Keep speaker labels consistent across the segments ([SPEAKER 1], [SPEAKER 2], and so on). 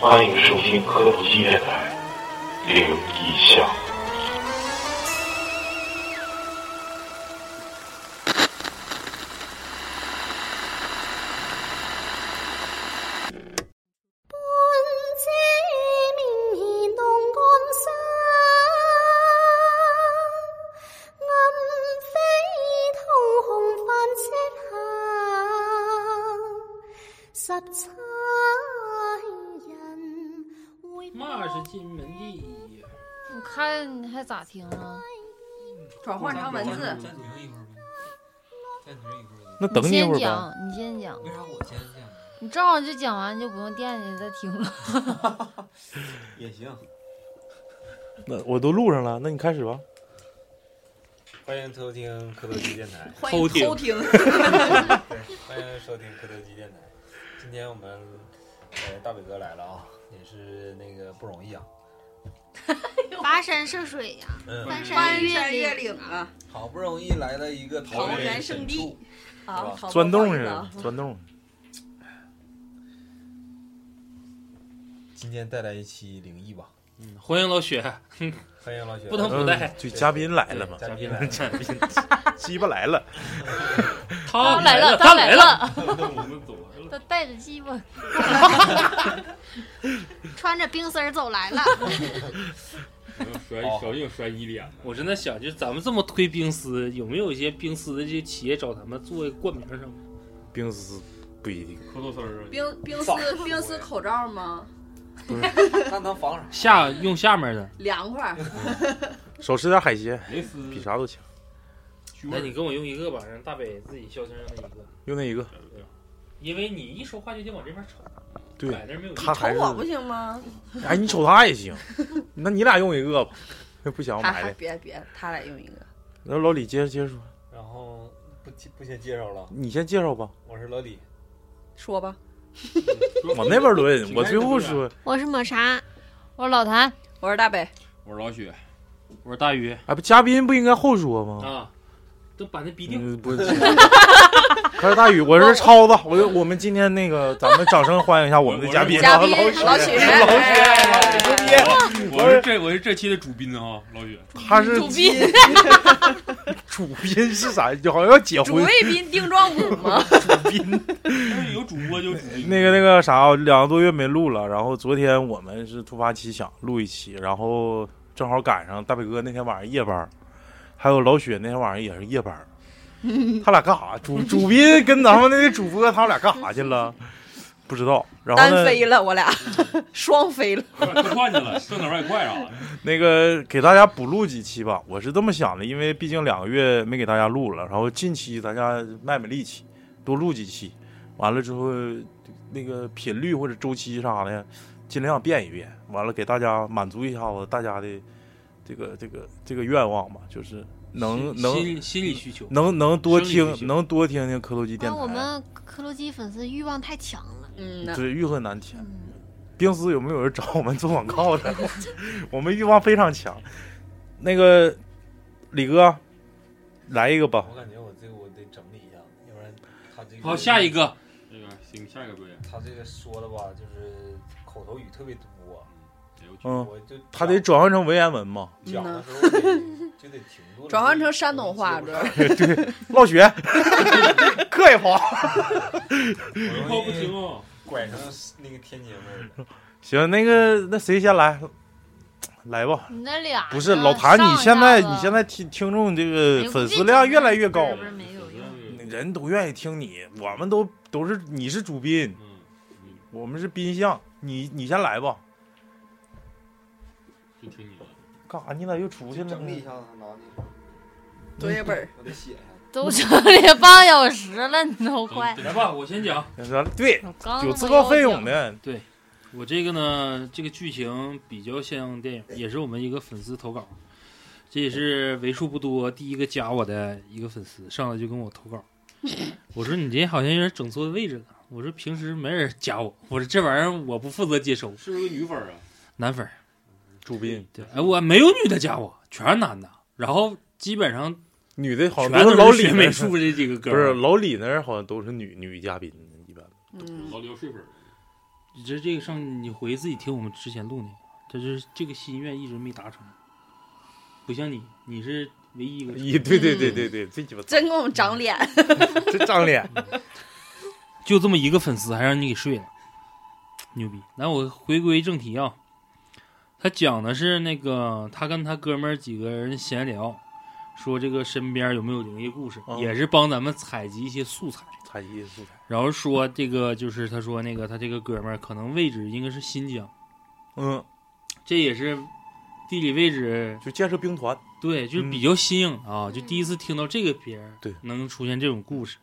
[SPEAKER 1] 欢迎收听科普纪电台《灵异巷》。
[SPEAKER 2] 嘛是金门第一呀？
[SPEAKER 3] 你看你还咋听啊？
[SPEAKER 4] 嗯
[SPEAKER 5] 转换成文字，
[SPEAKER 6] 暂停一会儿呗，暂停一会儿。
[SPEAKER 7] 那等
[SPEAKER 3] 你
[SPEAKER 7] 你一
[SPEAKER 3] 先
[SPEAKER 7] 会儿呗。
[SPEAKER 3] 讲，你先讲，
[SPEAKER 6] 为啥我先讲？
[SPEAKER 3] 你正好就讲完，你就不用惦记再听了。
[SPEAKER 6] 也行。
[SPEAKER 7] 那我都录上了，那你开始吧。
[SPEAKER 8] 欢迎收听磕头机电台，
[SPEAKER 5] 欢迎偷 听。
[SPEAKER 8] 欢迎收听磕头机电台。今天我们呃大伟哥来了啊，也是那个不容易啊。
[SPEAKER 4] 跋山涉水呀、
[SPEAKER 8] 嗯，
[SPEAKER 4] 翻
[SPEAKER 5] 翻
[SPEAKER 4] 山
[SPEAKER 5] 山
[SPEAKER 4] 越
[SPEAKER 5] 越
[SPEAKER 4] 岭。
[SPEAKER 5] 岭啊，
[SPEAKER 8] 好不容易来了一个
[SPEAKER 5] 桃源
[SPEAKER 8] 源
[SPEAKER 5] 圣
[SPEAKER 8] 深
[SPEAKER 5] 地
[SPEAKER 8] 处，
[SPEAKER 5] 啊，
[SPEAKER 8] 是吧
[SPEAKER 4] 哦
[SPEAKER 5] 好
[SPEAKER 7] 钻
[SPEAKER 5] 不好
[SPEAKER 7] 洞
[SPEAKER 5] 意
[SPEAKER 7] 似
[SPEAKER 5] 思
[SPEAKER 7] 的
[SPEAKER 5] 啊，
[SPEAKER 7] 钻洞。
[SPEAKER 8] 今天带来一期灵异吧。
[SPEAKER 2] 欢嗯迎老雪，
[SPEAKER 8] 欢迎老雪，
[SPEAKER 2] 不能古代
[SPEAKER 7] 嗯，就嘉宾来了嘛，
[SPEAKER 8] 嘉宾来了，
[SPEAKER 7] 鸡巴来了，
[SPEAKER 2] 他
[SPEAKER 3] 来
[SPEAKER 2] 了，
[SPEAKER 3] 他
[SPEAKER 2] 他
[SPEAKER 3] 来
[SPEAKER 2] 了，
[SPEAKER 3] 了，
[SPEAKER 2] 我们走了。
[SPEAKER 3] 他带着鸡巴。
[SPEAKER 4] 穿着冰丝儿走来了，
[SPEAKER 9] 摔
[SPEAKER 8] 好
[SPEAKER 9] 小心摔一脸
[SPEAKER 2] 我真的想，就是咱们这么推冰丝，有没有一些冰丝的这些企业找咱们做冠名什么？
[SPEAKER 7] 冰丝不一定。
[SPEAKER 9] 咳嗽声
[SPEAKER 5] 冰冰丝冰丝口罩吗？
[SPEAKER 8] 看能防啥？
[SPEAKER 2] 下用下面的，
[SPEAKER 5] 凉 快，
[SPEAKER 7] 少吃点海鲜，
[SPEAKER 9] 蕾丝
[SPEAKER 7] 比啥都强。
[SPEAKER 2] 那你跟我用一个吧，让大北自己消停上的一个，
[SPEAKER 7] 用那一个，
[SPEAKER 2] 因为你一说话就得往这边瞅，
[SPEAKER 7] 对
[SPEAKER 2] 摆那儿没有。
[SPEAKER 7] 他
[SPEAKER 5] 瞅
[SPEAKER 7] 还是
[SPEAKER 5] 我不行吗？
[SPEAKER 7] 哎，你瞅他也行。 那你俩用一个吧， 不想我
[SPEAKER 5] 他还
[SPEAKER 7] 买的。
[SPEAKER 5] 别别，他俩用一个。
[SPEAKER 7] 那老李接着接着说，
[SPEAKER 8] 然后不介不先介绍了，
[SPEAKER 7] 你先介绍吧。
[SPEAKER 8] 我是老李，
[SPEAKER 5] 说吧，
[SPEAKER 7] 往那边抡，我最后说。
[SPEAKER 4] 我是抹茶，
[SPEAKER 3] 我说老谭，
[SPEAKER 5] 我说大北，
[SPEAKER 9] 我是老许，
[SPEAKER 2] 我说大鱼
[SPEAKER 7] 哎，不，嘉宾不应该后说吗？
[SPEAKER 2] 啊，都把那逼定。
[SPEAKER 7] 嗯，不是。 他是大宇，我是超子，我我们今天那个，咱们掌声欢迎一下我们的嘉宾，
[SPEAKER 5] 嘉宾
[SPEAKER 7] 老许
[SPEAKER 5] 老许，哎
[SPEAKER 7] 老许，牛逼！
[SPEAKER 9] 我是这我是这期的主宾啊，老许。
[SPEAKER 7] 他是
[SPEAKER 3] 主宾，
[SPEAKER 7] 主宾是啥？就好像要结
[SPEAKER 5] 主
[SPEAKER 7] 婚
[SPEAKER 5] 谓宾定妆舞 吗？
[SPEAKER 7] 主宾。
[SPEAKER 9] 但是有主播就主宾。
[SPEAKER 7] 那个那个啥，两个多月没录了。然后昨天我们是突发奇想录一期，然后正好赶上大北哥那天晚上夜班，还有老雪那天晚上也是夜 班。他俩干啥？主 主宾跟咱们那个主播，他俩干啥去了？不知道。然后
[SPEAKER 5] 单
[SPEAKER 7] 呢？
[SPEAKER 5] 飞了，我俩 双飞了。
[SPEAKER 9] 个换去了，挣点外快啊。
[SPEAKER 7] 那个给大家补录几期吧，我是这么想的，因为毕竟两个月没给大家录了，然后近期大家卖卖力气，多录几期，完了之后那个频率或者周期啥的，尽量变一变，完了给大家满足一下子大家的这个这个这个愿望吧，就是能
[SPEAKER 2] 心
[SPEAKER 7] 能
[SPEAKER 2] 心心理需求，
[SPEAKER 7] 能能多
[SPEAKER 2] 生理需
[SPEAKER 7] 听
[SPEAKER 2] 求
[SPEAKER 7] 能多听听磕头机电
[SPEAKER 4] 啊，
[SPEAKER 7] 台，
[SPEAKER 4] 我们克洛基粉丝欲望太强了。
[SPEAKER 5] 嗯呐，
[SPEAKER 7] 对欲壑难填。
[SPEAKER 4] 嗯，
[SPEAKER 7] 冰丝有没有人找我们做广告的？ 我们欲望非常强。那个李哥，来一个吧。
[SPEAKER 8] 我感觉我这个我得整理一下，要不然他这个
[SPEAKER 2] 好，下一个，
[SPEAKER 9] 那个行，下一个表演。
[SPEAKER 8] 他这个说的吧，就是口头语特别多，
[SPEAKER 9] 哎呦我去
[SPEAKER 7] 嗯，
[SPEAKER 8] 我就
[SPEAKER 7] 他得转换成文言文嘛。
[SPEAKER 8] 讲的时候 我得就得停住了，
[SPEAKER 5] 嗯转换成山东话
[SPEAKER 8] 我
[SPEAKER 5] 这
[SPEAKER 8] 容易
[SPEAKER 7] 落 学，课也跑。
[SPEAKER 8] 接
[SPEAKER 2] 哎
[SPEAKER 9] 以
[SPEAKER 8] 不
[SPEAKER 9] 后不
[SPEAKER 8] 住我容易
[SPEAKER 9] 行啊。
[SPEAKER 8] 拐成那个天津味儿了。
[SPEAKER 7] 行，那个那谁先来？来吧。
[SPEAKER 3] 你那俩
[SPEAKER 7] 不是老谭，
[SPEAKER 3] 嗯
[SPEAKER 7] 你现在你现在听听众这
[SPEAKER 3] 在
[SPEAKER 7] 个粉丝量越来越高，
[SPEAKER 3] 不是没有用。
[SPEAKER 9] 嗯
[SPEAKER 7] 人都愿意听你，我们都都是你是主宾，
[SPEAKER 9] 嗯，嗯
[SPEAKER 7] 我们是宾相，你你先来吧。
[SPEAKER 9] 就听你的。
[SPEAKER 7] 干啥？你咋又出去了
[SPEAKER 6] 整理一
[SPEAKER 7] 呢？
[SPEAKER 6] 下子，拿那个，
[SPEAKER 5] 作业 本儿
[SPEAKER 6] 我得写一下。
[SPEAKER 3] 都整理半小时了，你
[SPEAKER 9] 嗯
[SPEAKER 3] 都快。
[SPEAKER 2] 来吧，我先讲。
[SPEAKER 7] 对，
[SPEAKER 3] 我刚他
[SPEAKER 7] 有
[SPEAKER 3] 妈
[SPEAKER 7] 自告奋
[SPEAKER 3] 要讲，
[SPEAKER 7] 勇的，
[SPEAKER 2] 我这个呢，这个剧情比较像电影，也是我们一个粉丝投稿，这也是为数不多第一个加我的一个粉丝，上来就跟我投稿。我说你这好像有点整错位置了。我说平时没人加我，我说这玩意儿我不负责接收，
[SPEAKER 9] 是不是个女粉儿啊？
[SPEAKER 2] 男粉儿
[SPEAKER 7] 主宾。
[SPEAKER 2] 对，哎，我没有女的加我，全是男的。然后基本上
[SPEAKER 7] 女的好
[SPEAKER 2] 全
[SPEAKER 7] 像都是老
[SPEAKER 2] 都是
[SPEAKER 7] 李
[SPEAKER 2] 学
[SPEAKER 7] 那
[SPEAKER 2] 美术这几个哥
[SPEAKER 7] 不是
[SPEAKER 2] 们儿，
[SPEAKER 7] 老李那儿好像都是女女嘉宾，一般
[SPEAKER 5] 嗯，
[SPEAKER 9] 老刘睡粉儿。
[SPEAKER 2] 你这这个上你回去自己听我们之前录那个，这是这个心愿一直没达成，不像你，你是唯一一个成。
[SPEAKER 7] 一对对对对对，这鸡巴
[SPEAKER 5] 真给我们长脸，
[SPEAKER 7] 真长 脸，
[SPEAKER 2] 就这么一个粉丝还让你给睡了，牛逼！来，我回归正题啊，他讲的是那个他跟他哥们儿几个人闲聊，说这个身边有没有灵异故事，
[SPEAKER 7] 嗯
[SPEAKER 2] 也是帮咱们采集一些素材。
[SPEAKER 7] 才艺素材，
[SPEAKER 2] 然后说这个就是他说那个他这个哥们儿可能位置应该是新疆，
[SPEAKER 7] 嗯，
[SPEAKER 2] 这也是地理位置
[SPEAKER 7] 就建设兵团，
[SPEAKER 2] 对，就是
[SPEAKER 7] 嗯
[SPEAKER 2] 比较新颖啊，就第一次听到这个别人
[SPEAKER 7] 对
[SPEAKER 2] 能出现这种故事。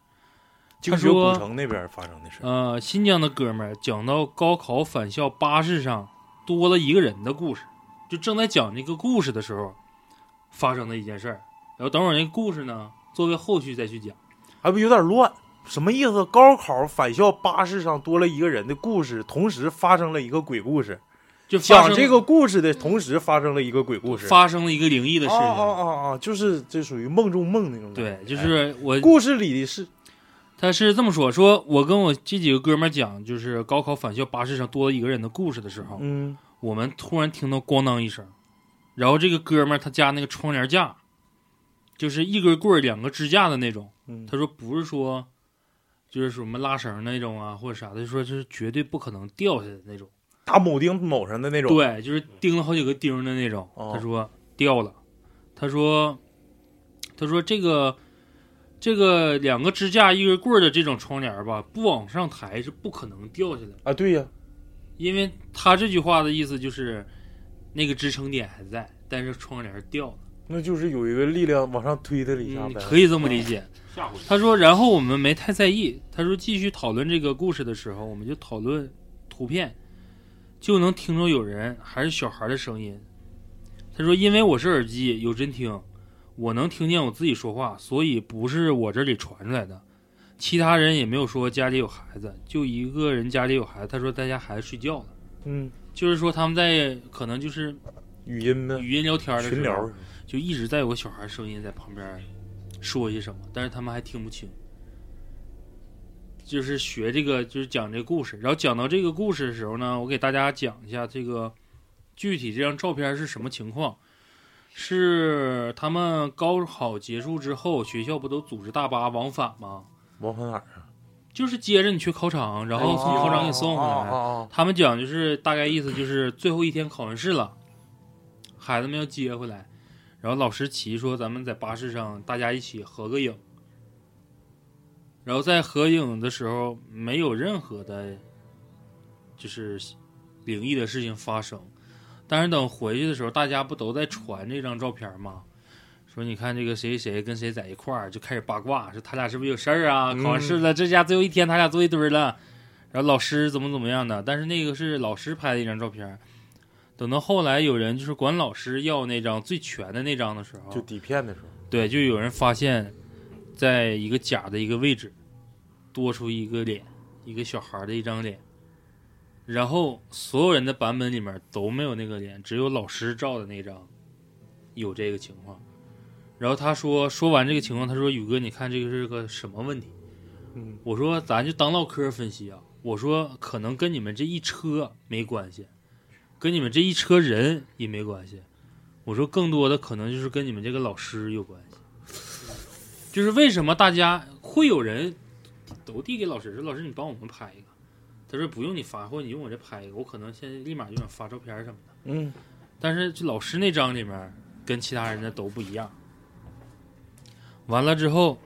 [SPEAKER 7] 京石古城那边发生的事儿，
[SPEAKER 2] 呃，新疆的哥们儿讲到高考返校巴士上多了一个人的故事，就正在讲这个故事的时候发生的一件事儿。然后等会儿那个故事呢，作为后续再去讲。
[SPEAKER 7] 还不有点乱。什么意思？高考返校巴士上多了一个人的故事，同时发生了一个鬼故事。
[SPEAKER 2] 就发
[SPEAKER 7] 讲
[SPEAKER 2] 生
[SPEAKER 7] 这个故事的同时，发生了一个鬼故事。
[SPEAKER 2] 发生了一个灵异的事情。
[SPEAKER 7] 哦哦哦哦，就是这属于梦中梦那种感觉。
[SPEAKER 2] 对，就是我
[SPEAKER 7] 哎故事里的事，
[SPEAKER 2] 他是这么说，说我跟我这几个哥们儿讲，就是高考返校巴士上多了一个人的故事的时候，
[SPEAKER 7] 嗯
[SPEAKER 2] 我们突然听到咣当一声，然后这个哥们儿他家那个窗帘架，就是一根棍儿两个支架的那种。
[SPEAKER 7] 嗯，
[SPEAKER 2] 他说不是说就是什么拉绳那种啊，或者啥的，说这是绝对不可能掉下来的那种。
[SPEAKER 7] 打铆钉铆上的那种。
[SPEAKER 2] 对，就是钉了好几个钉儿的那种。
[SPEAKER 7] 哦
[SPEAKER 2] 他说掉了，他说他说这个这个两个支架一根棍儿的这种窗帘儿吧，不往上抬是不可能掉下来的，
[SPEAKER 7] 啊，对呀，
[SPEAKER 2] 因为他这句话的意思就是那个支撑点还在，但是窗帘儿掉了。
[SPEAKER 7] 那就是有一个力量往上推他了一下
[SPEAKER 2] 嗯，
[SPEAKER 7] 呗。嗯
[SPEAKER 2] 可以这么理解。
[SPEAKER 9] 下回
[SPEAKER 2] 他说，然后我们没太在意。他说，继续讨论这个故事的时候，我们就讨论图片，就能听着有人还是小孩的声音。他说，因为我是耳机有真听，我能听见我自己说话，所以不是我这里传出来的。其他人也没有说家里有孩子，就一个人家里有孩子。他说大家孩子睡觉了，
[SPEAKER 7] 嗯，
[SPEAKER 2] 就是说他们在可能就是
[SPEAKER 7] 语音呗，
[SPEAKER 2] 语音聊天的时候
[SPEAKER 7] 群聊。
[SPEAKER 2] 就一直在有个小孩声音在旁边说些什么，但是他们还听不清。就是学这个，就是讲这个故事。然后讲到这个故事的时候呢，我给大家讲一下这个具体这张照片是什么情况。是他们高考结束之后，学校不都组织大巴往返吗？
[SPEAKER 7] 往返哪儿？
[SPEAKER 2] 就是接着你去考场，然后从考场给你送回来。
[SPEAKER 7] 啊啊啊！
[SPEAKER 2] 他们讲就是大概意思就是最后一天考完试了，孩子们要接回来，然后老师提说咱们在巴士上大家一起合个影，然后在合影的时候没有任何的，就是灵异的事情发生，但是等回去的时候大家不都在传这张照片吗？说你看这个谁谁跟谁在一块儿，就开始八卦，说他俩是不是有事儿啊？
[SPEAKER 7] 嗯
[SPEAKER 2] 考完试了，这家最后一天他俩坐一堆儿了，然后老师怎么怎么样的，但是那个是老师拍的一张照片儿。等到后来有人就是管老师要那张最全的那张的时候，
[SPEAKER 7] 就底片的时候，
[SPEAKER 2] 对，就有人发现，在一个假的一个位置，多出一个脸，一个小孩儿的一张脸，然后所有人的版本里面都没有那个脸，只有老师照的那张有这个情况。然后他说，说完这个情况，他说：“宇哥，你看这个是个什么问题？”
[SPEAKER 7] 嗯，
[SPEAKER 2] 我说咱就当唠嗑分析啊。我说可能跟你们这一车没关系，跟你们这一车人也没关系。我说更多的可能就是跟你们这个老师有关系。就是为什么大家会有人都递给老师说老师你帮我们拍一个，他说不用你发，或者你用我这拍一个，我可能现在立马就想发照片什么的。
[SPEAKER 7] 嗯，
[SPEAKER 2] 但是这老师那张里面跟其他人的都不一样。完了之后，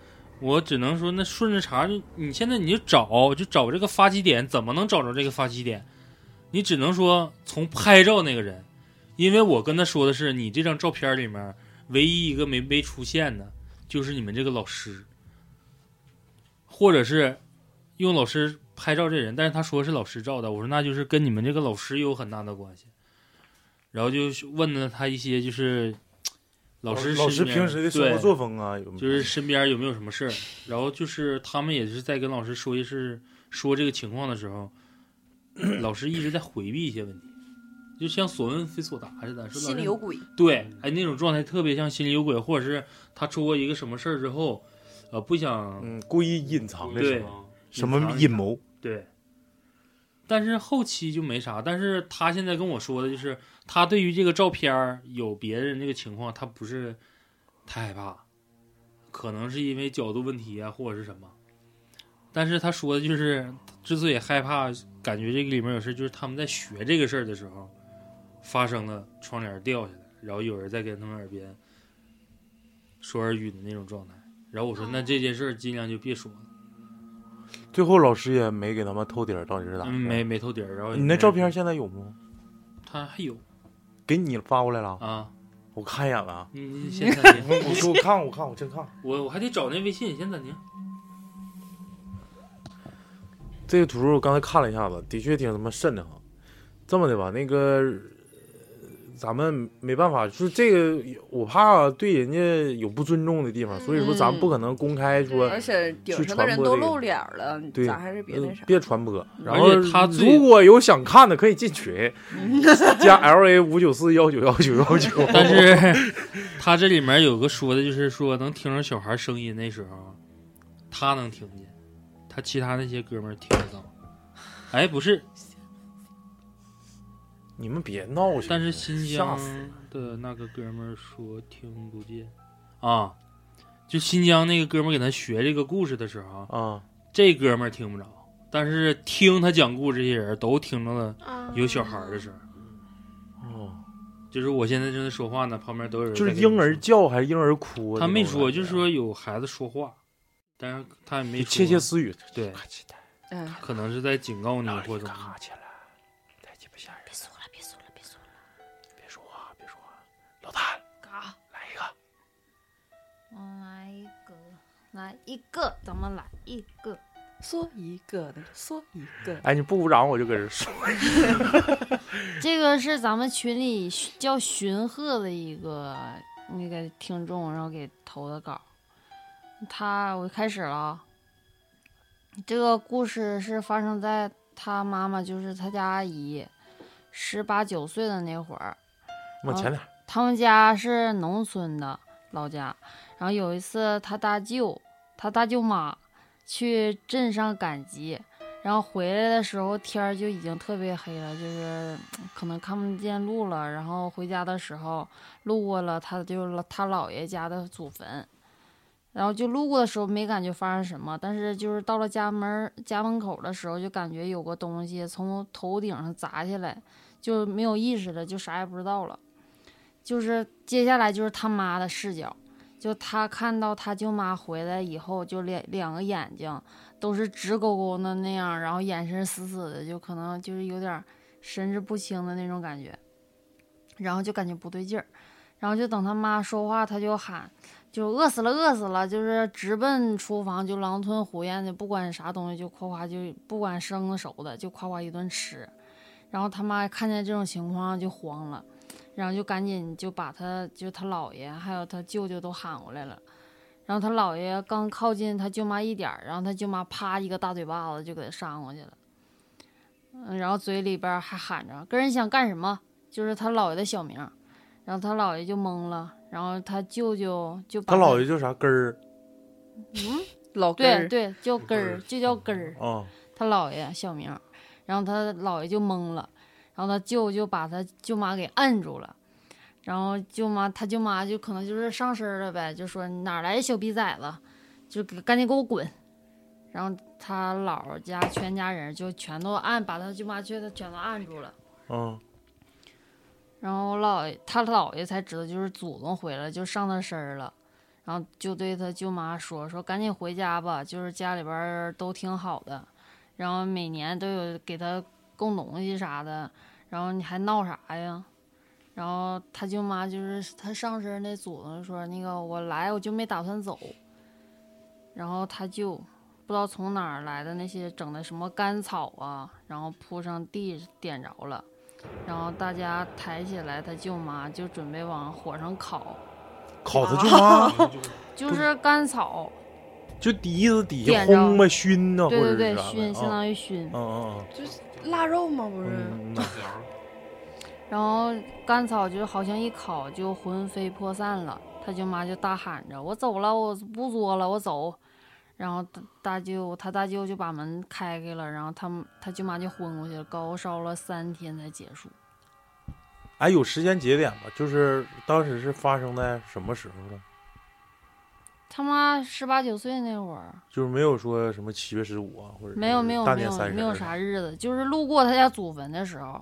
[SPEAKER 2] 我只能说，那顺着茬儿，你你现在你就找，就找这个发起点，怎么能找着这个发起点？你只能说从拍照那个人，因为我跟他说的是，你这张照片里面唯一一个没被出现的，就是你们这个老师，或者是用老师拍照这人，但是他说是老师照的，我说那就是跟你们这个老师有很大的关系。然后就问了他一些，就是老师
[SPEAKER 7] 老师
[SPEAKER 2] 身边
[SPEAKER 7] 平时的生活
[SPEAKER 2] 对
[SPEAKER 7] 作风啊，有没有
[SPEAKER 2] 就是身边有没有什么事儿，然后就是他们也是在跟老师说一是说这个情况的时候，老师一直在回避一些问题，就像所问非所答似的，说老
[SPEAKER 5] 心
[SPEAKER 2] 师
[SPEAKER 5] 里有鬼。
[SPEAKER 2] 对，哎那种状态特别像心里有鬼，或者是他出过一个什么事儿之后，呃不想
[SPEAKER 7] 嗯嗯，故意隐藏的
[SPEAKER 2] 对
[SPEAKER 7] 什么什么阴谋？
[SPEAKER 2] 对，但是后期就没啥。但是他现在跟我说的就是，他对于这个照片儿有别人这个情况，他不是太害怕，可能是因为角度问题啊，或者是什么。但是他说的就是，之所以害怕，感觉这个里面有事，就是他们在学这个事儿的时候，发生了窗帘掉下来，然后有人在跟他们耳边说耳语的那种状态。然后我说，那这件事儿尽量就别说了。
[SPEAKER 7] 最后老师也没给他们透底儿，到底是咋？
[SPEAKER 2] 嗯，没。没透底儿。然后也
[SPEAKER 7] 你
[SPEAKER 2] 没
[SPEAKER 7] 那
[SPEAKER 2] 人
[SPEAKER 7] 照片现在有吗？
[SPEAKER 2] 他还有
[SPEAKER 7] 给你发过来了，
[SPEAKER 2] 啊，
[SPEAKER 7] 我看一眼 了。
[SPEAKER 2] 你你先暂停，
[SPEAKER 7] 我我我看我看我真看。
[SPEAKER 2] 我我还得找那微信，你先暂停。
[SPEAKER 7] 这个图我刚才看了一下子，的确挺他妈瘆得慌。这么的吧，那个呃咱们没办法，就是这个我怕对人家有不尊重的地方，所以说咱们不可能公开说，
[SPEAKER 5] 嗯而且顶上的人都露脸了，咱还是别那啥
[SPEAKER 7] 呃。别传播。然后
[SPEAKER 2] 而且他最
[SPEAKER 7] 如果有想看的，可以进群，
[SPEAKER 5] 嗯
[SPEAKER 7] 加 L A 五九四幺九幺九幺九。
[SPEAKER 2] 但是他这里面有个说的，就是说能听着小孩声音那时候，他能听见，他其他那些哥们儿听不到。哎，不是，
[SPEAKER 7] 你们别闹行吗，
[SPEAKER 2] 但是新
[SPEAKER 7] 吓
[SPEAKER 2] 疆
[SPEAKER 7] 死了
[SPEAKER 2] 的那个哥们儿说听不见啊，就新疆那个哥们儿给他学这个故事的时候，
[SPEAKER 7] 啊！
[SPEAKER 2] 这哥们儿听不着，但是听他讲故事这些人都听着了
[SPEAKER 4] 啊
[SPEAKER 2] 有小孩儿的声儿。
[SPEAKER 7] 哦，
[SPEAKER 2] 就是我现在正在说话呢，旁边都有嗯人在
[SPEAKER 7] 就是
[SPEAKER 2] 跟你
[SPEAKER 7] 婴儿
[SPEAKER 2] 说，
[SPEAKER 7] 叫还是婴儿哭啊？
[SPEAKER 2] 他没
[SPEAKER 7] 那种
[SPEAKER 2] 说，
[SPEAKER 7] 感觉
[SPEAKER 2] 就是说有孩子说话，但是他也没
[SPEAKER 7] 你
[SPEAKER 2] 说。
[SPEAKER 7] 窃窃私语，
[SPEAKER 2] 对，啊
[SPEAKER 5] 嗯，
[SPEAKER 2] 可能是在警告你或者怎么
[SPEAKER 7] 咔啊起来，太鸡巴吓人了！别说了，别说了，别说了，别说话，别说话，啊老大
[SPEAKER 3] 干啥？
[SPEAKER 7] 来一个。
[SPEAKER 3] 我哦来一个，来一个，咱们来一个。
[SPEAKER 5] 说一个的，说一个。
[SPEAKER 7] 哎，你不鼓掌我就搁这说。
[SPEAKER 3] 这个是咱们群里叫寻鹤的一个那个听众，然后给投的稿。他我开始了啊，这个故事是发生在他妈妈，就是他家阿姨，十八九岁的那会儿。
[SPEAKER 7] 往前点儿，
[SPEAKER 3] 他们家是农村的老家，然后有一次他大舅、他大舅妈去镇上赶集，然后回来的时候天儿就已经特别黑了，就是嗯可能看不见路了。然后回家的时候路过了他就他姥爷家的祖坟，然后就路过的时候没感觉发生什么，但是就是到了家门儿家门口的时候就感觉有个东西从头顶上砸下来，就没有意识了，就啥也不知道了。就是接下来就是他妈的视角，就他看到他舅妈回来以后，就两两个眼睛都是直勾勾的那样，然后眼神死死的，就可能就是有点儿神志不清的那种感觉，然后就感觉不对劲儿，然后就等他妈说话，他就喊，就饿死了，饿死了，就是直奔厨房，就狼吞虎咽的，不管啥东西就夸夸就不管生的熟的就夸夸一顿吃，然后他妈看见这种情况就慌了。然后就赶紧就把他就他姥爷还有他舅舅都喊过来了，然后他姥爷刚靠近他舅妈一点儿，然后他舅妈啪一个大嘴巴子就给他扇过去了，嗯，然后嘴里边儿还喊着跟人想干什么，就是他姥爷的小名儿，然后他姥爷就懵了，然后他舅舅就把
[SPEAKER 7] 他姥爷叫啥根儿
[SPEAKER 5] 老根
[SPEAKER 3] 对
[SPEAKER 5] 儿，
[SPEAKER 3] 对叫根
[SPEAKER 7] 根
[SPEAKER 3] 儿
[SPEAKER 7] 儿
[SPEAKER 3] 就叫根儿，
[SPEAKER 7] 啊？
[SPEAKER 3] 他姥爷小名儿，然后他姥爷就懵了，然后他舅就把他舅妈给摁住了，然后舅妈他舅妈就可能就是上身了呗，就说你哪来的小逼崽子，就给赶紧给我滚，然后他姥儿家全家人就全都按把他舅妈就全都按住了。
[SPEAKER 7] 嗯，
[SPEAKER 3] 然后我姥爷他姥爷才知道，就是祖宗回来就上他身儿了，然后就对他舅妈说说赶紧回家吧，就是家里边儿都挺好的，然后每年都有给他供东西啥的，然后你还闹啥呀？然后他舅妈就是他上身那祖宗说那个我来我就没打算走，然后他舅不知道从哪儿来的那些整的什么干草啊，然后铺上地点着了。然后大家抬起来他舅妈，就准备往火上烤，
[SPEAKER 7] 烤他舅妈，
[SPEAKER 3] 啊就是干草，
[SPEAKER 7] 就底子底下
[SPEAKER 3] 点着
[SPEAKER 7] 烘吧熏呐，或
[SPEAKER 3] 对
[SPEAKER 7] 者
[SPEAKER 3] 对对
[SPEAKER 7] 是，啥
[SPEAKER 3] 熏
[SPEAKER 7] 的
[SPEAKER 3] 相
[SPEAKER 7] 啊。
[SPEAKER 3] 当于熏，
[SPEAKER 7] 嗯
[SPEAKER 5] 腊肉吗？不
[SPEAKER 7] 嗯
[SPEAKER 5] 是，
[SPEAKER 7] 嗯嗯嗯，
[SPEAKER 3] 然后干草就好像一烤就魂飞魄散了，他舅妈就大喊着：“我走了，我不作了，我走。”然后大大舅他大舅就把门开开了，然后他们他舅妈就昏过去了，高烧了三天才结束。
[SPEAKER 7] 哎，有时间节点吗？就是当时是发生在什么时候呢？
[SPEAKER 3] 他妈十八九岁那会儿，
[SPEAKER 7] 就是没有说什么七月十五啊，或者
[SPEAKER 3] 没有
[SPEAKER 7] 是
[SPEAKER 3] 没有
[SPEAKER 7] 大
[SPEAKER 3] 没
[SPEAKER 7] 年
[SPEAKER 3] 有
[SPEAKER 7] 三十，啊
[SPEAKER 3] 没有啥日子，就是路过他家祖坟的时候，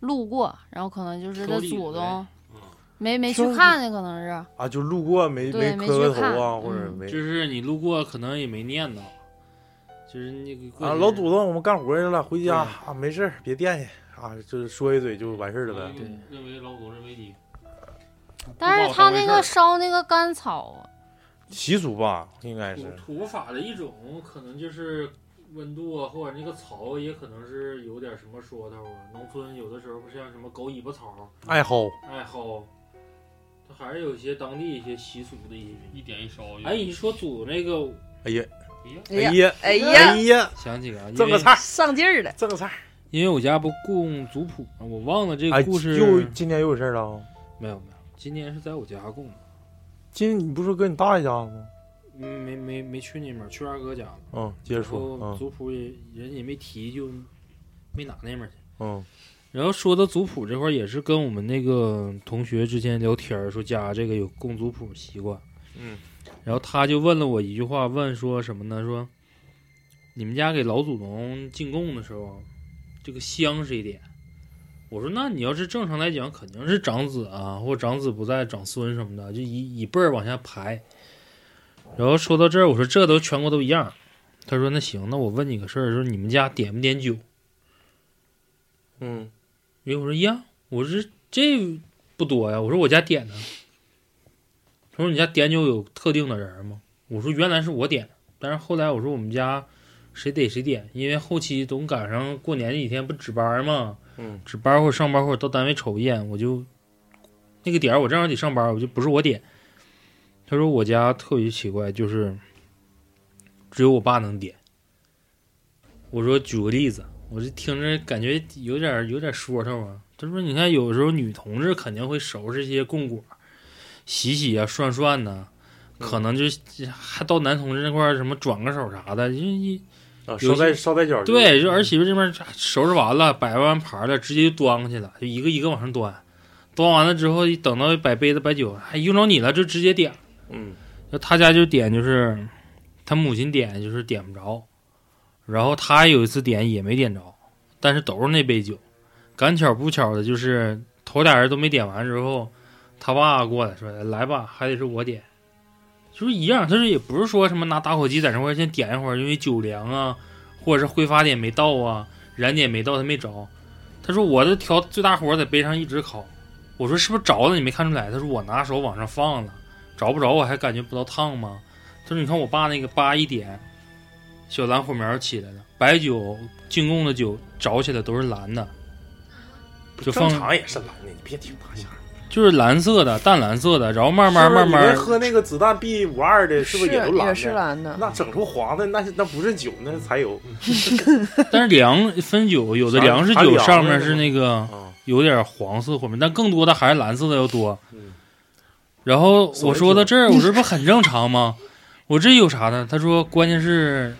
[SPEAKER 3] 路过，然后可能就是他
[SPEAKER 2] 抽屉呗
[SPEAKER 3] 祖宗
[SPEAKER 2] 嗯
[SPEAKER 3] 没没去
[SPEAKER 7] 就是
[SPEAKER 3] 看去，可能是
[SPEAKER 7] 啊，就路过没
[SPEAKER 3] 对没
[SPEAKER 7] 磕个
[SPEAKER 3] 去
[SPEAKER 7] 头
[SPEAKER 3] 看
[SPEAKER 7] 啊，或者
[SPEAKER 3] 嗯
[SPEAKER 7] 没
[SPEAKER 2] 就是你路过可能也没念叨，就是那个过
[SPEAKER 7] 啊，
[SPEAKER 2] 去
[SPEAKER 7] 老祖宗，我们干活去了，回家
[SPEAKER 2] 对
[SPEAKER 7] 啊，没事儿别惦记啊，就是说一嘴就完事儿了呗。
[SPEAKER 2] 对
[SPEAKER 9] 认为老总认为你，
[SPEAKER 3] 但是他那个烧那个干草，
[SPEAKER 7] 习俗吧，应该是
[SPEAKER 2] 土土法的一种，可能就是温度啊，或者那个草也可能是有点什么说头啊。农村有的时候不像什么狗尾巴草
[SPEAKER 7] 爱薅。
[SPEAKER 2] 爱薅，它还是有一些当地一些习俗的一些。
[SPEAKER 9] 一点一烧。
[SPEAKER 2] 哎，你说祖那个，
[SPEAKER 7] 哎呀，
[SPEAKER 5] 哎
[SPEAKER 7] 哎
[SPEAKER 5] 呀，
[SPEAKER 7] 呀，
[SPEAKER 5] 哎
[SPEAKER 7] 哎
[SPEAKER 5] 呀，
[SPEAKER 7] 呀，
[SPEAKER 2] 想起来啊了，因
[SPEAKER 7] 赠个
[SPEAKER 2] 为
[SPEAKER 7] 菜儿，
[SPEAKER 5] 上劲儿了，
[SPEAKER 7] 赠个菜儿。
[SPEAKER 2] 因为我家不供族谱嘛，我忘了这
[SPEAKER 7] 哎，
[SPEAKER 2] 个故事。
[SPEAKER 7] 又今年又有事儿了啊。
[SPEAKER 2] 没有没有，今年是在我家供的，
[SPEAKER 7] 今你不是说搁你大爷家吗？
[SPEAKER 2] 嗯没没没去那边，去二哥家了。
[SPEAKER 7] 嗯，接着说，
[SPEAKER 2] 然后
[SPEAKER 7] 嗯
[SPEAKER 2] 族谱也人也没提，就没拿那边去。
[SPEAKER 7] 嗯
[SPEAKER 2] 然后说到族谱这块儿，也是跟我们那个同学之前聊天儿说家这个有供族谱习惯，
[SPEAKER 7] 嗯，
[SPEAKER 2] 然后他就问了我一句话，问说什么呢？说你们家给老祖宗进贡的时候，这个香谁点？我说那你要是正常来讲，肯定是长子啊，或长子不在，长孙什么的，就一一辈儿往下排。然后说到这儿，我说这都全国都一样。他说那行，那我问你个事儿，说你们家点不点酒？
[SPEAKER 7] 嗯，
[SPEAKER 2] 然后我说呀，我说这不多呀，我说我家点的。他说你家点酒有特定的人吗？我说原来是我点，但是后来我说我们家谁得谁点，因为后期总赶上过年那几天不值班嘛，
[SPEAKER 7] 嗯，
[SPEAKER 2] 值班或者上班或者到单位瞅一眼，我就那个点儿我正好得上班，我就不是我点。他说我家特别奇怪，就是只有我爸能点。我说举个例子，我就听着感觉有点儿有点儿说头啊。他说：“你看，有时候女同志肯定会收拾一些供果，洗洗啊、涮涮呐、可能就还到男同志那块儿什么转个手啥的，因为一
[SPEAKER 7] 啊，
[SPEAKER 2] 有
[SPEAKER 7] 捎带
[SPEAKER 2] 些
[SPEAKER 7] 捎带脚儿就，
[SPEAKER 2] 对，就儿媳妇这边儿收拾完了，摆完盘儿了，直接就端过去了，就一个一个往上端。端完了之后，等到摆杯子、摆酒，还用着你了，就直接点。
[SPEAKER 7] 嗯，
[SPEAKER 2] 就他家就点就是，他母亲点就是点不着，然后他有一次点也没点着，但是都是那杯酒。赶巧不巧的就是头俩人都没点完之后，他爸过来说：“来吧，还得是我点。”就是一样，他说也不是说什么拿打火机在那块儿先点一会儿，因为酒凉啊，或者是挥发点没到啊，燃点没到，他没着。他说我这调最大火在杯上一直烤，我说是不是着了你没看出来？他说我拿手往上放了，着不着我还感觉不到烫吗？他说你看我爸那个叭一点，小蓝火苗起来了，白酒进贡的酒着起来都是蓝的，就
[SPEAKER 7] 正
[SPEAKER 2] 放
[SPEAKER 7] 常也是蓝的，你别听他瞎。
[SPEAKER 2] 就是蓝色的淡蓝色的，然后慢慢
[SPEAKER 7] 是不是
[SPEAKER 2] 慢
[SPEAKER 7] 你
[SPEAKER 2] 慢
[SPEAKER 7] 那喝那个子弹 B 五二的，是不是也都蓝
[SPEAKER 5] 也
[SPEAKER 7] 的？
[SPEAKER 5] 是蓝的？
[SPEAKER 7] 那整出黄的，那是那不是酒，那是柴油。
[SPEAKER 2] 但是凉分 酒，有的
[SPEAKER 7] 啥
[SPEAKER 2] 粮食
[SPEAKER 7] 啥
[SPEAKER 2] 酒
[SPEAKER 7] 凉
[SPEAKER 2] 上
[SPEAKER 7] 的
[SPEAKER 2] 面
[SPEAKER 7] 是
[SPEAKER 2] 是
[SPEAKER 7] 吗
[SPEAKER 2] 那个
[SPEAKER 7] 啊，
[SPEAKER 2] 有点黄色火面，但更多的还是蓝色的要多。
[SPEAKER 7] 嗯
[SPEAKER 2] 然后
[SPEAKER 7] 所
[SPEAKER 2] 我
[SPEAKER 7] 谓
[SPEAKER 2] 说到
[SPEAKER 7] 酒
[SPEAKER 2] 这儿，我这不很正常吗？ 我这有啥呢？他说，关键是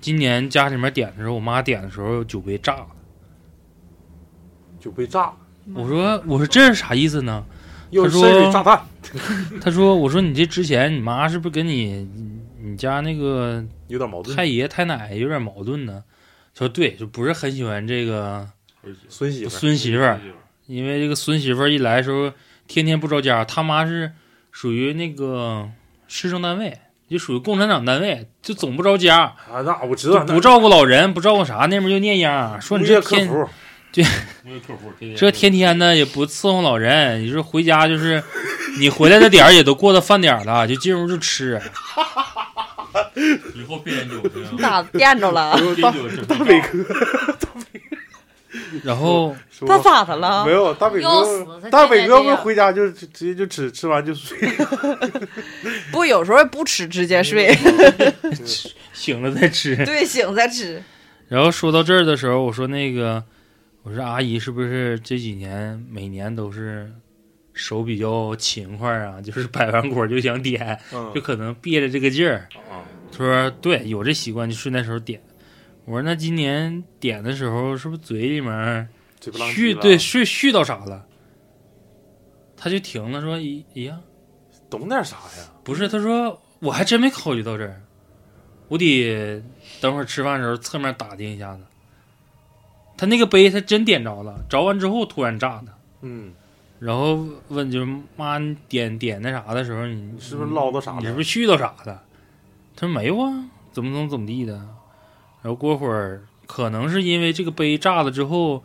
[SPEAKER 2] 今年家里面点的时候，我妈点的时候酒杯炸了。
[SPEAKER 7] 酒被炸，
[SPEAKER 2] 我说，我说这是啥意思呢？
[SPEAKER 7] 又
[SPEAKER 2] 他
[SPEAKER 7] 是
[SPEAKER 2] 说
[SPEAKER 7] 深水炸弹，
[SPEAKER 2] 他说，我说你这之前你妈是不是跟你你家那个
[SPEAKER 7] 有点矛
[SPEAKER 2] 太
[SPEAKER 7] 盾。
[SPEAKER 2] 爷太奶有点矛盾呢？他说对，就不是很喜欢这个
[SPEAKER 7] 孙媳妇儿，
[SPEAKER 2] 孙媳妇儿。因为这个孙媳妇儿一来的时候，天天不着家，他妈是属于那个市政单位，就属于共产党单位，就总不着家，
[SPEAKER 7] 啊，那我知
[SPEAKER 2] 就
[SPEAKER 7] 道，
[SPEAKER 2] 不照顾老人，不照顾啥，那边就那样，说你这
[SPEAKER 7] 客
[SPEAKER 2] 天
[SPEAKER 7] 服，
[SPEAKER 9] 因为客户天天
[SPEAKER 2] 这天天的也不伺候老人，你说回家就是，你回来的点儿也都过到饭点儿了，就进屋就吃，
[SPEAKER 9] 以后别研究这样
[SPEAKER 5] 咋电啊着 了？
[SPEAKER 9] 别研究
[SPEAKER 7] 大伟哥，
[SPEAKER 2] 然 后
[SPEAKER 7] 说
[SPEAKER 5] 他咋的了
[SPEAKER 7] 没？有大伟
[SPEAKER 3] 要死
[SPEAKER 7] 哥，
[SPEAKER 3] 他
[SPEAKER 7] 大
[SPEAKER 3] 天
[SPEAKER 7] 伟
[SPEAKER 3] 天这
[SPEAKER 7] 哥不是
[SPEAKER 3] 样
[SPEAKER 7] 回家就直直接就吃，吃完就睡。
[SPEAKER 5] 不，有时候不吃，直接睡。
[SPEAKER 2] 醒了再吃。
[SPEAKER 5] 对，醒再吃。
[SPEAKER 2] 然后说到这儿的时候，我说那个，我说阿姨是不是这几年每年都是手比较勤快啊？就是摆完果就想点，
[SPEAKER 7] 嗯哦
[SPEAKER 2] 就可能憋着这个劲儿。他说对，有这习惯就顺带手点。我说那今年点的时候是不是嘴里面
[SPEAKER 7] 嘴不浪叽
[SPEAKER 2] 絮
[SPEAKER 7] 了
[SPEAKER 2] 对絮絮到啥了？他就停了，说咦咦呀，
[SPEAKER 7] 懂点啥呀？
[SPEAKER 2] 不是，他说我还真没考虑到这儿，我得等会儿吃饭的时候侧面打听一下子。他那个杯他真点着了，着完之后突然炸的，
[SPEAKER 7] 嗯，
[SPEAKER 2] 然后问就是妈你点点那啥的时候，你
[SPEAKER 7] 你是不是唠叨啥
[SPEAKER 2] 你是
[SPEAKER 7] 了？
[SPEAKER 2] 不是絮叨啥的？他说没有啊，怎么怎么怎么地的。然后过会儿可能是因为这个杯炸了之后，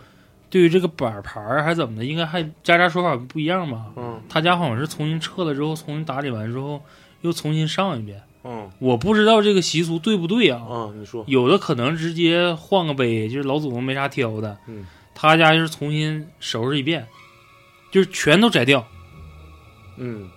[SPEAKER 2] 对于这个板牌儿还怎么的，应该还家家说法不一样吧？
[SPEAKER 7] 嗯
[SPEAKER 2] 他家好像是重新撤了之后，重新打理完之后又重新上一遍。
[SPEAKER 7] 嗯
[SPEAKER 2] 我不知道这个习俗对不对啊？
[SPEAKER 7] 嗯，你说
[SPEAKER 2] 有的可能直接换个杯，就是老祖宗没啥挑的。
[SPEAKER 7] 嗯，
[SPEAKER 2] 他家就是重新收拾一遍，就是全都摘掉，
[SPEAKER 7] 嗯，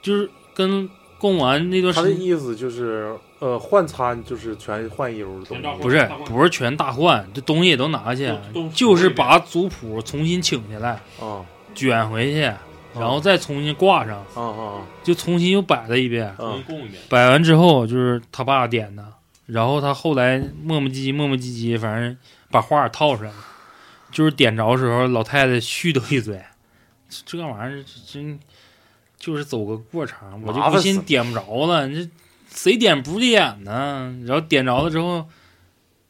[SPEAKER 2] 就是跟供完那段
[SPEAKER 7] 他
[SPEAKER 2] 时
[SPEAKER 7] 的
[SPEAKER 2] 间。
[SPEAKER 7] 意思就是呃换餐就是全换一篓的东
[SPEAKER 9] 全照换
[SPEAKER 7] 西，
[SPEAKER 2] 不是不是全大换，这东西也都拿去
[SPEAKER 9] 都都，
[SPEAKER 2] 就是把族谱重新请下来，
[SPEAKER 7] 啊
[SPEAKER 2] 卷回去，然
[SPEAKER 7] 哦
[SPEAKER 2] 后再重新挂上，
[SPEAKER 7] 啊啊
[SPEAKER 2] 就重新又摆了一遍。
[SPEAKER 7] 啊啊
[SPEAKER 9] 重新！供一遍，
[SPEAKER 2] 摆完之后就是他爸点的，然后他后来磨磨唧唧磨磨唧唧，反正把话儿套出来了，就是点着的时候老太太絮叨一嘴，这这玩意儿真就是走个过场，我就
[SPEAKER 7] 麻
[SPEAKER 2] 不
[SPEAKER 7] 烦死
[SPEAKER 2] 信
[SPEAKER 7] 了
[SPEAKER 2] 点不着了，你这谁点不点呢？然后点着了之后，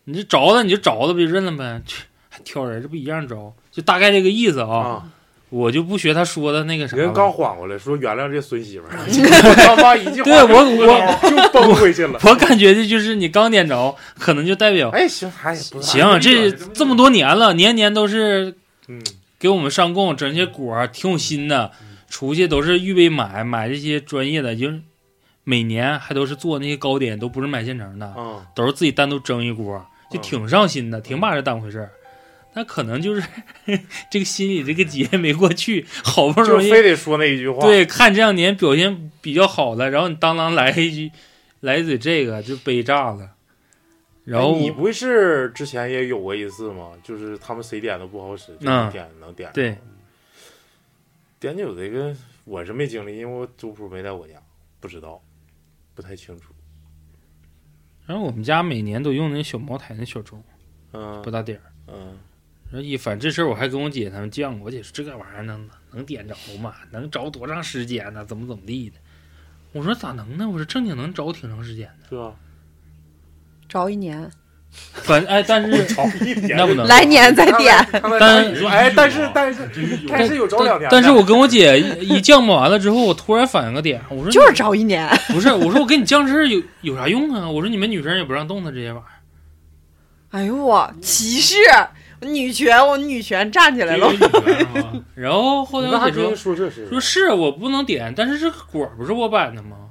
[SPEAKER 2] 你这着了你就着了呗，就认了呗，这还挑人，这不一样着，就大概这个意思啊。
[SPEAKER 7] 啊，
[SPEAKER 2] 我就不学他说的那个啥了，
[SPEAKER 7] 人刚缓过来，说原谅这孙媳 妇儿，我他妈一句话
[SPEAKER 2] 对我我
[SPEAKER 7] 就崩回去了。
[SPEAKER 2] 我感觉这就是你刚点着，可能就代表
[SPEAKER 7] 哎，行，哎，不 是
[SPEAKER 2] 行，这这么多年了，年年都是
[SPEAKER 7] 嗯，
[SPEAKER 2] 给我们上供，整些果儿挺有心的，出去都是预备买买这些专业的，就是每年还都是做那些糕点，都不是买现成的，
[SPEAKER 7] 啊，
[SPEAKER 2] 都是自己单独蒸一锅，就挺上心的，
[SPEAKER 7] 嗯
[SPEAKER 2] 挺把这当回事儿。那可能就是 这个心里这个结没过去，好不
[SPEAKER 7] 就
[SPEAKER 2] 容易
[SPEAKER 7] 非得说那一句话。，哎
[SPEAKER 2] 对，看这两年表现比较好的，然后你当当来一句，来一嘴这个就背炸了，然后
[SPEAKER 7] 哎你不会是之前也有过一次吗？就是他们谁点都不好使，就能
[SPEAKER 2] 嗯
[SPEAKER 7] 点能点。嗯
[SPEAKER 2] 对，
[SPEAKER 7] 点酒这个我是没经历，因为我族谱没在我家，不知道，不太清楚。
[SPEAKER 2] 然后我们家每年都用那小茅台那小盅，
[SPEAKER 7] 嗯
[SPEAKER 2] 不大点儿。
[SPEAKER 7] 嗯，
[SPEAKER 2] 然后一反正这事儿我还跟我姐他们犟，我姐说这个玩意儿能能点着吗？能着多长时间呢？怎么怎么地的？我说咋能呢？我说正经能着挺长时间的，
[SPEAKER 7] 是 吧？
[SPEAKER 5] 着一年，
[SPEAKER 2] 反正哎，但是 那不能
[SPEAKER 5] 来年再点。
[SPEAKER 2] 但
[SPEAKER 7] 说哎，但是但是但是有着两
[SPEAKER 2] 但
[SPEAKER 7] 天，
[SPEAKER 2] 但是我跟我姐一一犟吧完了之后，我突然反应个点，我说
[SPEAKER 5] 就是
[SPEAKER 2] 你
[SPEAKER 5] 着一年，
[SPEAKER 2] 不是，我说我跟你犟事儿有有啥用啊？我说你们女生也不让动她这些玩意儿，
[SPEAKER 5] 哎呦我歧视女权，我女权站起来
[SPEAKER 9] 因
[SPEAKER 5] 了
[SPEAKER 9] 为。
[SPEAKER 7] 嗯
[SPEAKER 9] 你觉得吗？
[SPEAKER 2] 啊然后后来
[SPEAKER 7] 你那
[SPEAKER 2] 我
[SPEAKER 7] 还
[SPEAKER 2] 姐说
[SPEAKER 7] 真说这是
[SPEAKER 2] 说是我不能点，但是这个果儿不是我摆的吗？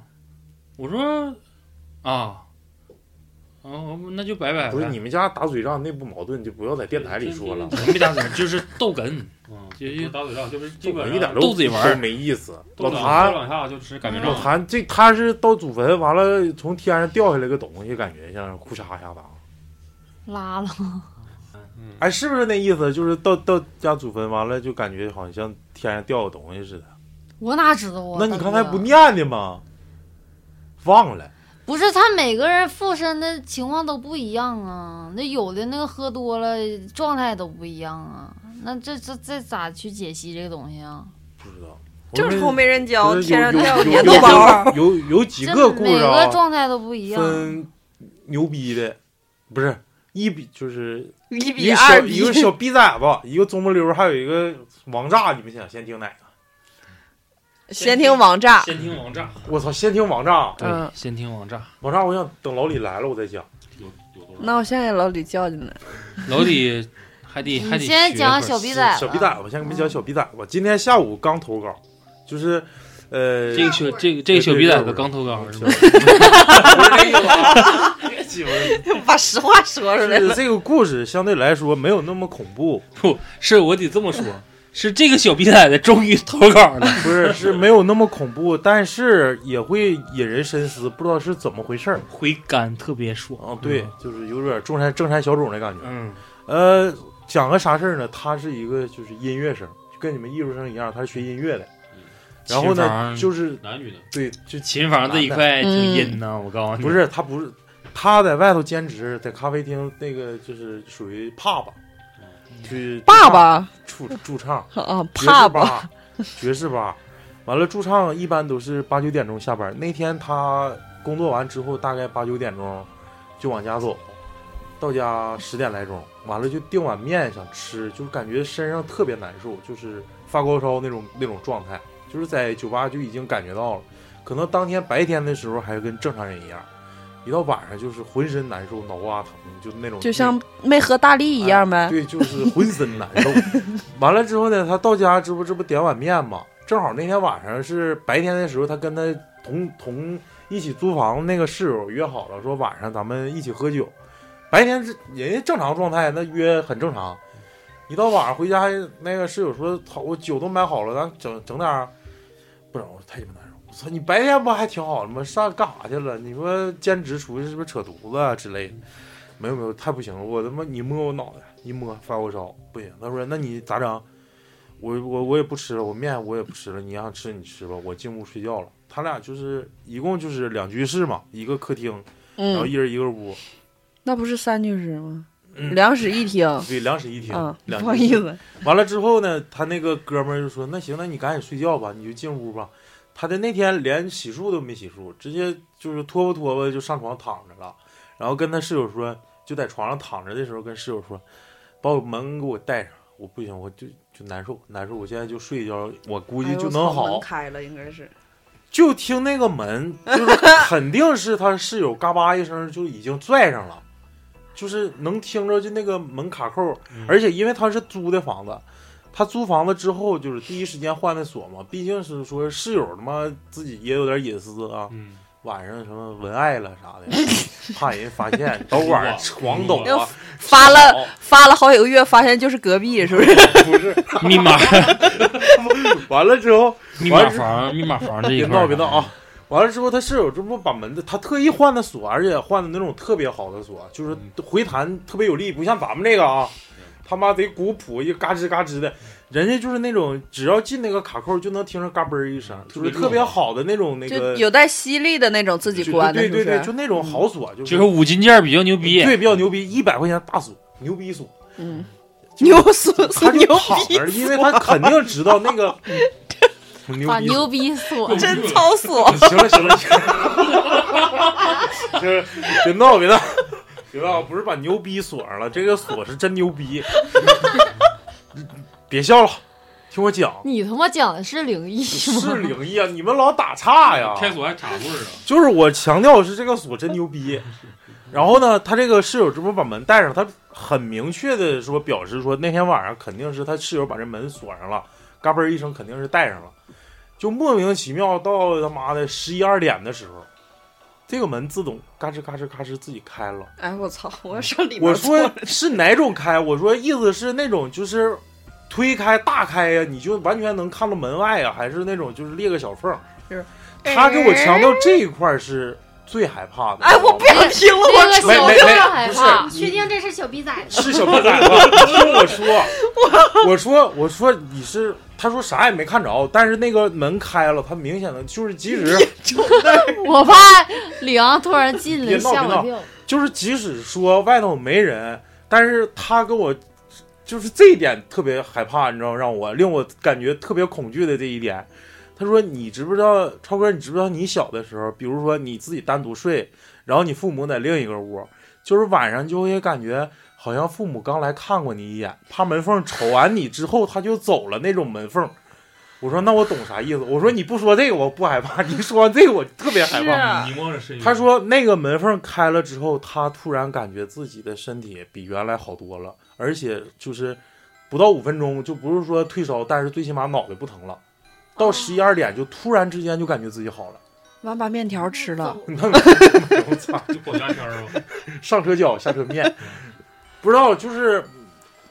[SPEAKER 2] 我说啊，哦，那就拜拜呗。
[SPEAKER 7] 不是你们家打嘴仗内部矛盾就不要在电台里说了，
[SPEAKER 2] 我没打算，就是逗哏，啊
[SPEAKER 9] 嗯，
[SPEAKER 2] 就
[SPEAKER 9] 不是打嘴仗，就是基
[SPEAKER 7] 这
[SPEAKER 9] 本
[SPEAKER 7] 个
[SPEAKER 9] 上
[SPEAKER 7] 一点
[SPEAKER 2] 都自己玩儿
[SPEAKER 7] 都没意思。
[SPEAKER 9] 都
[SPEAKER 7] 老
[SPEAKER 9] 往
[SPEAKER 7] 谭
[SPEAKER 9] 都往下就吃擀
[SPEAKER 2] 嗯
[SPEAKER 9] 面
[SPEAKER 7] 老
[SPEAKER 9] 杖，
[SPEAKER 7] 谭这他是到祖坟完了从天上掉下来个东西，感觉像裤衩下裆。
[SPEAKER 3] 拉了，
[SPEAKER 9] 嗯，
[SPEAKER 7] 哎，是不是那意思？就是到到家祖坟完了，就感觉好像像天上掉个东西似的。
[SPEAKER 3] 我哪知道啊？
[SPEAKER 7] 那你
[SPEAKER 3] 大
[SPEAKER 7] 刚
[SPEAKER 3] 哥
[SPEAKER 7] 才不念的吗？忘了。
[SPEAKER 3] 不是他每个人附身的情况都不一样啊，那有的那个喝多了状态都不一样啊，那这这这咋去解析这个东西啊？
[SPEAKER 7] 不知道，
[SPEAKER 5] 正愁没人教，
[SPEAKER 7] 就是
[SPEAKER 5] 天上掉
[SPEAKER 7] 有
[SPEAKER 5] 年
[SPEAKER 7] 有
[SPEAKER 5] 头包。
[SPEAKER 7] 有有有几
[SPEAKER 3] 这
[SPEAKER 7] 个故
[SPEAKER 3] 每
[SPEAKER 7] 事
[SPEAKER 3] 个
[SPEAKER 7] 啊，
[SPEAKER 3] 状态都不一样，啊
[SPEAKER 7] 分牛逼的，不是一比就是
[SPEAKER 5] 一比
[SPEAKER 7] 一个小
[SPEAKER 5] 二比
[SPEAKER 7] 一个小逼崽子，一个中不溜儿，还有一个王炸。你们想先听哪个？
[SPEAKER 5] 先听王炸，
[SPEAKER 2] 先听王炸，
[SPEAKER 7] 我操，先听王炸。啊
[SPEAKER 2] 对
[SPEAKER 5] 嗯，
[SPEAKER 2] 先听王炸。
[SPEAKER 7] 王炸，我想等老李来了我再讲。
[SPEAKER 9] 有有多少？
[SPEAKER 5] 那我现在老李叫进来，
[SPEAKER 2] 老李还得还得
[SPEAKER 3] 你先
[SPEAKER 2] 学
[SPEAKER 3] 讲
[SPEAKER 2] 会儿
[SPEAKER 3] 小逼崽子
[SPEAKER 7] 小逼崽子，我先给你们讲小逼崽子。今天下午刚投稿，就是呃，
[SPEAKER 2] 这个小这个这个小逼崽子刚投稿 是吧？
[SPEAKER 5] 把实话说出来
[SPEAKER 7] 是
[SPEAKER 5] 了。
[SPEAKER 7] 这个故事相对来说没有那么恐怖，
[SPEAKER 2] 不是，我得这么说，是这个小逼崽子终于投稿了。
[SPEAKER 7] 不是是没有那么恐怖，但是也会引人深思，不知道是怎么回事儿
[SPEAKER 2] 回甘特别爽
[SPEAKER 7] 啊。对，，就是有点中山正山小种的感觉。
[SPEAKER 2] 嗯，
[SPEAKER 7] 呃，嗯讲个啥事儿呢？他是一个就是音乐生，就跟你们艺术生一样，他是学音乐的。然后
[SPEAKER 2] 琴房
[SPEAKER 7] 呢，就是
[SPEAKER 9] 男女的，
[SPEAKER 7] 对，就
[SPEAKER 2] 琴房这一块挺
[SPEAKER 5] 嗯
[SPEAKER 2] 阴呐，我告诉你，
[SPEAKER 7] 不是他不是他在外头兼职，在咖啡厅那个就是属于爸爸，去
[SPEAKER 5] 爸爸
[SPEAKER 7] 驻驻唱
[SPEAKER 5] 啊，
[SPEAKER 7] 爵士
[SPEAKER 5] 爸爸，
[SPEAKER 7] 吧，爵士吧。完了驻唱一般都是八九点钟下班，那天他工作完之后大概八九点钟就往家走，到家十点来钟，完了就订碗面想吃，就是感觉身上特别难受，就是发高烧那种那种状态，就是在酒吧就已经感觉到了，可能当天白天的时候还跟正常人一样，一到晚上就是浑身难受，脑瓜疼，就那种
[SPEAKER 5] 就像没喝大力一样呗。
[SPEAKER 7] 对，就是浑身难受。 完了之后呢，他到家这不这不点碗面嘛，正好那天晚上是白天的时候，他跟他同同一起租房那个室友约好了，说晚上咱们一起喝酒。白天是人家正常状态，那约很正常。一到晚上回家，那个室友说：“操，我酒都买好了，咱整整点儿。”不整，我太鸡巴难受。我操，你白天不还挺好的吗？上干啥去了？你说兼职出去是不是扯犊子啊之类的？没有没有，太不行了，我他妈你摸我脑袋，一摸发高烧，不行。他说那你咋整？我我我也不吃了，我面我也不吃了，你想吃你吃吧，我进屋睡觉了。他俩就是一共就是两居室嘛，一个客厅，然后
[SPEAKER 5] 嗯，
[SPEAKER 7] 一人一个屋，
[SPEAKER 5] 那不是三居室吗？
[SPEAKER 7] 嗯
[SPEAKER 5] 两室一厅
[SPEAKER 7] 对，两室一厅，
[SPEAKER 5] 啊，
[SPEAKER 7] 两
[SPEAKER 5] 不
[SPEAKER 7] 居
[SPEAKER 5] 好
[SPEAKER 7] 室
[SPEAKER 5] 意思，
[SPEAKER 7] 完了之后呢，他那个哥们儿就说：“那行，那你赶紧睡觉吧，你就进屋吧。”他的那天连洗漱都没洗漱，直接就是拖吧拖吧就上床躺着了。然后跟他室友说，就在床上躺着的时候，跟室友说：“把我门给我带上，我不行，我就就难受，难受，我现在就睡一觉，我估计
[SPEAKER 4] 哎
[SPEAKER 5] 哎
[SPEAKER 7] 就能好。
[SPEAKER 5] 开了应该是，
[SPEAKER 7] 就听那个门，就是肯定是他室友嘎巴一声就已经拽上了，就是能听着就那个门卡扣，而且因为他是租的房子，他租房子之后就是第一时间换的锁嘛，毕竟是说室友他妈自己也有点隐私啊，
[SPEAKER 9] 嗯，
[SPEAKER 7] 晚上什么文爱了啥的，怕人发现，导管床抖
[SPEAKER 5] 又
[SPEAKER 7] 啊，
[SPEAKER 5] 发了发了好几个月，发现就是隔壁，是不是？
[SPEAKER 7] 不是，
[SPEAKER 2] 密 码
[SPEAKER 7] 完了之后
[SPEAKER 2] 密码房密码房这一
[SPEAKER 7] 别
[SPEAKER 2] 块，
[SPEAKER 7] 闹别闹啊！！完了之后，他室友这不把门的，他特意换的锁，而且换的那种特别好的锁，就是回弹特别有力，不像咱们这个啊，他妈贼古朴，一嘎吱嘎吱的。人家就是那种只要进那个卡扣就能听着嘎嘣儿一声，就是嗯特别好的那种那
[SPEAKER 5] 就
[SPEAKER 7] 个，
[SPEAKER 5] 有带吸力的那种，自己
[SPEAKER 7] 就
[SPEAKER 5] 关的，
[SPEAKER 7] 对
[SPEAKER 5] 是不嗯
[SPEAKER 7] 对对，
[SPEAKER 5] 是？
[SPEAKER 7] 就那种好锁，就
[SPEAKER 2] 就是五金件儿比较牛逼，
[SPEAKER 7] 对比较牛逼，一百块钱大锁，牛逼锁。
[SPEAKER 5] 嗯，牛死
[SPEAKER 7] 他
[SPEAKER 5] 死
[SPEAKER 7] 就
[SPEAKER 5] 牛
[SPEAKER 7] 躺
[SPEAKER 5] 逼，
[SPEAKER 7] 着，因为他肯定知道那 个牛
[SPEAKER 5] 啊
[SPEAKER 3] 把
[SPEAKER 7] 逼锁。
[SPEAKER 3] 牛逼锁，
[SPEAKER 5] 真操 锁
[SPEAKER 7] 行了行了，行了 就是别闹别闹别闹，不是把牛逼锁上了，这个锁是真牛逼。别笑了，听我讲，
[SPEAKER 3] 你他妈讲的是灵异 吗？
[SPEAKER 7] 是灵异啊！你们老打岔呀，
[SPEAKER 9] 开锁还插棍儿啊，
[SPEAKER 7] 就是我强调是这个锁真牛逼。然后呢，他这个室友这不把门带上，他很明确的说表示说那天晚上肯定是他室友把这门锁上了，嘎嘣儿一声肯定是带上了，就莫名其妙到他妈的十一二点的时候，这个门自动嘎吱嘎吱嘎吱自己开了。
[SPEAKER 5] 哎，我操！我要上里边
[SPEAKER 7] 我
[SPEAKER 5] 坐
[SPEAKER 7] 说是哪种开？我说意思是那种就是推开大开呀、你就完全能看到门外呀、还是那种就是裂个小缝儿？
[SPEAKER 5] 就是
[SPEAKER 7] 他给我强调这一块儿是最害怕的。
[SPEAKER 5] 哎，我不想听了，
[SPEAKER 3] 那
[SPEAKER 5] 我
[SPEAKER 3] 个小
[SPEAKER 7] 没没
[SPEAKER 3] 六
[SPEAKER 7] 没
[SPEAKER 3] 害
[SPEAKER 7] 不是
[SPEAKER 3] 怕，
[SPEAKER 4] 确定这是小逼崽子？
[SPEAKER 7] 是小哥仔吗？听 我说，我说我说你是，他说啥也没看着，但是那个门开了，他明显的就是即使。
[SPEAKER 3] 我怕李阳突然进
[SPEAKER 7] 别
[SPEAKER 3] 来
[SPEAKER 7] 闹
[SPEAKER 3] 吓
[SPEAKER 7] 别闹
[SPEAKER 3] 我一跳。
[SPEAKER 7] 就是即使说外头没人，但是他跟我就是这一点特别害怕，你知道吗让我令我感觉特别恐惧的这一点。他说：“你知不知道，超哥？你知不知道你小的时候，比如说你自己单独睡，然后你父母在另一个屋，就是晚上就会感觉好像父母刚来看过你一眼，趴门缝瞅完你之后他就走了那种门缝。”我说：“那我懂啥意思？”我说：“你不说这个我不害怕，你说完这个我特别害怕。”
[SPEAKER 4] 啊
[SPEAKER 9] 你光着
[SPEAKER 2] 嗯
[SPEAKER 9] 身
[SPEAKER 7] 他说那个门缝开了之后，他突然感觉自己的身体比原来好多了，而且就是不到五分钟，就不是说退烧，但是最起码脑袋不疼了。到十一二点就突然之间就感觉自己好了，
[SPEAKER 5] 完把面条吃了，
[SPEAKER 7] 我操！
[SPEAKER 9] 就跑家天儿吧，
[SPEAKER 7] 上车脚，下车面，不知道就是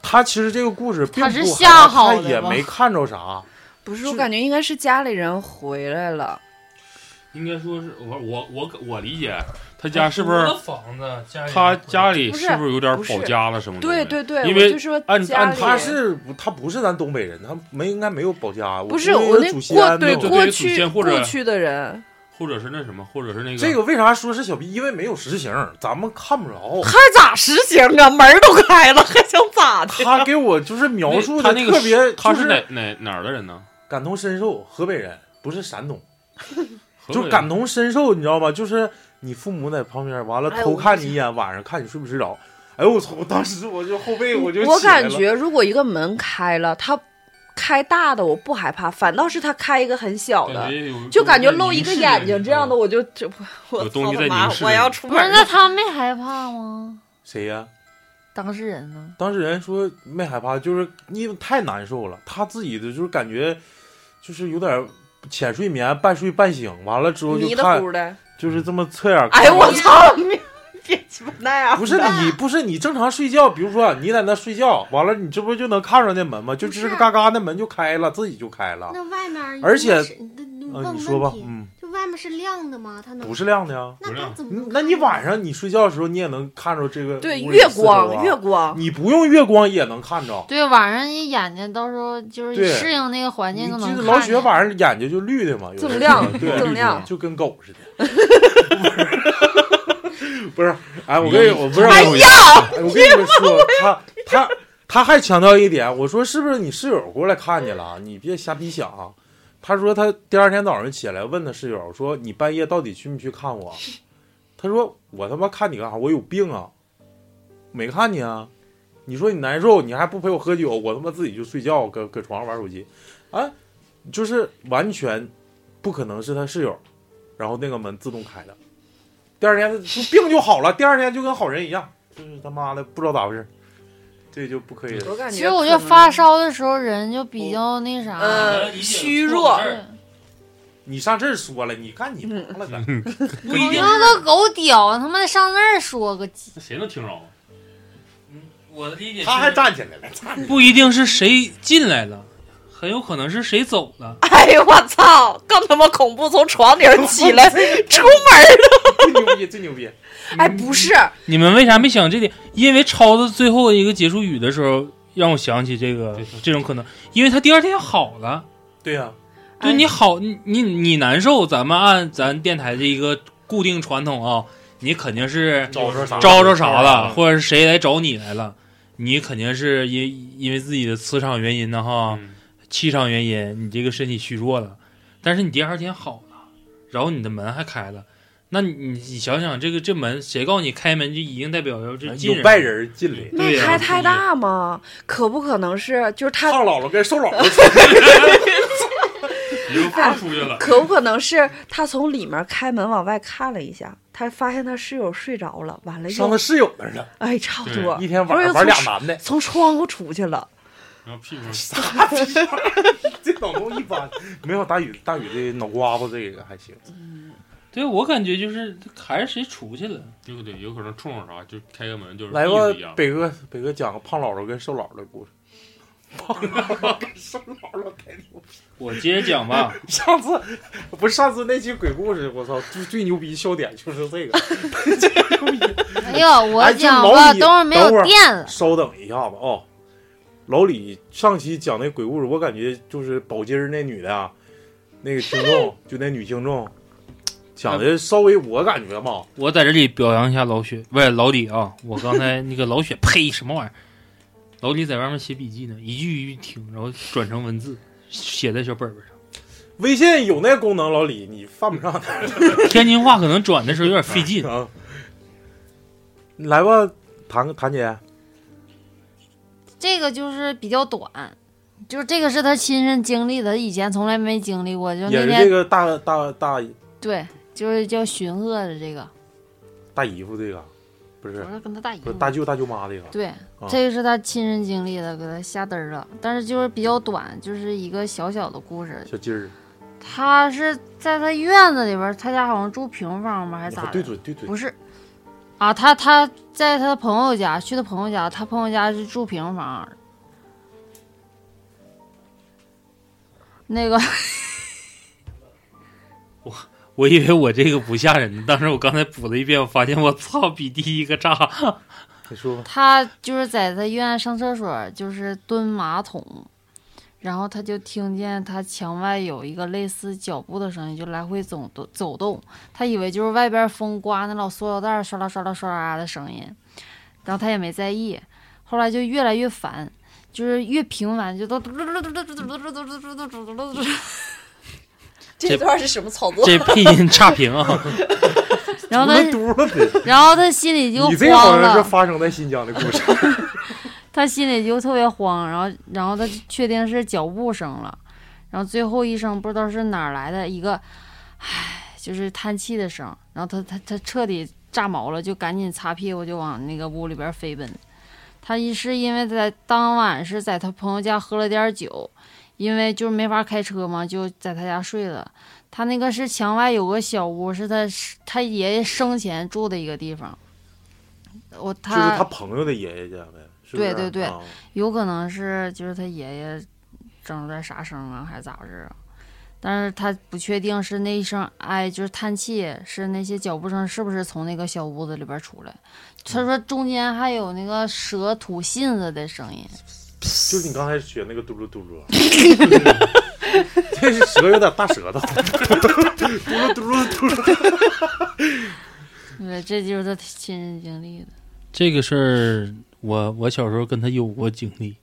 [SPEAKER 7] 他其实这个故事并
[SPEAKER 3] 他
[SPEAKER 7] 不
[SPEAKER 3] 是
[SPEAKER 7] 好
[SPEAKER 3] 吓好
[SPEAKER 7] 他
[SPEAKER 3] 的
[SPEAKER 7] 也
[SPEAKER 3] 吗
[SPEAKER 7] 没看着啥，
[SPEAKER 5] 不是
[SPEAKER 7] 是
[SPEAKER 5] 我感觉应该是家里人回来了，
[SPEAKER 9] 应该说是我我我我理解，他
[SPEAKER 10] 他家是不是
[SPEAKER 2] 租的房子？家里
[SPEAKER 10] 他家里
[SPEAKER 4] 不是
[SPEAKER 10] 是不是有点
[SPEAKER 4] 不是
[SPEAKER 10] 保家了什么的？
[SPEAKER 4] 对对对，
[SPEAKER 10] 因为
[SPEAKER 4] 我就说
[SPEAKER 10] 按
[SPEAKER 4] 家
[SPEAKER 10] 按
[SPEAKER 4] 里
[SPEAKER 7] 他是不，他不是咱东北人，他没应该没有保家。
[SPEAKER 4] 不是
[SPEAKER 7] 我
[SPEAKER 4] 我那
[SPEAKER 7] 祖先
[SPEAKER 4] 过对
[SPEAKER 7] 那
[SPEAKER 10] 对
[SPEAKER 7] 种
[SPEAKER 4] 过
[SPEAKER 10] 祖
[SPEAKER 4] 去
[SPEAKER 10] 先或者
[SPEAKER 4] 过去的人
[SPEAKER 10] 或者是那什么，或者是那个
[SPEAKER 7] 这个为啥说是小 B？因为没有实形，咱们看不着。
[SPEAKER 4] 还咋实行啊？门儿都开了，还想咋的？
[SPEAKER 7] 他给我就是描述的
[SPEAKER 10] 他那个
[SPEAKER 7] 特别，
[SPEAKER 10] 他
[SPEAKER 7] 就是
[SPEAKER 10] 哪哪哪儿的人呢？
[SPEAKER 7] 感同身受，河北人不是山东，
[SPEAKER 10] 河
[SPEAKER 7] 就
[SPEAKER 10] 北
[SPEAKER 7] 感同身受，你知道吗？就是你父母在旁边，完了
[SPEAKER 4] 哎
[SPEAKER 7] 偷
[SPEAKER 4] 我
[SPEAKER 7] 看你一眼，晚上看你睡不睡着。哎呦我操！我当时我就后背我就
[SPEAKER 4] 我
[SPEAKER 7] 起来
[SPEAKER 4] 感
[SPEAKER 7] 了
[SPEAKER 4] 觉如果一个门开了，他开大的我不害怕，反倒是他开一个很小的，
[SPEAKER 10] 觉有
[SPEAKER 4] 就感觉露一个眼睛这样的，，我就这我
[SPEAKER 10] 有东西
[SPEAKER 4] 操
[SPEAKER 10] 在
[SPEAKER 4] 他妈
[SPEAKER 10] 凝视着
[SPEAKER 4] 我要
[SPEAKER 10] 你
[SPEAKER 4] 出
[SPEAKER 3] 不是，
[SPEAKER 4] 门
[SPEAKER 3] 那
[SPEAKER 4] 了。
[SPEAKER 3] 他没害怕吗？
[SPEAKER 7] 谁呀、
[SPEAKER 3] 当事人呢？
[SPEAKER 7] 当事人说没害怕，就是因为太难受了，他自己的就是感觉就是有点浅睡眠，半睡半醒，完了之后就
[SPEAKER 4] 迷的
[SPEAKER 7] 看
[SPEAKER 4] 糊的，
[SPEAKER 7] 就是这么侧眼看。
[SPEAKER 4] 哎呦我操！你 别鸡巴那样，
[SPEAKER 7] 不是 你，不是你正常睡觉，比如说你在那睡觉，完了你这不就能看着那门吗？就
[SPEAKER 11] 不
[SPEAKER 7] 吱
[SPEAKER 11] 是
[SPEAKER 7] 吱嘎嘎，那门就开了，自己就开了。
[SPEAKER 11] 那外面儿
[SPEAKER 7] 而且
[SPEAKER 11] 是你你问
[SPEAKER 7] 嗯，
[SPEAKER 11] 我
[SPEAKER 7] 你说吧
[SPEAKER 11] 问，题
[SPEAKER 7] 嗯，
[SPEAKER 11] 就外面是亮的吗？它能
[SPEAKER 7] 不是亮的呀。
[SPEAKER 11] 那它怎么
[SPEAKER 7] 嗯
[SPEAKER 11] 能
[SPEAKER 7] 那你
[SPEAKER 11] 看
[SPEAKER 7] 晚
[SPEAKER 11] 呢
[SPEAKER 7] 上你睡觉的时候，你也能看着这个
[SPEAKER 4] 对
[SPEAKER 7] 屋里
[SPEAKER 4] 月
[SPEAKER 7] 四周
[SPEAKER 4] 光
[SPEAKER 7] 啊
[SPEAKER 4] 月光，
[SPEAKER 7] 你不用月光也能看着。
[SPEAKER 3] 对，晚上你眼睛到时候就是
[SPEAKER 7] 对
[SPEAKER 3] 适应那个环境
[SPEAKER 7] 你
[SPEAKER 3] 就
[SPEAKER 7] 记
[SPEAKER 3] 能
[SPEAKER 7] 得
[SPEAKER 3] 看
[SPEAKER 7] 老雪
[SPEAKER 3] 见
[SPEAKER 7] 晚上眼睛就绿的嘛，有的
[SPEAKER 4] 锃亮
[SPEAKER 7] 时候对，
[SPEAKER 4] 锃亮
[SPEAKER 7] 就跟狗似的。不是，哎，我跟你，我不是，
[SPEAKER 4] 哎
[SPEAKER 7] 我
[SPEAKER 4] 呀，
[SPEAKER 7] 哎我跟你们说，他他他还强调一点，我说是不是你室友过来看你了？你别瞎逼想啊。他说他第二天早上起来问他室友说：“你半夜到底去没去看我？”他说：“我他妈看你干啥？我有病啊！没看你啊！你说你难受，你还不陪我喝酒，我他妈自己就睡觉，搁搁床上玩手机，啊，就是完全不可能是他室友。”然后那个门自动开了，第二天他就病就好了，第二天就跟好人一样。就是他妈的不知道咋回事，这就不可嗯以了。
[SPEAKER 4] 我感觉
[SPEAKER 3] 其实我觉
[SPEAKER 4] 可
[SPEAKER 3] 得
[SPEAKER 4] 能
[SPEAKER 3] 发烧的时候人就比较那啥，
[SPEAKER 4] 呃虚弱
[SPEAKER 3] 对
[SPEAKER 7] 你上这儿说了，你看你妈了的，
[SPEAKER 10] 嗯
[SPEAKER 2] 不一定
[SPEAKER 3] 他妈都狗屌，他妈的上那儿说个 鸡
[SPEAKER 10] 那谁能听着啊？
[SPEAKER 2] 嗯我的理解
[SPEAKER 7] 他还站起 来了，
[SPEAKER 2] 不一定是谁进来了，很有可能是谁走了。
[SPEAKER 4] 哎呦我操，更他妈恐怖！从床顶儿起来出门了。
[SPEAKER 7] 最牛逼，最牛逼！
[SPEAKER 4] 哎，不是，
[SPEAKER 2] 你们为啥没想这点？因为超子最后一个结束语的时候，让我想起这个这种可能，因为他第二天好了。
[SPEAKER 7] 对呀、
[SPEAKER 2] 对
[SPEAKER 4] 哎
[SPEAKER 2] 你好，你你你难受，咱们按咱电台的一个固定传统啊，你肯定是
[SPEAKER 7] 招着啊啥
[SPEAKER 2] 招着啥了，或者是谁来找你来了，你肯定是因因为自己的磁场原因呢哈，
[SPEAKER 10] 嗯
[SPEAKER 2] 气场原因，你这个身体虚弱了，但是你第二天好了，然后你的门还开了。那你你你想想，这个这门谁告诉你开门就已经代表要这进
[SPEAKER 7] 啊有外
[SPEAKER 2] 人
[SPEAKER 7] 人嗯进嗯来，
[SPEAKER 4] 没
[SPEAKER 2] 对呀
[SPEAKER 4] 开太大吗？可不可能是就是他
[SPEAKER 7] 胖姥姥跟瘦姥 姥
[SPEAKER 10] 刘凤出去了，
[SPEAKER 4] 可不可能是他从里面开门往外看了一下，他发现他室友睡着了，完了
[SPEAKER 7] 上
[SPEAKER 4] 又
[SPEAKER 7] 他室友那儿了，
[SPEAKER 4] 哎差不多
[SPEAKER 7] 一天晚上
[SPEAKER 4] 不
[SPEAKER 7] 玩
[SPEAKER 4] 是又
[SPEAKER 7] 俩
[SPEAKER 4] 从
[SPEAKER 7] 男的，
[SPEAKER 4] 从窗户出去了。
[SPEAKER 10] 然后屁股
[SPEAKER 7] 啥逼玩意儿？这脑洞一般， 没有大宇大宇的脑瓜子这个还行，
[SPEAKER 2] 对我感觉就是还是谁出去了，
[SPEAKER 10] 有对，有可能冲着啥就开个门就是
[SPEAKER 7] 来
[SPEAKER 10] 意
[SPEAKER 7] 吧
[SPEAKER 10] 思一，样。
[SPEAKER 7] 北哥，北哥讲个胖姥姥跟瘦姥姥的故事。胖姥姥跟瘦姥姥太牛逼！
[SPEAKER 2] 我接着讲吧。
[SPEAKER 7] 上次不是上次那期鬼故事，我操，最最牛逼笑点就是这个。
[SPEAKER 3] 哎呦，我
[SPEAKER 7] 哎就
[SPEAKER 3] 讲
[SPEAKER 7] 老
[SPEAKER 3] 吧，
[SPEAKER 7] 李
[SPEAKER 3] 等会儿没
[SPEAKER 7] 等会
[SPEAKER 3] 有
[SPEAKER 7] 儿
[SPEAKER 3] 电了。
[SPEAKER 7] 稍等一下子啊、老李上期讲那鬼故事，我感觉就是宝鸡儿那女的啊，那个听众就那女听众，讲的稍微我感觉吧，
[SPEAKER 2] 我在这里表扬一下老雪，不是老李啊！我刚才那个老雪，呸，什么玩意儿？老李在外面写笔记呢，一句一句听，然后转成文字，写在小本本上。
[SPEAKER 7] 微信有那功能，老李你犯不上
[SPEAKER 2] 天津话可能转的时候有点费劲
[SPEAKER 7] 它。啊。来吧，谭谭姐，
[SPEAKER 3] 这个就是比较短，就是这个是他亲身经历的，他以前从来没经历过。就
[SPEAKER 7] 也
[SPEAKER 3] 那
[SPEAKER 7] 是这
[SPEAKER 3] 天
[SPEAKER 7] 个大大大
[SPEAKER 3] 对，就是叫寻恶的这个，
[SPEAKER 7] 大姨夫这个，不是
[SPEAKER 3] 我是跟他大姨
[SPEAKER 7] 不
[SPEAKER 3] 夫
[SPEAKER 7] 是。大啊舅大舅妈这个，
[SPEAKER 3] 对，这个是他亲身经历的，给他吓嘚儿了。但是就是比较短，就是一个小小的故事。
[SPEAKER 7] 小鸡儿，
[SPEAKER 3] 他是在他院子里边儿，他家好像住平房吧，还是咋的？
[SPEAKER 7] 对准对准，
[SPEAKER 3] 不是，啊，他他在他的朋友家，去他朋友家，他朋友家是住平房。那个，
[SPEAKER 2] 我以为我这个不吓人呢，当时我刚才补了一遍，我发现我操比第一个炸。
[SPEAKER 7] 你说吧，
[SPEAKER 3] 他就是在他医院上厕所，就是蹲马桶，然后他就听见他墙外有一个类似脚步的声音，就来回走动走动。他以为就是外边风刮那老塑料袋儿唰啦唰啦唰啦的声音，然后他也没在意。后来就越来越烦，就是越频繁，就都嘟嘟嘟嘟嘟嘟嘟嘟嘟嘟嘟嘟嘟嘟。
[SPEAKER 5] 这
[SPEAKER 2] 这
[SPEAKER 5] 段是什么操作？
[SPEAKER 2] 这配音差评啊！
[SPEAKER 3] 然后
[SPEAKER 7] 那
[SPEAKER 3] 他，
[SPEAKER 7] 嘟 了呗。
[SPEAKER 3] 然后他心里就
[SPEAKER 7] 你这好
[SPEAKER 3] 慌
[SPEAKER 7] 像是
[SPEAKER 3] 了，
[SPEAKER 7] 发生在新疆的故事，
[SPEAKER 3] 他心里就特别慌。然后，然后他就确定是脚步声了，然后最后一声不知道是哪儿来的一个，唉，就是叹气的声。然后他他他彻底炸毛了，就赶紧擦屁股就往那个屋里边飞奔。他一是因为在当晚是在他朋友家喝了点儿酒，因为就是没法开车嘛，就在他家睡了。他那个是墙外有个小屋，是他他爷爷生前住的一个地方。我
[SPEAKER 7] 就
[SPEAKER 3] 他
[SPEAKER 7] 是他朋友的爷爷家呗，是不是
[SPEAKER 3] 对对对
[SPEAKER 7] 啊
[SPEAKER 3] 有可能是就是他爷爷整出点啥声啊，还是咋回事啊？但是他不确定是那一声哎，就是叹气，是那些脚步声是不是从那个小屋子里边出来？他说中间还有那个蛇吐信子的声音，
[SPEAKER 7] 就是你刚才学那个嘟噜嘟 噜啊，这是蛇有点大舌头，嘟噜嘟噜嘟噜。
[SPEAKER 3] 对，这就是他亲身经历的。
[SPEAKER 2] 这个事儿，我我小时候跟他有过经历，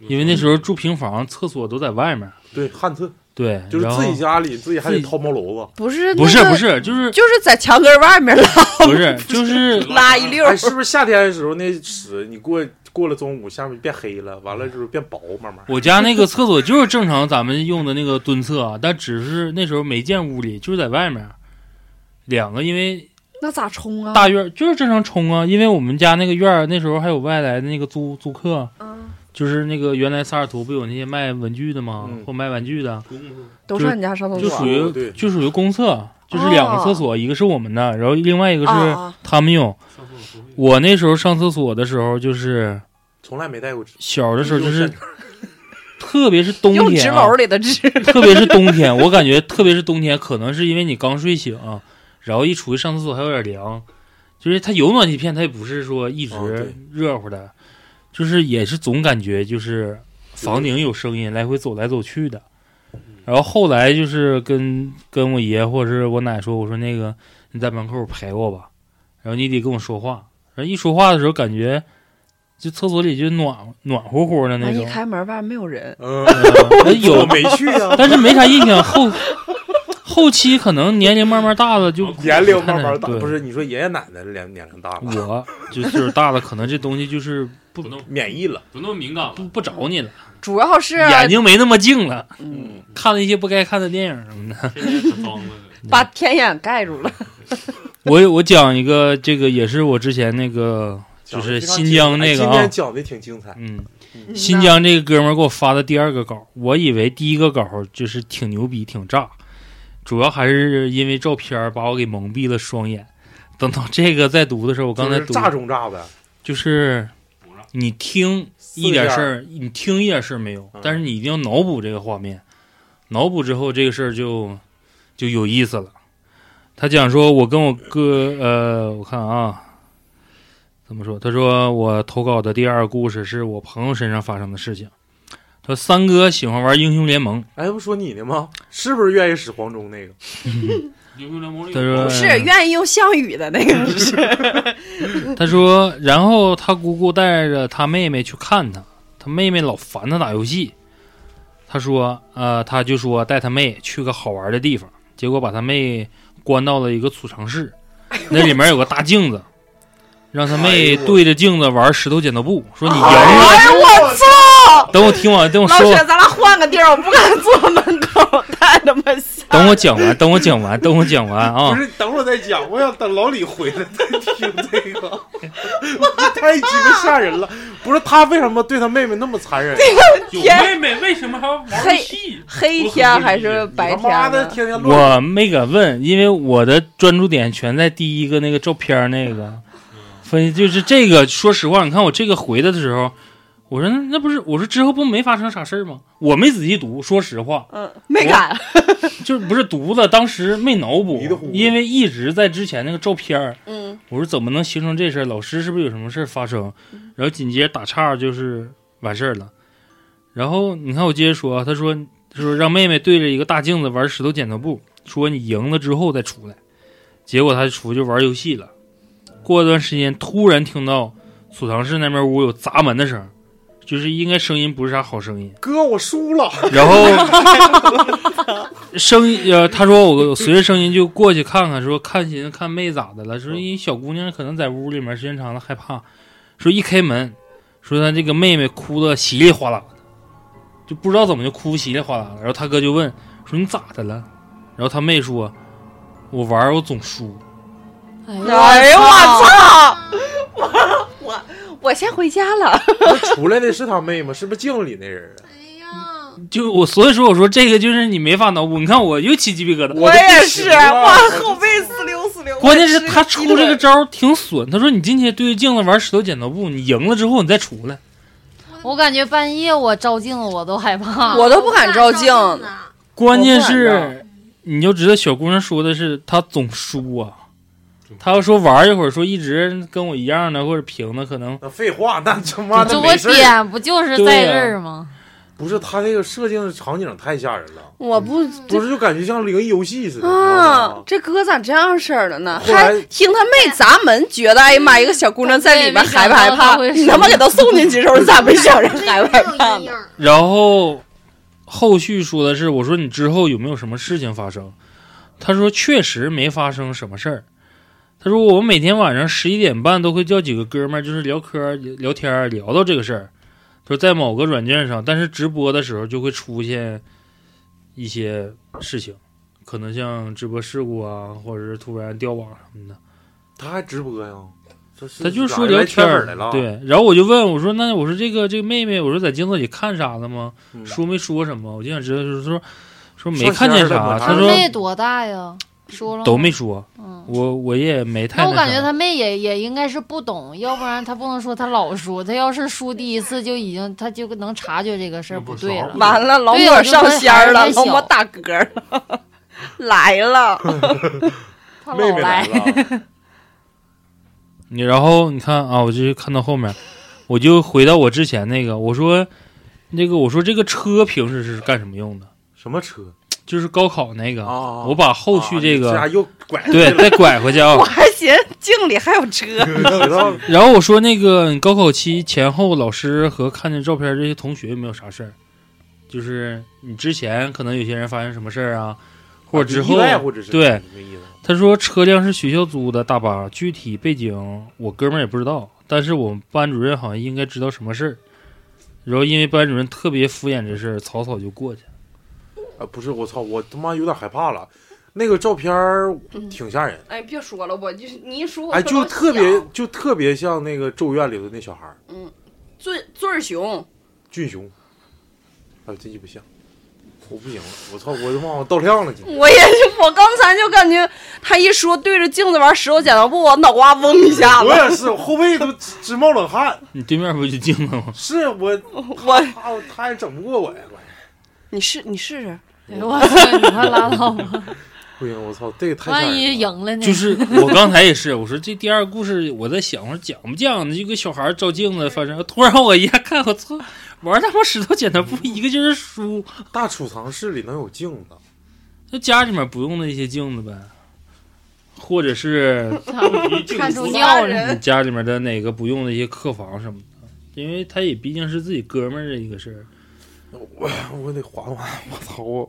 [SPEAKER 2] 因为那时候住平房，厕所都在外面。
[SPEAKER 7] 对，旱厕
[SPEAKER 2] 对，
[SPEAKER 7] 就是
[SPEAKER 2] 然后
[SPEAKER 7] 自己家里自己还得
[SPEAKER 2] 自己
[SPEAKER 7] 掏毛 楼子，
[SPEAKER 5] 不是
[SPEAKER 2] 不是
[SPEAKER 5] 那个
[SPEAKER 2] 不，是，就是
[SPEAKER 5] 就是在墙根外 面拉
[SPEAKER 2] 不是就是
[SPEAKER 5] 拉一溜儿
[SPEAKER 7] 哎，。是不是夏天的时候那屎你过过了中午下面变黑了，完了之后变薄，慢慢。
[SPEAKER 2] 我家那个厕所就是正常咱们用的那个蹲厕啊，但只是那时候没建屋里，就是在外面。两个，因为
[SPEAKER 5] 那咋冲
[SPEAKER 4] 哦
[SPEAKER 5] 啊？
[SPEAKER 2] 大院儿就是正常冲啊，因为我们家那个院儿那时候还有外来的那个租租客，
[SPEAKER 5] 嗯，
[SPEAKER 2] 就是那个原来萨尔图不有那些卖文具的吗？
[SPEAKER 7] 嗯
[SPEAKER 2] 或卖玩具的，
[SPEAKER 5] 都上你家上厕
[SPEAKER 2] 就
[SPEAKER 5] 所
[SPEAKER 2] 属
[SPEAKER 5] 啊？
[SPEAKER 7] 哦对
[SPEAKER 2] 于就属于公厕，就是两个厕所，一个是我们的，然后另外一个
[SPEAKER 5] 啊
[SPEAKER 4] 哦
[SPEAKER 2] 是
[SPEAKER 5] 啊，
[SPEAKER 2] 他们用。
[SPEAKER 10] 上厕所不会
[SPEAKER 2] 我那时候上厕所的时候，就是
[SPEAKER 7] 从来没带过纸。
[SPEAKER 2] 小的时候就
[SPEAKER 7] 用
[SPEAKER 2] 是
[SPEAKER 7] 扇，
[SPEAKER 2] 特别是冬
[SPEAKER 5] 用
[SPEAKER 2] 天、
[SPEAKER 5] 纸
[SPEAKER 2] 啊
[SPEAKER 5] 篓，里的纸。
[SPEAKER 2] 特别是冬天，我感觉特别是冬天，可能是因为你刚睡醒，然后一出去上厕所还有点凉，就是它有暖气片，它也不是说一
[SPEAKER 7] 哦
[SPEAKER 2] 直
[SPEAKER 7] 对
[SPEAKER 2] 热乎的，就是也是总感觉就是房顶有声音，来回走来走去的。
[SPEAKER 7] 嗯
[SPEAKER 2] 然后后来就是跟跟我爷或者是我奶说，我说那个你在门口陪我吧，然后你得跟我说话。然后一说话的时候，感觉就厕所里就暖暖乎乎的
[SPEAKER 4] 哎
[SPEAKER 2] 那
[SPEAKER 5] 完一
[SPEAKER 2] 种。
[SPEAKER 5] 开门外面没有人，
[SPEAKER 7] 嗯，
[SPEAKER 2] 呃有
[SPEAKER 7] 我没去 啊，
[SPEAKER 2] 但是没啥印象。后后期可能年龄慢慢大了就
[SPEAKER 7] 年龄慢慢大，
[SPEAKER 2] 对嗯
[SPEAKER 7] 不是你说爷爷奶奶年年龄大了，
[SPEAKER 2] 我就岁数大了，可能这东西就是
[SPEAKER 10] 不那么
[SPEAKER 7] 免疫了。
[SPEAKER 10] 不那么敏感了。
[SPEAKER 2] 不不找你了，
[SPEAKER 5] 主要是啊
[SPEAKER 2] 眼睛没那么净了，
[SPEAKER 7] 嗯，
[SPEAKER 2] 看了一些不该看的电影什么的。
[SPEAKER 10] 天天可脏了，
[SPEAKER 5] 把天眼盖住了。
[SPEAKER 2] 我我讲一个，这个也是我之前那个，就
[SPEAKER 7] 讲
[SPEAKER 2] 是
[SPEAKER 7] 得非常哎
[SPEAKER 2] 新疆
[SPEAKER 7] 精彩
[SPEAKER 2] 那个
[SPEAKER 7] 今
[SPEAKER 2] 啊
[SPEAKER 7] 天讲的挺精彩。
[SPEAKER 2] 嗯，
[SPEAKER 5] 嗯
[SPEAKER 2] 新疆这个哥们儿给我发的第二个稿，我以为第一个稿就是挺牛逼、挺炸，主要还是因为照片儿把我给蒙蔽了双眼。等到这个再读的时候，我刚才
[SPEAKER 7] 就是
[SPEAKER 2] 读
[SPEAKER 7] 炸中炸呗，
[SPEAKER 2] 就是
[SPEAKER 10] 不让
[SPEAKER 2] 你听一点事儿，你听一点事儿没有
[SPEAKER 7] 嗯，
[SPEAKER 2] 但是你一定要脑补这个画面，脑补之后这个事儿就就有意思了。他讲说，我跟我哥，呃，我看啊，怎么说？他说我投稿的第二个故事是我朋友身上发生的事情。他说三哥喜欢玩英雄联盟，
[SPEAKER 7] 哎，不说你呢吗？是不是愿意使黄忠那个？
[SPEAKER 10] 英雄联盟里
[SPEAKER 2] 他说
[SPEAKER 5] 不是愿意用项羽的那个是，
[SPEAKER 2] 他说，然后他姑姑带着他妹妹去看他，他妹妹老烦他打游戏。他说，呃，他就说带他妹去个好玩的地方，结果把他妹关到了一个储藏室，那里面有个大镜子，让他妹对着镜子玩石头剪刀布，说你赢了。
[SPEAKER 5] 哎我操！
[SPEAKER 2] 等我听完，等我
[SPEAKER 5] 老
[SPEAKER 2] 说
[SPEAKER 5] 雪
[SPEAKER 2] 完，，
[SPEAKER 5] 咱俩换个地儿，我不敢坐门口，太他妈吓
[SPEAKER 2] 等我讲完，等我讲完，等我讲完啊！
[SPEAKER 7] 是，等会儿再讲，我想等老李回来再听这个，太鸡巴吓人了。不是他为什么对他妹妹那么残忍？
[SPEAKER 10] 有妹
[SPEAKER 5] 天
[SPEAKER 10] 妹为什么还要玩游戏？
[SPEAKER 5] 黑天还是白
[SPEAKER 7] 你他妈
[SPEAKER 5] 天
[SPEAKER 7] 的
[SPEAKER 5] 呢？
[SPEAKER 7] 天天乱。
[SPEAKER 2] 我没敢问，因为我的专注点全在第一个那个照片儿那个分析，就是这个。说实话，你看我这个回的时候，我说那那不是，我说之后不没发生啥事儿吗？我没仔细读，说实话，
[SPEAKER 5] 嗯，没敢。
[SPEAKER 2] 就是不是犊子，当时没脑补，因为一直在之前那个照片儿，
[SPEAKER 5] 嗯，
[SPEAKER 2] 我说怎么能形成这事儿？老师是不是有什么事儿发生？然后紧接着打岔就是完事儿了。然后你看我接着说啊，他说他说让妹妹对着一个大镜子玩石头剪刀布，说你赢了之后再出来。结果他出去玩游戏了。过一段时间，突然听到储藏室那边屋有砸门的声儿，就是应该声音不是啥好声音。
[SPEAKER 12] 哥，我输 了。
[SPEAKER 2] 然后声音呃，他说我随着声音就过去看看，说看寻思看妹咋的了，说因为小姑娘可能在屋里面时间长了害怕，说一开门，说她这个妹妹哭的稀里哗啦的，就不知道怎么就哭稀里哗啦的。然后他哥就问说你咋的了？然后他妹说，我玩儿我总输。
[SPEAKER 5] 哎呦我操！ 我我我先回家了。
[SPEAKER 12] 不是出来的是他妹吗？是不是镜里那人啊？
[SPEAKER 2] 就我所以说我说这个就是你没法脑补，你看我又起鸡皮疙瘩。
[SPEAKER 5] 我也是，
[SPEAKER 2] 啊
[SPEAKER 5] 哇，后背四溜四溜。
[SPEAKER 2] 关键是他出这个招儿挺损。他说：“你今天对着镜子玩石头剪刀布，你赢了之后你再出来。
[SPEAKER 3] 我感觉半夜我照镜子我都害怕，
[SPEAKER 5] 我都不敢照镜
[SPEAKER 3] 子。
[SPEAKER 2] 关键是，你就知道小姑娘说的是她总输啊。她要说玩一会儿，说一直跟我一样的或者平的，可能
[SPEAKER 7] 废话，那他妈的
[SPEAKER 3] 这
[SPEAKER 7] 没
[SPEAKER 3] 我
[SPEAKER 7] 事儿
[SPEAKER 3] 点不就是在这儿吗？
[SPEAKER 7] 不是他那个设定的场景太吓人了，
[SPEAKER 5] 我不
[SPEAKER 7] 不是就感觉像灵异游戏似的。
[SPEAKER 5] 啊，这哥咋这样式儿的呢？
[SPEAKER 7] 哦后来
[SPEAKER 5] 还听他妹砸门，觉得哎呀妈，一个小姑娘在里面害不害怕？
[SPEAKER 3] 我也没
[SPEAKER 5] 你
[SPEAKER 3] 想到她会
[SPEAKER 5] 他妈给她送进去的时候，你咋没 想着害不害怕呢？
[SPEAKER 2] 然后后续说的是，我说你之后有没有什么事情发生？他说确实没发生什么事儿。他说我每天晚上十一点半都会叫几个哥们儿，就是聊嗑儿聊天儿聊到这个事儿。他说在某个软件上，但是直播的时候就会出现一些事情，可能像直播事故啊，或者是突然掉网什么的。
[SPEAKER 7] 他还直播呀？这是
[SPEAKER 2] 他就
[SPEAKER 7] 咋
[SPEAKER 2] 说
[SPEAKER 7] 的
[SPEAKER 2] 聊
[SPEAKER 7] 来
[SPEAKER 2] 天
[SPEAKER 7] 圈
[SPEAKER 2] 儿
[SPEAKER 7] 粉来了啊，
[SPEAKER 2] 对，然后我就问我说：“那我说这个这个妹妹，我说在镜子里看啥了吗？说没说什么？我就想知道，就是说说没
[SPEAKER 3] 上
[SPEAKER 2] 看
[SPEAKER 3] 线
[SPEAKER 2] 见
[SPEAKER 3] 儿了
[SPEAKER 2] 啥。”
[SPEAKER 3] 吗
[SPEAKER 2] 他说
[SPEAKER 3] 妹多大呀？说了吗
[SPEAKER 2] 都没说，
[SPEAKER 3] 嗯，
[SPEAKER 2] 我我也没太
[SPEAKER 3] 那我
[SPEAKER 2] 那
[SPEAKER 3] 感觉
[SPEAKER 2] 啥。
[SPEAKER 3] 他妹也也应该是不懂，要不然他不能说他老输。他要是输第一次就已经，他就能察觉这个事儿不对了。
[SPEAKER 5] 完了，老
[SPEAKER 3] 对
[SPEAKER 5] 莫
[SPEAKER 3] 我就说
[SPEAKER 5] 上仙儿
[SPEAKER 3] 还
[SPEAKER 5] 了，
[SPEAKER 3] 是
[SPEAKER 5] 老
[SPEAKER 3] 太
[SPEAKER 5] 莫
[SPEAKER 3] 小
[SPEAKER 5] 打嗝儿了， 来了，
[SPEAKER 3] 他
[SPEAKER 12] 妹
[SPEAKER 3] 老
[SPEAKER 12] 妹
[SPEAKER 3] 来
[SPEAKER 12] 来了，
[SPEAKER 2] 你然后你看啊，我就看到后面，我就回到我之前那个，我说那个我说这个车平时是干什么用的？
[SPEAKER 7] 什么车？啊
[SPEAKER 2] 就是高考那
[SPEAKER 7] 哦
[SPEAKER 2] 个。啊我把后续这
[SPEAKER 7] 这
[SPEAKER 2] 个
[SPEAKER 7] 家又拐回
[SPEAKER 2] 对
[SPEAKER 7] 来
[SPEAKER 2] 再
[SPEAKER 7] 了
[SPEAKER 2] 拐回去啊。
[SPEAKER 5] 我还寻思镜里还有 车，
[SPEAKER 2] 然后我说那个你高考期前后，老师和看见照片这些同学有没有啥事儿？就是你之前可能有些人发生什么事儿啊， 或者之后、
[SPEAKER 7] 意外或者是
[SPEAKER 2] 对
[SPEAKER 7] 什么意思，
[SPEAKER 2] 他说车辆是学校租的大巴，具体背景我哥们儿也不知道，但是我们班主任好像应该知道什么事儿。然后因为班主任特别敷衍这事儿，草草就过去了。
[SPEAKER 7] 啊，不是，我操，我他妈有点害怕了。那个照片儿挺吓人，
[SPEAKER 5] 哎，别说了，我就是你一说我
[SPEAKER 7] 哎，
[SPEAKER 5] 特
[SPEAKER 7] 就
[SPEAKER 5] 老
[SPEAKER 7] 特
[SPEAKER 5] 想
[SPEAKER 7] 别就特别像那个《咒怨》里头那小孩儿
[SPEAKER 5] 嗯，醉醉儿熊，
[SPEAKER 7] 俊雄，哎，这就不像，我不行了，我操，我他妈我倒亮了，今天
[SPEAKER 5] 我也是，我刚才就感觉他一说对着镜子玩石头剪刀布，我脑瓜嗡一下子。
[SPEAKER 7] 我也是，我后背都直直冒冷汗。
[SPEAKER 2] 你对面不就镜子吗？
[SPEAKER 7] 是我，
[SPEAKER 5] 我
[SPEAKER 7] 他他也整不过我呀，我
[SPEAKER 5] 你试你试试，
[SPEAKER 3] 哎呦我操！你快拉倒吧，
[SPEAKER 7] 不行，我操，这个太吓
[SPEAKER 3] 万
[SPEAKER 7] 人了。
[SPEAKER 3] 一赢了 呢？
[SPEAKER 2] 就是我刚才也是，我说这第二故事我在想，我说讲不讲呢？就个小孩儿照镜子，反正突然我一下看，我操，玩他妈石头剪刀布，一个劲儿输。
[SPEAKER 7] 大储藏室里能有镜子，
[SPEAKER 2] 那家里面不用那些镜子呗，或者是
[SPEAKER 3] 看出尿
[SPEAKER 2] 你
[SPEAKER 3] 了，
[SPEAKER 2] 家里面的哪个不用那些客房什么的，因为他也毕竟是自己哥们儿的一个事儿。
[SPEAKER 7] 我我得缓缓，我操，我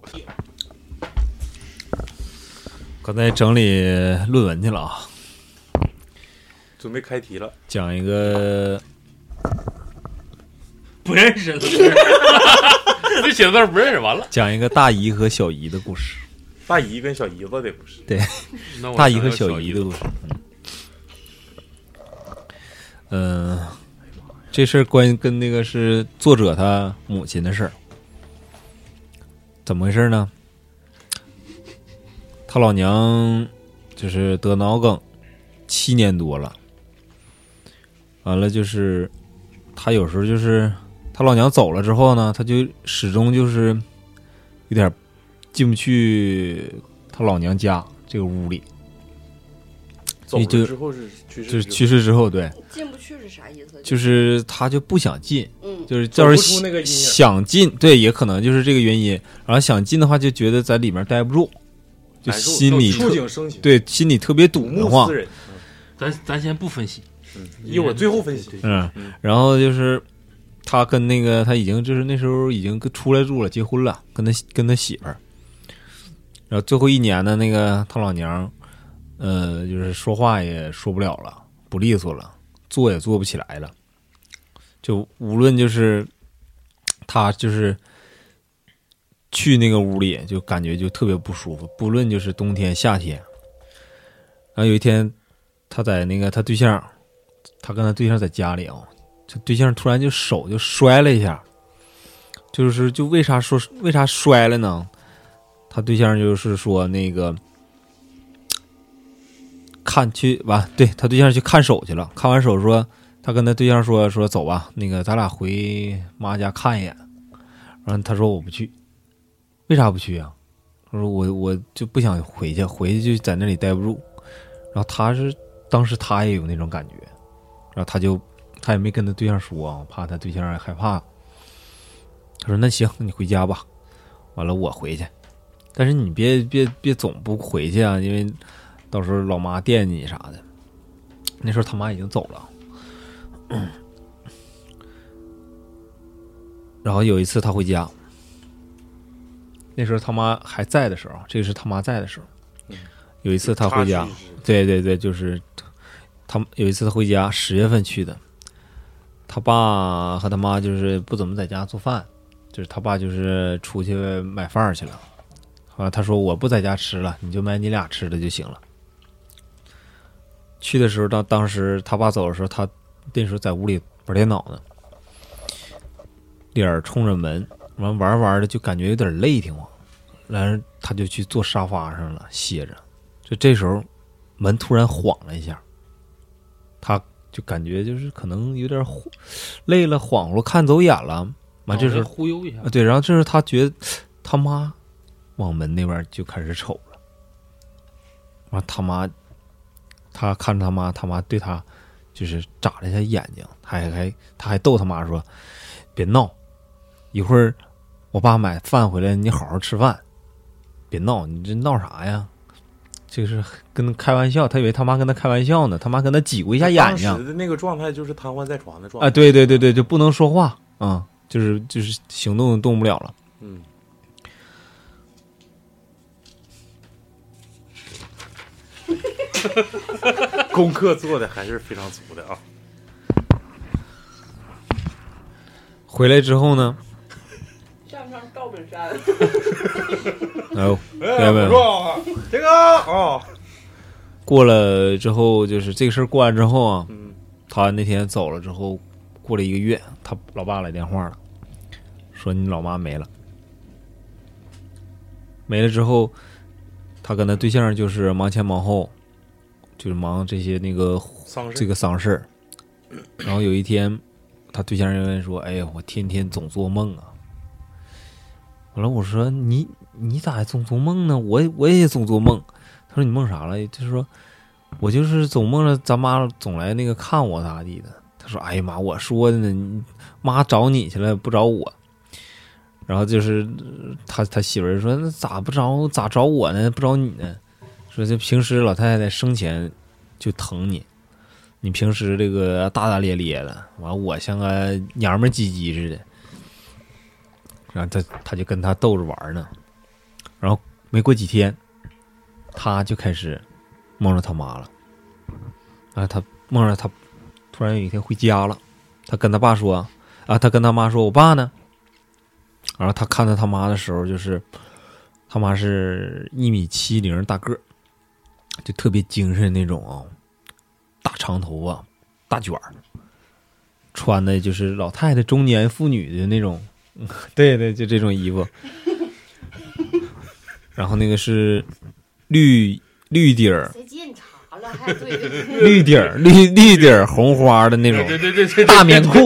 [SPEAKER 8] 刚才整理论文去了啊，
[SPEAKER 7] 准备开题了。
[SPEAKER 8] 讲一个
[SPEAKER 2] 不认识的事儿， 这写字儿不认识，完了。
[SPEAKER 8] 讲一个大姨和小姨的故事。
[SPEAKER 7] 大姨跟小姨子得不是？
[SPEAKER 8] 对
[SPEAKER 10] 那，我
[SPEAKER 8] 大姨
[SPEAKER 10] 想
[SPEAKER 8] 和
[SPEAKER 10] 想小
[SPEAKER 8] 小
[SPEAKER 10] 姨
[SPEAKER 8] 姨的故事。嗯，呃这事儿关跟那个是作者他母亲的事儿，怎么回事呢？他老娘就是得脑梗七年多了，完了就是他有时候就是他老娘走了之后呢，他就始终就是有点进不去他老娘家这个屋里。
[SPEAKER 7] 走了
[SPEAKER 8] 就
[SPEAKER 7] 之后是去世
[SPEAKER 8] 就是
[SPEAKER 7] 之
[SPEAKER 8] 去
[SPEAKER 7] 后
[SPEAKER 8] 世之后，对，
[SPEAKER 5] 进不去是啥意思？
[SPEAKER 8] 就是他就不想进，
[SPEAKER 5] 嗯
[SPEAKER 8] 就是要
[SPEAKER 12] 走不出那个
[SPEAKER 8] 是
[SPEAKER 12] 阴影
[SPEAKER 8] 想进，对，也可能就是这个原因。然后想进的话，就觉得在里面待不住，就
[SPEAKER 2] 难受
[SPEAKER 8] 心里
[SPEAKER 2] 触
[SPEAKER 8] 特
[SPEAKER 2] 景生情
[SPEAKER 8] 对，心里特别堵得慌。
[SPEAKER 2] 人。咱咱先不分析，
[SPEAKER 7] 一会儿最后分析
[SPEAKER 2] 对对
[SPEAKER 8] 嗯，然后就是他跟那个他已经就是那时候已经跟出来住了，结婚了，跟他跟他媳妇儿。然后最后一年呢，那个他老娘，呃，就是说话也说不了了，不利索了，坐也坐不起来了，就无论就是他就是去那个屋里，就感觉就特别不舒服，不论就是冬天夏天。然后有一天，他在那个他对象，他跟他对象在家里啊、这对象突然就手就摔了一下，就是就为啥说为啥摔了呢？他对象就是说那个看去完，对他对象去看手去了，看完手说他跟他对象说说走吧，那个咱俩回妈家看一眼，然后他说我不去，为啥不去啊？他说我我就不想回去，回去就在那里待不住。然后他是当时他也有那种感觉，然后他就他也没跟他对象说啊，怕他对象害怕。他说那行，那你回家吧。完了我回去，但是你别别别总不回去啊，因为到时候老妈惦记你啥的。那时候他妈已经走了。然后有一次他回家，那时候他妈还在的时候，这个是他妈在的时候。有一次他回家
[SPEAKER 7] 插叙，
[SPEAKER 8] 对对对，就是他有一次他回家，十月份去的，他爸和他妈就是不怎么在家做饭，就是他爸就是出去买饭儿去了。后来他说我不在家吃了，你就买你俩吃的就行了。去的时候，当当时他爸走的时候，他那时候在屋里玩电脑呢，脸儿冲着门，完玩着玩着就感觉有点累挺慌，然后他就去坐沙发上了歇着。就这时候，门突然晃了一下，他就感觉就是可能有点晃累了，恍惚看走眼了。完这时候
[SPEAKER 10] 哦
[SPEAKER 2] 脑袋忽悠一下
[SPEAKER 8] 啊对，然后这时候他觉得他妈往门那边就开始瞅了，完他妈他看着他妈，他妈对他就是眨了一下眼睛，他还还他还逗他妈说：“别闹，一会儿我爸买饭回来，你好好吃饭，别闹，你这闹啥呀？”就是跟开玩笑，他以为他妈跟他开玩笑呢，他妈跟他挤过一下眼睛
[SPEAKER 7] 当，时的那个状态就是瘫痪在床的状态
[SPEAKER 8] 啊，对对对对，就不能说话啊、就是就是行动动不了了。
[SPEAKER 7] 嗯， 功课做的还是非常足的啊。
[SPEAKER 8] 回来之后呢，
[SPEAKER 5] 上不上赵本山？
[SPEAKER 8] 哎呦，没有没有，
[SPEAKER 12] 啊，这个哦，
[SPEAKER 8] 过了之后就是这个事儿过完之后啊，他那天走了之后，过了一个月，他老爸来电话了，说你老妈没了。没了之后，他跟他对象就是忙前忙后，就是忙这些那个
[SPEAKER 7] 丧事
[SPEAKER 8] 这个丧事儿。然后有一天，他对象认为说：“哎呀，我天天总做梦啊。”完了，我说：“你你咋还总做梦呢？我也我也总做梦。”他说：“你梦啥了？”就是说我就是总梦着咱妈总来那个看我咋地的。他说：“哎呀妈，我说的呢，你妈找你去了，不找我。”然后就是呃他他媳妇儿说：“那咋不找咋找我呢？不找你呢？”说这平时老太太生前就疼你，你平时这个大大咧咧的，完我像个娘们儿唧唧似的。然后他他就跟他逗着玩儿呢，然后没过几天，他就开始梦着他妈了。啊，他梦着他突然有一天回家了，他跟他爸说啊，他跟他妈说，我爸呢？然后他看到他妈的时候，就是他妈是一米七零大个儿，就特别精神那种啊，大长头发、大卷儿，穿的就是老太太中年妇女的那种， 嗯对对，就这种衣服。然后那个是绿绿底 儿，
[SPEAKER 4] 谁接你茬了？还对对对
[SPEAKER 8] 绿底儿绿绿底儿红花的那种
[SPEAKER 10] 对对对对对
[SPEAKER 8] 大棉裤，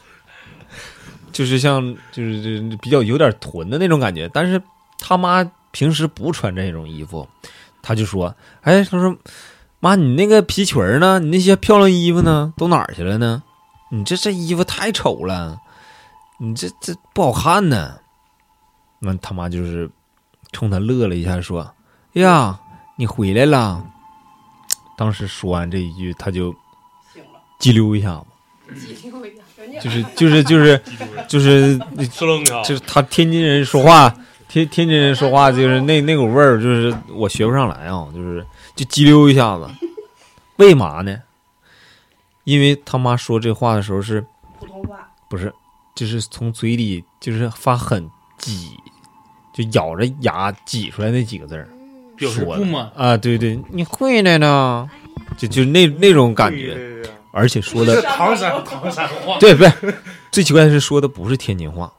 [SPEAKER 8] 就是像就是就是比较有点囤的那种感觉，但是他妈平时不穿这种衣服，他就说，哎，他说，妈，你那个皮裙儿呢？你那些漂亮衣服呢？都哪儿去了呢？你这这衣服太丑了，你这这不好看呢。那他妈就是冲他乐了一下，说，哎呀，你回来了。当时说完这一句，他就激溜一下子。就是就是就是就是就是他天津人说话，天天津人说话就是那那股味儿，就是我学不上来啊，就是就激溜一下 子，为嘛呢？因为他妈说这话的时候是
[SPEAKER 5] 普通话，
[SPEAKER 8] 不是就是从嘴里就是发狠挤，就咬着牙挤出来那几个字儿，
[SPEAKER 2] 表示
[SPEAKER 8] 说
[SPEAKER 2] 不
[SPEAKER 8] 的
[SPEAKER 2] 满
[SPEAKER 8] 啊，对对，你会来呢，就就那那种感
[SPEAKER 7] 哎
[SPEAKER 8] 觉，而且说的
[SPEAKER 12] 这 唐山唐山话，
[SPEAKER 8] 对，不是最奇怪的是说的不是天津话，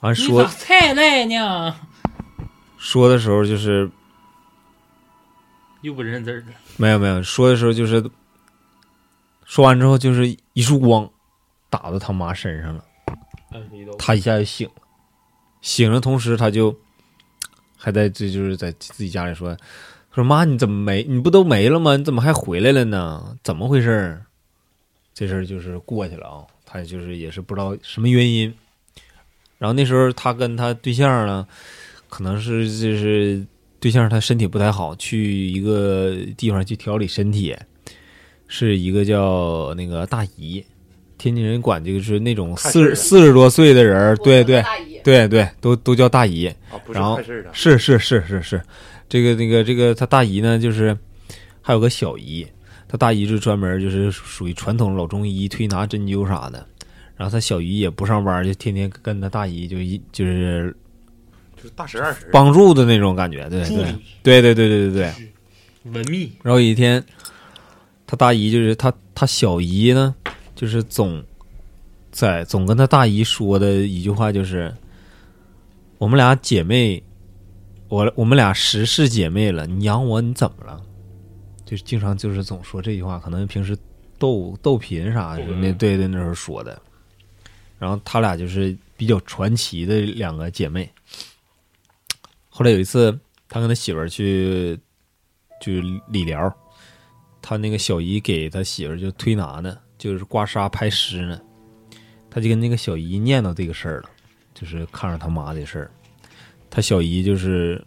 [SPEAKER 8] 完
[SPEAKER 2] 你
[SPEAKER 8] 说
[SPEAKER 2] 咋菜来呢？
[SPEAKER 8] 说的时候就是
[SPEAKER 2] 又不认字儿了。
[SPEAKER 8] 没有没有说的时候就是说完之后就是一束光打到他妈身上了，
[SPEAKER 10] 哎
[SPEAKER 8] 他一下就醒了，醒了同时他就还在这就是在自己家里说说妈你怎么没你不都没了吗？你怎么还回来了呢？怎么回事儿？这事儿就是过去了啊，他就是也是不知道什么原因。然后那时候他跟他对象呢，可能是就是对象他身体不太好，去一个地方去调理身体，是一个叫那个大姨，天津人管这个是那种
[SPEAKER 7] 看
[SPEAKER 8] 四
[SPEAKER 7] 事儿的
[SPEAKER 8] 十四十多岁的人儿，对对
[SPEAKER 7] 大姨
[SPEAKER 8] 对对，都都叫大姨。
[SPEAKER 7] 哦不是
[SPEAKER 8] 然后
[SPEAKER 7] 看事儿的
[SPEAKER 8] 是是是是是，这个那个这个他大姨呢，就是还有个小姨，他大姨就专门就是属于传统老中医推拿针灸啥的，然后他小姨也不上班，就天天跟他大姨就一就是
[SPEAKER 7] 就是大神二神
[SPEAKER 8] 帮助的那种感觉，对
[SPEAKER 7] 助理
[SPEAKER 8] 对对对对对对对，
[SPEAKER 2] 文秘。
[SPEAKER 8] 然后有一天，他大姨就是他他小姨呢，就是总在总跟他大姨说的一句话就是：“我们俩姐妹，我我们俩十世姐妹了，你养我你怎么了？”就是经常就是总说这句话，可能平时斗斗贫啥的
[SPEAKER 10] 斗，人
[SPEAKER 8] 那对对那时候说的。然后他俩就是比较传奇的两个姐妹。后来有一次，他跟他媳妇儿去去理疗，他那个小姨给他媳妇儿就推拿呢，就是刮痧拍湿呢，他就跟那个小姨念叨这个事儿了，就是看着他妈的事儿。他小姨就是，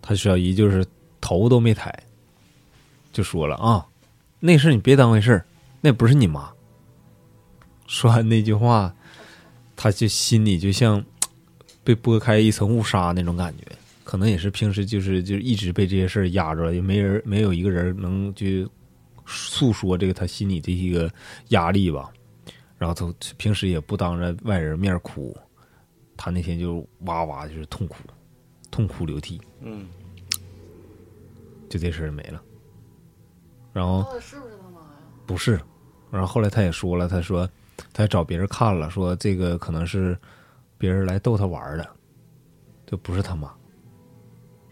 [SPEAKER 8] 他小姨就是头都没抬，就说了啊，那事儿你别当回事儿，那不是你妈。 说完那句话，他就心里就像被拨开一层雾纱那种感觉。可能也是平时就是就是一直被这些事儿压着了，也没人没有一个人能去诉说这个他心里的一个压力吧。然后他平时也不当着外人面哭，他那天就哇哇就是痛哭，痛哭流涕，
[SPEAKER 7] 嗯，
[SPEAKER 8] 就这事儿没了。然后不是，然后后来他也说了，他说他找别人看了，说这个可能是别人来逗他玩儿的，就不是他妈。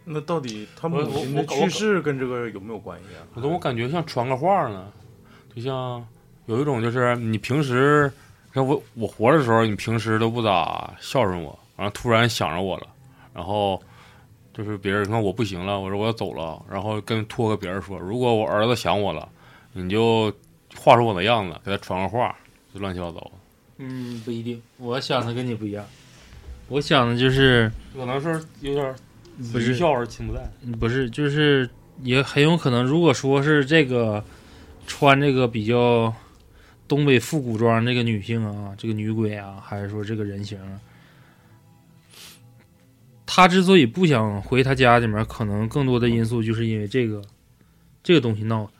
[SPEAKER 7] 那到底他母
[SPEAKER 10] 我我
[SPEAKER 7] 亲
[SPEAKER 10] 我
[SPEAKER 7] 的
[SPEAKER 10] 我
[SPEAKER 7] 去世跟这个有没有关系啊？
[SPEAKER 10] 我怎么感觉像传个话呢？就像有一种就是你平时，像我我活着的时候，你平时都不咋孝顺我，然后突然想着我了，然后就是别人你看我不行了，我说我要走了，然后跟托个别人说，如果我儿子想我了，你就画出我的样子，给他传个话，就乱七八糟。
[SPEAKER 2] 嗯，不一定，我想的跟你不一样。我想的就是，
[SPEAKER 10] 可能是有点
[SPEAKER 2] 不是
[SPEAKER 10] 愚孝而亲不在。
[SPEAKER 2] 嗯不是，就是也很有可能，如果说是这个穿这个比较东北复古装这个女性啊，这个女鬼啊，还是说这个人形啊，她之所以不想回她家里面，可能更多的因素就是因为这个这个东西闹的。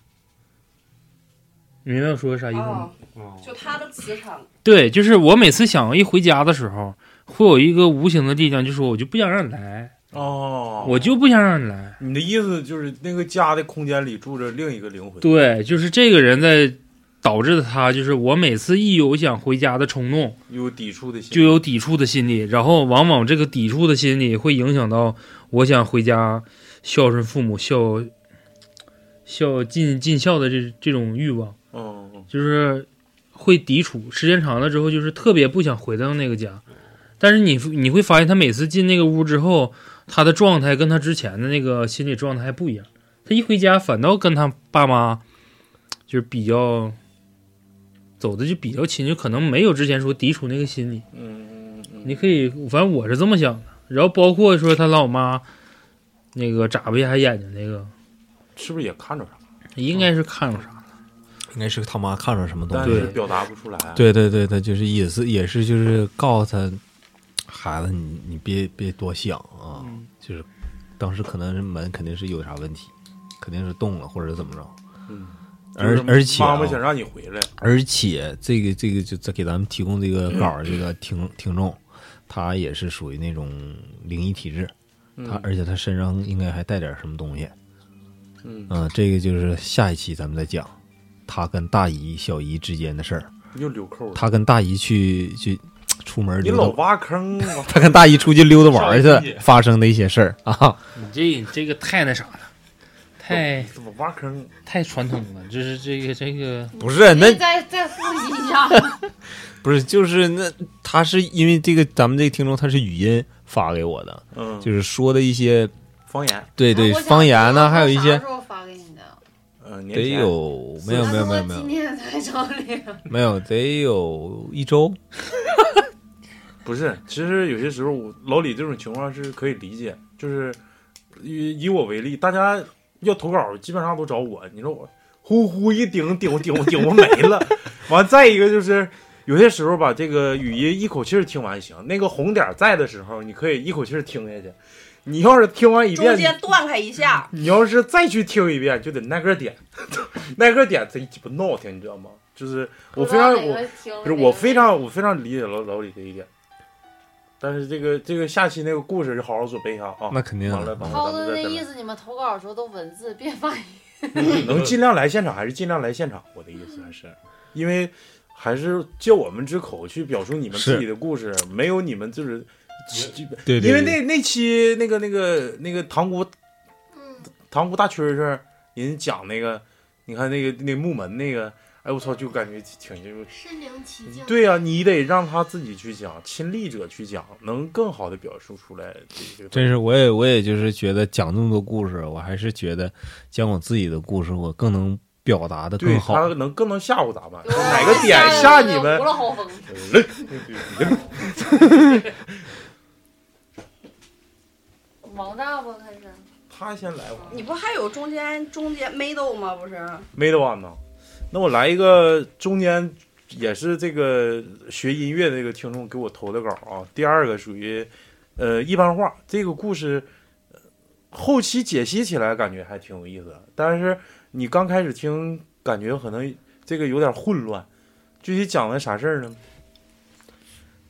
[SPEAKER 2] 你明白我说的啥意思吗？
[SPEAKER 4] 哦
[SPEAKER 7] 嗯
[SPEAKER 4] 就他的磁场，
[SPEAKER 2] 对，就是我每次想一回家的时候，会有一个无形的力量，就说我就不想让你来，
[SPEAKER 7] 哦，
[SPEAKER 2] 我就不想让你来。
[SPEAKER 7] 你的意思就是那个家的空间里住着另一个灵魂，
[SPEAKER 2] 对，就是这个人在导致他，就是我每次一有想回家的冲动，
[SPEAKER 7] 有抵触的心，
[SPEAKER 2] 就有抵触的心理，然后往往这个抵触的心理会影响到我想回家孝顺父母、孝孝尽尽孝的这这种欲望。
[SPEAKER 7] 嗯，
[SPEAKER 2] 就是会抵触，时间长了之后就是特别不想回到那个家。但是你你会发现，他每次进那个屋之后，他的状态跟他之前的那个心理状态不一样。他一回家，反倒跟他爸妈就是比较走的就比较亲，就可能没有之前说抵触那个心理。
[SPEAKER 7] 嗯，
[SPEAKER 2] 你可以，反正我是这么想的。然后包括说他老妈那个眨巴一下眼睛那个，
[SPEAKER 7] 是不是也看着啥？
[SPEAKER 2] 应该是看着啥了，
[SPEAKER 8] 应该是他妈看着什么东
[SPEAKER 7] 但
[SPEAKER 8] 西
[SPEAKER 7] 是，表达不出来。啊
[SPEAKER 8] 对对对，他就是也是也是就是告诉他孩子，你你别别多想啊，
[SPEAKER 7] 嗯
[SPEAKER 8] 就是当时可能是门肯定是有啥问题，肯定是动了或者怎么着。
[SPEAKER 7] 嗯，
[SPEAKER 8] 而
[SPEAKER 7] 就是
[SPEAKER 8] 而且啊
[SPEAKER 7] 妈妈想让你回来，
[SPEAKER 8] 而且这个这个就在给咱们提供这个稿儿这个听听众，他也是属于那种灵异体质，他
[SPEAKER 7] 嗯
[SPEAKER 8] 而且他身上应该还带点什么东西。
[SPEAKER 7] 嗯
[SPEAKER 8] 啊，这个就是下一期咱们再讲，他跟大姨、小姨之间的事儿。
[SPEAKER 7] 又留扣了。
[SPEAKER 8] 他跟大姨去去出门
[SPEAKER 7] 你
[SPEAKER 8] 溜
[SPEAKER 7] 老
[SPEAKER 8] 达，
[SPEAKER 7] 挖坑，啊我
[SPEAKER 8] 他跟大姨出去溜达玩儿
[SPEAKER 7] 上一
[SPEAKER 8] 去
[SPEAKER 7] 期
[SPEAKER 8] 发生的一些事儿啊。
[SPEAKER 2] 你这你这个太那啥了，太
[SPEAKER 7] 怎么挖坑？
[SPEAKER 2] 太传统了，就是这个这个
[SPEAKER 8] 不是那
[SPEAKER 3] 再再复习一下，
[SPEAKER 8] 不是，就是那他是因为这个咱们这个听众他是语音发给我的，
[SPEAKER 7] 嗯
[SPEAKER 8] 就是说的一些
[SPEAKER 7] 方言
[SPEAKER 8] 对对，方言呢，还有一些
[SPEAKER 4] 啥时候发给你的？
[SPEAKER 7] 呃，年
[SPEAKER 8] 得
[SPEAKER 7] 前
[SPEAKER 8] 有没有没有没有没
[SPEAKER 4] 今
[SPEAKER 8] 有
[SPEAKER 4] 天才找你。
[SPEAKER 8] 没有得有一周，
[SPEAKER 7] 不是，其实有些时候我老李这种情况是可以理解，就是以以我为例，大家要投稿基本上都找我，你说我呼呼一顶顶顶顶我没了，完再一个就是有些时候吧，这个语音一口气儿听完行，那个红点儿在的时候，你可以一口气儿听下去。你要是听完一遍
[SPEAKER 4] 中，间断开一下，
[SPEAKER 7] 你要是再去听一遍，就得挨个点， 挨个点贼鸡巴闹挺，你知道吗？就是我非常我不是我非常我非常理解老老李这一点，但是这个这个下期那个故事就好好准备一下啊。
[SPEAKER 8] 那肯定
[SPEAKER 7] 完了，完
[SPEAKER 3] 涛
[SPEAKER 7] 了，咱
[SPEAKER 3] 子
[SPEAKER 7] 们
[SPEAKER 3] 那
[SPEAKER 7] 再
[SPEAKER 3] 意
[SPEAKER 7] 再
[SPEAKER 3] 思，你们投稿的时候都文字，别发音。
[SPEAKER 7] 来能尽量来现场还是尽量来现场，我的意思还是因为还是借我们之口去表述你们自己的故事，没有你们就是
[SPEAKER 8] 对对
[SPEAKER 7] 因为
[SPEAKER 8] 对
[SPEAKER 7] 那那期那个那个那个塘沽，塘沽大蛐蛐儿，人讲那个，你看那个那木门那个，哎我操，就感觉挺就是
[SPEAKER 11] 身临其境。
[SPEAKER 7] 对呀、你得让他自己去讲，亲历者去讲，能更好的表述出来这个。
[SPEAKER 8] 真是我也我也就是觉得讲这么多故事，我还是觉得讲我自己的故事，我更能表达的
[SPEAKER 7] 对
[SPEAKER 8] 更好
[SPEAKER 7] 他。能更能吓唬咱们， 哪个点吓你们？
[SPEAKER 4] 王炸不开始？
[SPEAKER 7] 他先来吧。
[SPEAKER 4] 你不还有中间中间没豆吗？不是？
[SPEAKER 7] 没得完呢。 那我来一个中间也是这个学音乐的这个听众给我投的稿啊。第二个属于呃一般化，这个故事呃后期解析起来感觉还挺有意思的，但是你刚开始听感觉可能这个有点混乱。具体讲的啥事儿呢？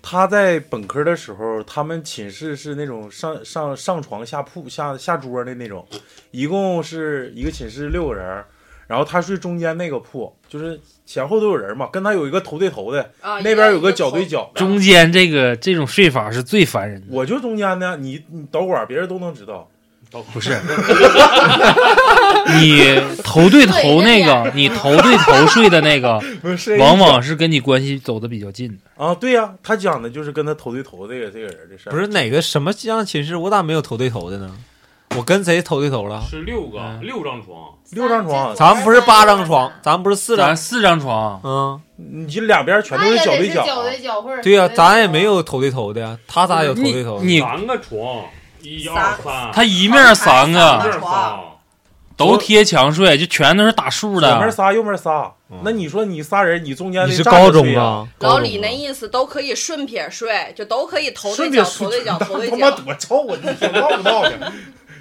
[SPEAKER 7] 他在本科的时候，他们寝室是那种上上上床下铺下下桌的那种，一共是一个寝室六个人儿，然后他睡中间那个铺，就是前后都有人嘛，跟他有一个头对头的，
[SPEAKER 2] 啊
[SPEAKER 7] 那边有个脚对脚，
[SPEAKER 2] 中间这个这种睡法是最烦人的。
[SPEAKER 7] 我就中间呢，你你导管别人都能知道，
[SPEAKER 2] 不是你头对头那个，你头对头睡的那个
[SPEAKER 7] 不是，
[SPEAKER 2] 往往是跟你关系走的比较近的。
[SPEAKER 7] 啊，对呀、他讲的就是跟他头对头这个这个人的事儿，
[SPEAKER 8] 不是哪个什么样寝室，我咋没有头对头的呢？我跟谁头对头了？
[SPEAKER 10] 是六个六张床，
[SPEAKER 7] 六张
[SPEAKER 2] 啊
[SPEAKER 7] 床，
[SPEAKER 8] 咱们不是八张床，咱们不是四张，
[SPEAKER 2] 咱四张床，
[SPEAKER 8] 嗯，
[SPEAKER 7] 你这两边全
[SPEAKER 8] 都是
[SPEAKER 3] 也得是脚对脚或者
[SPEAKER 8] 对呀、
[SPEAKER 3] 头对头
[SPEAKER 8] 咱也没有头对头的呀，他咋有头对头的？
[SPEAKER 2] 你
[SPEAKER 10] 三个床，一二三，
[SPEAKER 2] 他一面三
[SPEAKER 10] 一面
[SPEAKER 2] 个
[SPEAKER 10] 三，啊
[SPEAKER 2] 都贴墙睡，就全都是打数
[SPEAKER 7] 左面
[SPEAKER 2] 的。嗯
[SPEAKER 7] 仨，右面仨，那你说你仨人，你中间那
[SPEAKER 2] 你是
[SPEAKER 7] 站着
[SPEAKER 2] 高中
[SPEAKER 7] 睡呀
[SPEAKER 2] 啊
[SPEAKER 4] 老李那意思都可以顺撇睡，就都可以头对
[SPEAKER 7] 顺便
[SPEAKER 4] 脚，
[SPEAKER 7] 睡
[SPEAKER 4] 头对 脚，头对
[SPEAKER 7] 他妈
[SPEAKER 4] 脚。
[SPEAKER 7] 多臭啊！你挺闹不闹的？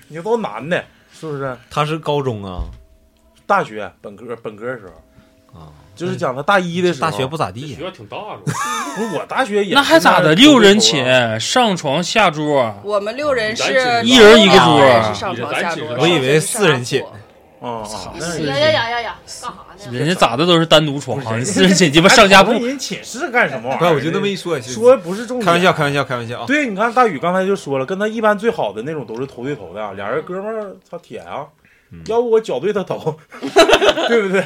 [SPEAKER 7] 你都男的，是不是？
[SPEAKER 8] 他是高中啊，
[SPEAKER 7] 大学本科本科的时候，啊，就是讲他大一的时候，
[SPEAKER 8] 大学不咋地
[SPEAKER 10] 学校挺大的，
[SPEAKER 7] 不是我大学也
[SPEAKER 2] 那还咋的？
[SPEAKER 7] 是
[SPEAKER 2] 六人寝，
[SPEAKER 7] 啊
[SPEAKER 2] 上床下桌，
[SPEAKER 4] 我们六人是
[SPEAKER 2] 一人一个
[SPEAKER 4] 两人
[SPEAKER 2] 桌
[SPEAKER 4] 是上床下桌，
[SPEAKER 8] 我以为四人寝。
[SPEAKER 7] 哦，
[SPEAKER 3] 呀呀呀呀呀，干啥呢？
[SPEAKER 2] 人家咋的都是单独 床， 你四人寝鸡巴上下铺
[SPEAKER 7] 哎讨。论人寝室干什么玩意
[SPEAKER 8] 不是
[SPEAKER 7] 儿？
[SPEAKER 8] 我就那么一说
[SPEAKER 7] 说不是重点。
[SPEAKER 8] 开玩笑，开玩笑，开玩笑啊！
[SPEAKER 7] 对，你看大宇刚才就说了，跟他一般最好的那种都是头对头的，俩人哥们儿，操铁啊，
[SPEAKER 8] 嗯
[SPEAKER 7] 要不我绞碎他头， 对不对？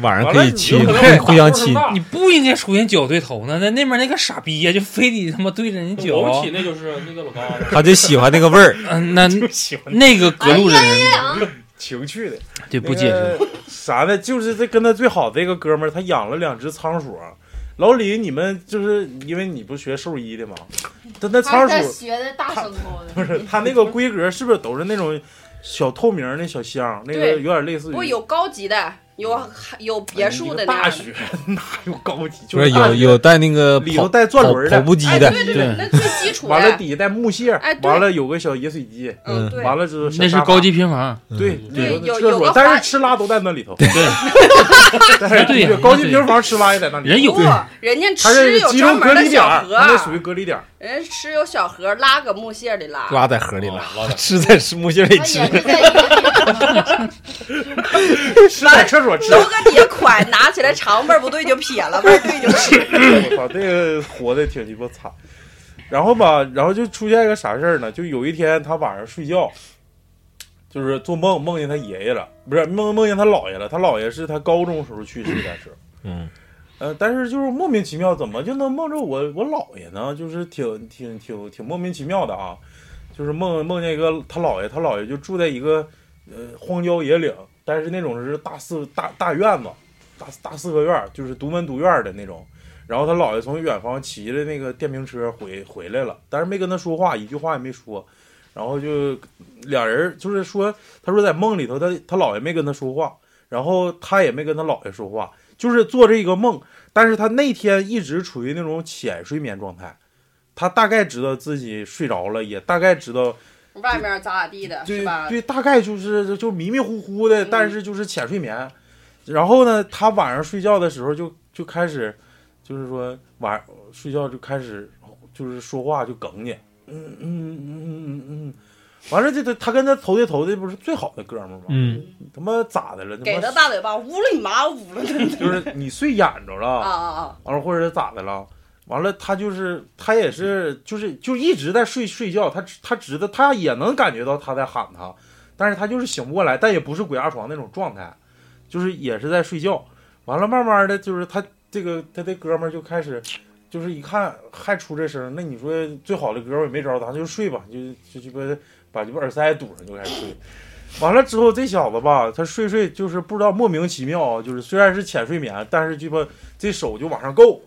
[SPEAKER 8] 晚上
[SPEAKER 7] 完
[SPEAKER 8] 可
[SPEAKER 7] 了
[SPEAKER 8] 以
[SPEAKER 7] 你
[SPEAKER 8] 亲，
[SPEAKER 7] 有可能
[SPEAKER 8] 可以
[SPEAKER 7] 把
[SPEAKER 8] 互相亲。
[SPEAKER 2] 你不应该出现绞对头呢，那那边那个傻逼呀，就非得他妈对着人绞。
[SPEAKER 10] 我起那就是那个老高，
[SPEAKER 8] 他就喜欢那个味儿，
[SPEAKER 2] 嗯，那那个隔
[SPEAKER 4] 哎
[SPEAKER 2] 路人
[SPEAKER 7] 情趣的，
[SPEAKER 2] 对不解释。
[SPEAKER 7] 啥的，就是这跟他最好的一个哥们儿，他养了两只仓鼠。啊老李，你们就是因为你不学兽医的吗？他那仓
[SPEAKER 3] 他
[SPEAKER 7] 鼠
[SPEAKER 3] 学的大声高的，
[SPEAKER 7] 不是他那个规格，是不是都是那种小透明的小箱？那个
[SPEAKER 4] 对
[SPEAKER 7] 有点类似于哎
[SPEAKER 4] 不有高级的，有有别墅的那
[SPEAKER 7] 大
[SPEAKER 4] 样
[SPEAKER 7] 学， 哪有高级？
[SPEAKER 8] 不
[SPEAKER 7] 就是是
[SPEAKER 8] 有有带那个
[SPEAKER 7] 里头
[SPEAKER 8] 跑
[SPEAKER 7] 带转轮儿的
[SPEAKER 8] 跑跑步机的，
[SPEAKER 4] 哎对对对那最基础的
[SPEAKER 7] 完了底下带木屑儿
[SPEAKER 4] 哎，对
[SPEAKER 7] 完了有个小饮水机，
[SPEAKER 4] 嗯对
[SPEAKER 7] 完了之后
[SPEAKER 2] 那是高级嗯平房，
[SPEAKER 7] 对
[SPEAKER 4] 对
[SPEAKER 7] 有
[SPEAKER 4] 有
[SPEAKER 7] 厕
[SPEAKER 4] 有
[SPEAKER 7] 所
[SPEAKER 4] 个，
[SPEAKER 7] 但
[SPEAKER 4] 滑
[SPEAKER 7] 是吃拉都在那里头，对，
[SPEAKER 2] 对呀
[SPEAKER 7] 高级平房吃拉也在那里头，
[SPEAKER 2] 人有
[SPEAKER 4] 哎人家
[SPEAKER 7] 他这
[SPEAKER 4] 吃有
[SPEAKER 7] 集
[SPEAKER 4] 专
[SPEAKER 7] 中隔
[SPEAKER 4] 门的
[SPEAKER 7] 离点
[SPEAKER 4] 小
[SPEAKER 7] 儿，
[SPEAKER 4] 盒，
[SPEAKER 7] 那属于隔离 点儿，
[SPEAKER 4] 人家吃有小盒，拉个木屑儿里拉。
[SPEAKER 8] 拉在河里了， 吃在石木屑里吃。
[SPEAKER 7] 吃在厕所吃。
[SPEAKER 4] 都搁底下款，拿起来长辈儿不对就撇 了，味儿对就吃。
[SPEAKER 7] 我操，这个活的挺鸡巴惨。然后吧，然后就出现一个啥事儿呢？就有一天他晚上睡觉，就是做梦梦见他爷爷了，不是梦梦见他姥爷了。他姥爷是他高中时候去世的，是。
[SPEAKER 8] 嗯，
[SPEAKER 7] 呃，但是就是莫名其妙，怎么就能梦着我我姥爷呢？就是挺挺挺挺莫名其妙的啊！就是梦梦见一个他姥爷，他姥爷就住在一个呃荒郊野岭，但是那种是大四大大院子，大大四合院儿，就是独门独院儿的那种。然后他姥爷从远方骑着那个电瓶车回回来了，但是没跟他说话，一句话也没说。然后就俩人就是说，他说在梦里头，他他姥爷没跟他说话，然后他也没跟他姥爷说话，就是做这个梦。但是他那天一直处于那种浅睡眠状态，他大概知道自己睡着了，也大概知道
[SPEAKER 4] 外面咋咋地的，
[SPEAKER 7] 对
[SPEAKER 4] 是吧？嗯
[SPEAKER 7] 对，大概就是就迷迷糊糊的，但是就是浅睡眠。然后呢，他晚上睡觉的时候就就开始，就是说晚睡觉就开始就是说话就哽咽，嗯嗯嗯嗯嗯嗯。完了，这他他跟他头对头的不是最好的哥们儿吗？
[SPEAKER 8] 嗯，
[SPEAKER 7] 他妈咋的了？他妈
[SPEAKER 4] 给他大嘴巴，捂了你妈，捂了你。
[SPEAKER 7] 就是你睡眼着了
[SPEAKER 4] 啊啊啊！
[SPEAKER 7] 完了或者是咋的了？完了，他就是他也是就是就一直在睡睡觉，他知他知道他也能感觉到他在喊他，但是他就是醒不过来，但也不是鬼压床那种状态，就是也是在睡觉。完了，慢慢的就是他这个他这哥们儿就开始，就是一看还出这声儿，那你说最好的哥们儿也没招儿，咱就睡吧，就就鸡巴把鸡巴耳塞堵上就开始睡。完了之后，这小子吧，他睡睡就是不知道莫名其妙啊，就是虽然是浅睡眠，但是鸡巴这手就往上够，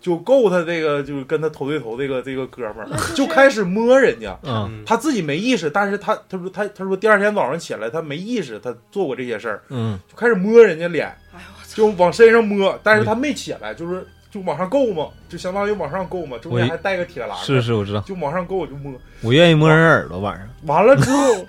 [SPEAKER 7] 就够他这个就是跟他头对头这个这个哥们儿，就开始摸人家。
[SPEAKER 8] 嗯
[SPEAKER 7] 他自己没意识，但是他他说他他说第二天早上起来他没意识，他做过这些事儿，
[SPEAKER 8] 嗯，
[SPEAKER 7] 就开始摸人家脸，就往身上摸，但是他没起来，就是就往上够嘛，就相当于往上够嘛，中间还带个铁栏儿，
[SPEAKER 8] 是是我知道
[SPEAKER 7] 就往上够我就摸，
[SPEAKER 8] 我愿意摸人耳朵晚上。
[SPEAKER 7] 完了之后，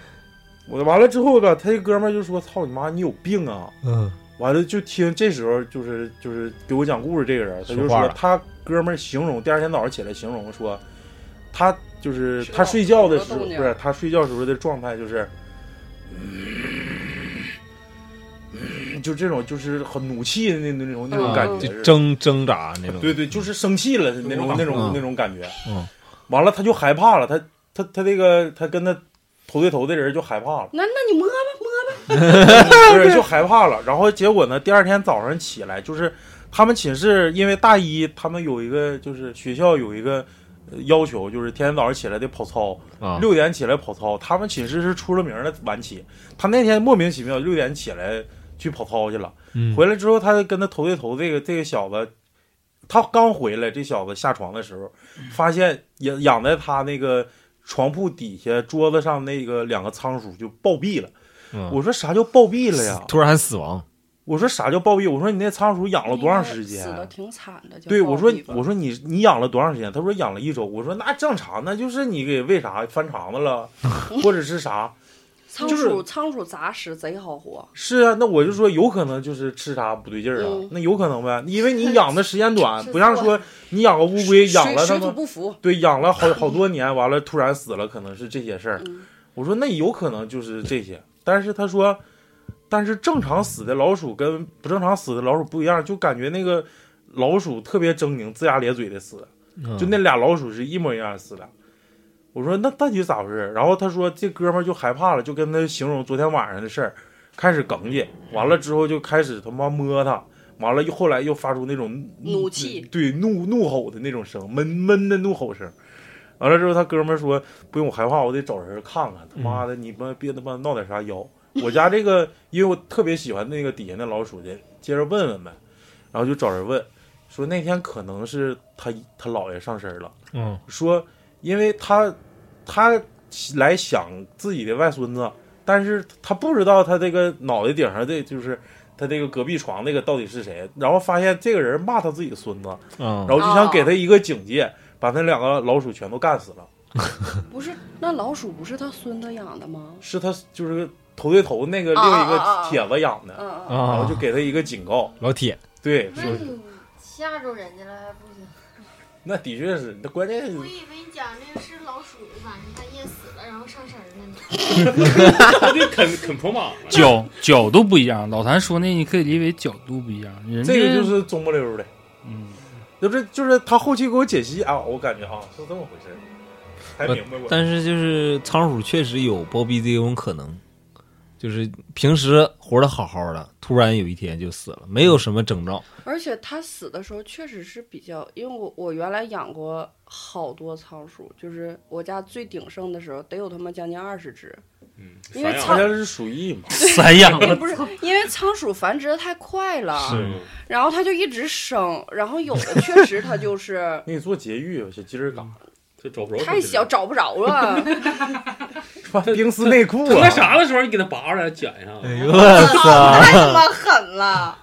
[SPEAKER 7] 我完了之后吧，他这哥们儿就说：“操你妈，你有病啊！”
[SPEAKER 8] 嗯，
[SPEAKER 7] 完了就听这时候就是就是给我讲故事这个人，他就
[SPEAKER 8] 说话
[SPEAKER 7] 说
[SPEAKER 8] 了
[SPEAKER 7] 他哥们儿形容第二天早上起来形容说，他就是他睡觉的时候
[SPEAKER 4] 有动静
[SPEAKER 7] 不是他睡觉时候的状态就是，嗯就这种就是很怒气的那那种那
[SPEAKER 4] 嗯
[SPEAKER 7] 种
[SPEAKER 8] 啊
[SPEAKER 7] 感觉，
[SPEAKER 8] 就是挣挣扎那种。
[SPEAKER 7] 对对，就是生气了那种那种
[SPEAKER 8] 嗯
[SPEAKER 7] 那种感觉。
[SPEAKER 8] 嗯，
[SPEAKER 7] 完了他就害怕了，他他他这个他跟他头对头的人就害 怕了。
[SPEAKER 4] 那那你摸吧，摸吧。
[SPEAKER 7] 不是就害怕了。然后结果呢，第二天早上起来，就是他们寝室因为大一他们有一个就是学校有一个呃要求，就是天天早上起来得跑操
[SPEAKER 8] 啊，
[SPEAKER 7] 六、点起来跑操。他们寝室是出了名的晚起，他那天莫名其妙六点起来去跑操去了。
[SPEAKER 8] 嗯
[SPEAKER 7] 回来之后，他跟他头对头这个这个小子。他刚回来，这小子下床的时候，发现养养在他那个床铺底下桌子上那个两个仓鼠就暴毙了。
[SPEAKER 8] 嗯
[SPEAKER 7] 我说啥叫暴毙了呀？
[SPEAKER 8] 啊突然死亡，
[SPEAKER 7] 我说啥叫暴毙？我说你那仓鼠养了多长时间啊
[SPEAKER 4] 死？的挺惨的，就
[SPEAKER 7] 对，我说
[SPEAKER 4] 暴毙吧
[SPEAKER 7] 我说你你养了多长时间？他说养了一周。我说那正常，那就是你给喂啥翻肠子了，或者是啥？
[SPEAKER 4] 仓
[SPEAKER 7] 就是
[SPEAKER 4] 鼠仓鼠杂食贼好活，
[SPEAKER 7] 是啊，那我就说有可能就是吃啥不对劲儿啊，
[SPEAKER 4] 嗯
[SPEAKER 7] 那有可能呗，因为你养的时 间短，不像
[SPEAKER 4] 是
[SPEAKER 7] 说你养个乌龟养了他
[SPEAKER 4] 水土
[SPEAKER 7] 妈
[SPEAKER 4] 不服。
[SPEAKER 7] 对养了好好多年，完了突然死了，可能是这些事儿。
[SPEAKER 4] 嗯
[SPEAKER 7] 我说那有可能就是这些，但是他说，但是正常死的老鼠跟不正常死的老鼠不一样，就感觉那个老鼠特别狰狞，龇牙咧嘴的死，
[SPEAKER 8] 嗯
[SPEAKER 7] 就那俩老鼠是一模一样死的。我说那到底咋回事？然后他说这哥们儿就害怕了，就跟他形容昨天晚上的事儿，开始哽咽，完了之后就开始他妈摸他，完了又后来又发出那种
[SPEAKER 4] 怒气
[SPEAKER 7] 对怒怒吼的那种声，闷闷的怒吼声。完了之后，他哥们儿说：“不用，我害怕，我得找人看看。他妈的，你们别他妈闹点啥妖！我家这个，因为我特别喜欢那个底下那老鼠的，接着问问呗。然后就找人问，说那天可能是他他姥爷上身了。
[SPEAKER 8] 嗯，
[SPEAKER 7] 说因为他他来想自己的外孙子，但是他不知道他这个脑袋顶上这就是他这个隔壁床那个到底是谁，然后发现这个人骂他自己的孙子，
[SPEAKER 8] 嗯
[SPEAKER 7] 然后就想给他一个警戒，把那两个老鼠全都干死了。
[SPEAKER 4] 不是，那老鼠不是他孙子养的吗？
[SPEAKER 7] 是他就是头对头那个另一
[SPEAKER 4] 啊啊啊
[SPEAKER 7] 个
[SPEAKER 4] 啊
[SPEAKER 7] 铁子养的，
[SPEAKER 4] 嗯
[SPEAKER 8] 嗯
[SPEAKER 7] 然后就给他一个警告。
[SPEAKER 8] 老铁，
[SPEAKER 7] 对，
[SPEAKER 11] 那
[SPEAKER 7] 说
[SPEAKER 11] 你吓着人家了还不行？
[SPEAKER 7] 那的确是，那关键是
[SPEAKER 11] 我以为你讲那个是老鼠晚上半夜死了，然后上身了呢。
[SPEAKER 2] 就啃啃跑马角
[SPEAKER 10] 脚
[SPEAKER 2] 角度不一样。老谭说那你可以理解为角度不一样，人家
[SPEAKER 7] 这个就是中不溜的，嗯，就是就是他后期给我解析啊，我感觉啊是这么回事儿，才明白过来。
[SPEAKER 8] 但是就是仓鼠确实有包庇这种可能，就是平时活得好好的，突然有一天就死了，没有什么征兆。
[SPEAKER 4] 而且它死的时候确实是比较，因为我我原来养过好多仓鼠，就是我家最鼎盛的时候得有他妈将近二十只。嗯，因为
[SPEAKER 7] 他
[SPEAKER 4] 仓
[SPEAKER 7] 家是鼠疫嘛，
[SPEAKER 8] 散养了
[SPEAKER 4] 不是因为仓鼠繁殖的太快了，
[SPEAKER 7] 是
[SPEAKER 10] 嗯
[SPEAKER 4] 然后它就一直生，然后有的确实它就是
[SPEAKER 7] 给你做节育，小鸡儿嘎，
[SPEAKER 10] 这找不
[SPEAKER 4] 太小，找不着 了。
[SPEAKER 7] 冰丝内裤
[SPEAKER 10] 他
[SPEAKER 7] 啊
[SPEAKER 10] 那啥的时候你给他拔出来剪一下。哎
[SPEAKER 8] 呦我操
[SPEAKER 4] 太他妈狠了！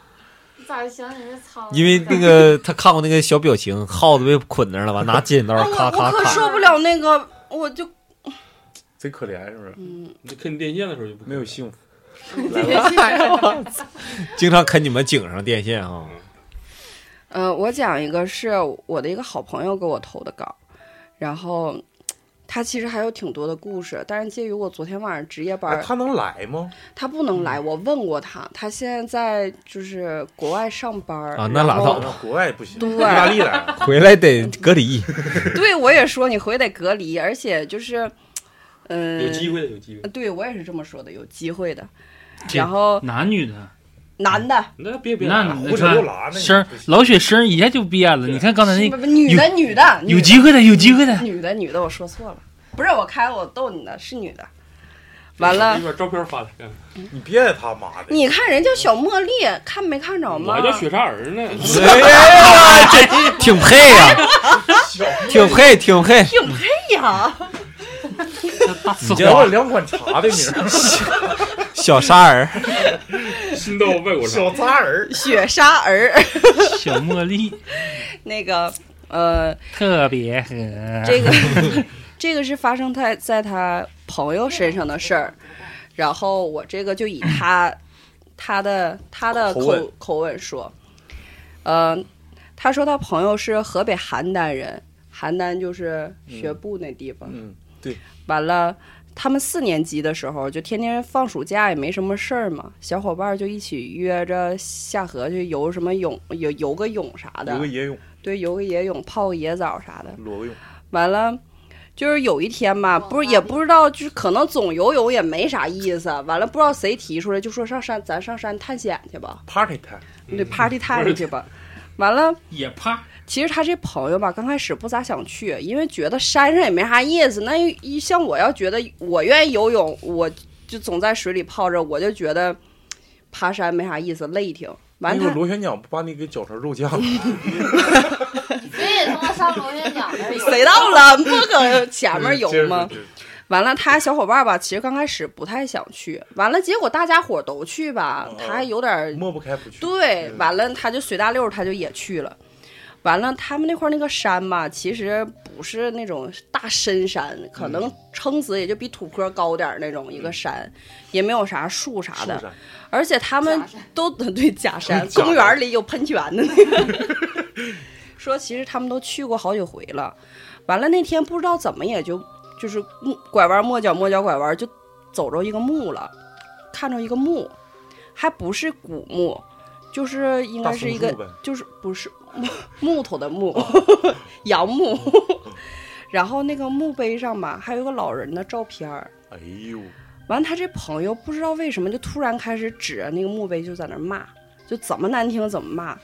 [SPEAKER 11] 你咋想起来操？
[SPEAKER 8] 因为那个他看过那个小表情，耗子被捆那儿了吧？拿剪刀咔
[SPEAKER 4] 哎我
[SPEAKER 8] 咔
[SPEAKER 4] 可
[SPEAKER 8] 砍。
[SPEAKER 4] 受不了那个，我就
[SPEAKER 7] 贼可怜是不是？
[SPEAKER 4] 嗯，
[SPEAKER 10] 你啃电线的时候就不
[SPEAKER 7] 没有幸福。
[SPEAKER 8] 经常啃你们井上电线 啊！
[SPEAKER 4] 呃，我讲一个是我的一个好朋友给我投的稿，然后嗯他其实还有挺多的故事，但是介于我昨天晚上值夜班，
[SPEAKER 7] 哎他能来吗？
[SPEAKER 4] 他不能来，我问过他，他现在在就是国外上班儿
[SPEAKER 8] 啊那拉倒吧
[SPEAKER 4] 然后
[SPEAKER 7] 国外不行
[SPEAKER 4] 对，
[SPEAKER 7] 意大 利来，
[SPEAKER 8] 回来得隔离。
[SPEAKER 4] 对，我也说你回得隔离，而且就是，嗯、
[SPEAKER 10] 有机会的有机会
[SPEAKER 4] 对我也是这么说的，有机会的。
[SPEAKER 2] 这
[SPEAKER 4] 然后
[SPEAKER 2] 男女的，
[SPEAKER 4] 男的，
[SPEAKER 10] 那别
[SPEAKER 2] 啊那你
[SPEAKER 10] 胡扯又拉
[SPEAKER 2] 看
[SPEAKER 10] 那个
[SPEAKER 2] 声老雪声一下就变了。你看刚才那
[SPEAKER 4] 不不女的女的
[SPEAKER 2] 有机会的有机会的，
[SPEAKER 4] 女的女的，我说错了，不是我开我逗你呢，是女的。完了
[SPEAKER 10] 你，把照片发来看。
[SPEAKER 7] 你别他妈的，
[SPEAKER 4] 你看人家小茉莉，看没看着
[SPEAKER 10] 我
[SPEAKER 4] 吗？
[SPEAKER 10] 还叫雪煞儿 呢。
[SPEAKER 8] 哎呀，这挺配呀、挺配，挺配。
[SPEAKER 4] 挺配哎呀。
[SPEAKER 8] 你这
[SPEAKER 7] 聊了两款茶的名儿，
[SPEAKER 8] 小沙 儿，
[SPEAKER 10] 新到外国
[SPEAKER 7] 小渣儿，
[SPEAKER 4] 雪沙儿，
[SPEAKER 2] 小茉莉
[SPEAKER 4] 那个呃，
[SPEAKER 2] 特别狠。
[SPEAKER 4] 这个这个是发生在在他朋友身上的事儿，然后我这个就以 他他的他的
[SPEAKER 11] 口
[SPEAKER 4] 口
[SPEAKER 11] 吻
[SPEAKER 4] 口吻说，呃，他说他朋友是河北邯郸人，邯郸就是学步那地方，
[SPEAKER 7] 嗯，对，
[SPEAKER 4] 完了。他们四年级的时候，就天天放暑假也没什么事儿嘛，小伙伴儿就一起约着下河去游什么泳，游游个泳啥的，
[SPEAKER 7] 有个野泳，
[SPEAKER 4] 对，游个野泳，泡个野澡啥的。
[SPEAKER 7] 裸泳，
[SPEAKER 4] 完了，就是有一天吧，不是也不知道，就是可能总游泳也没啥意思。完了，不知道谁提出来，就说上山，咱上山探险去吧，
[SPEAKER 7] party time，
[SPEAKER 4] 对，party time 去吧。完了，
[SPEAKER 2] 也怕。
[SPEAKER 4] 其实他这朋友吧，刚开始不咋想去，因为觉得山上也没啥意思。那一像我要觉得我愿意游泳，我就总在水里泡着，我就觉得爬山没啥意思，累挺。
[SPEAKER 7] 那
[SPEAKER 4] 完
[SPEAKER 7] 一
[SPEAKER 4] 了
[SPEAKER 7] 会
[SPEAKER 4] 他
[SPEAKER 7] 儿螺旋桨不把你给绞成肉 酱了？
[SPEAKER 11] 谁也他妈上螺旋桨那儿游
[SPEAKER 4] 谁到了？不搁前面游 吗
[SPEAKER 7] 接着？
[SPEAKER 4] 完了，他小伙伴吧，其实刚开始不太想去，完了结果大家伙都去吧，他还有点
[SPEAKER 7] 抹不开不去。
[SPEAKER 4] 对，完了他就随大溜儿，他就也去了。完了，他们那块儿那个山吧，其实不是那种大深山，可能撑死也就比土坡高点儿那种一个山，也没有啥嗯树啥的
[SPEAKER 11] 树山。
[SPEAKER 4] 而且他们都对假山，
[SPEAKER 11] 假山
[SPEAKER 4] 公园里有喷泉的那个。 说其实他们都去过好几回了。完了那天不知道怎么也就就是嗯拐弯抹角抹角拐弯就走着一个墓了，看着一个墓，还不是古墓，就是应该是一
[SPEAKER 11] 大松
[SPEAKER 4] 个
[SPEAKER 11] 树呗
[SPEAKER 4] 就是不是木木头的木，杨木。 然后那个墓碑上吧，还有个老人的照片儿。
[SPEAKER 7] 哎呦，
[SPEAKER 4] 完，他这朋友不知道为什么就突然开始指着那个墓碑就在那儿骂，就怎么难听怎么骂。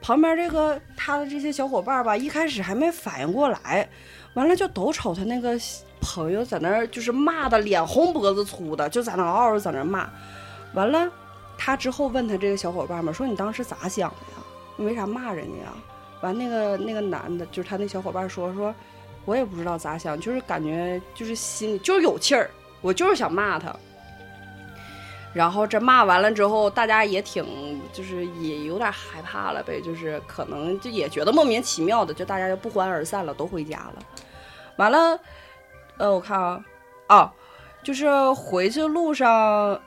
[SPEAKER 4] 旁边这个他的这些小伙伴吧，一开始还没反应过来，完了就都瞅他那个朋友在那儿就是骂的脸红脖子粗的，就在那嗷嗷在那儿骂。完了，他之后问他这个小伙伴们说：“你当时咋想的呀？你为啥骂人家呀？”完，那个那个男的，就是他那小伙伴说说，我也不知道咋想，就是感觉就是心里就是有气儿，我就是想骂他。然后这骂完了之后，大家也挺就是也有点害怕了呗，就是可能就也觉得莫名其妙的，就大家就不欢而散了，都回家了。完了，呃，我看啊，啊，就是回去路上，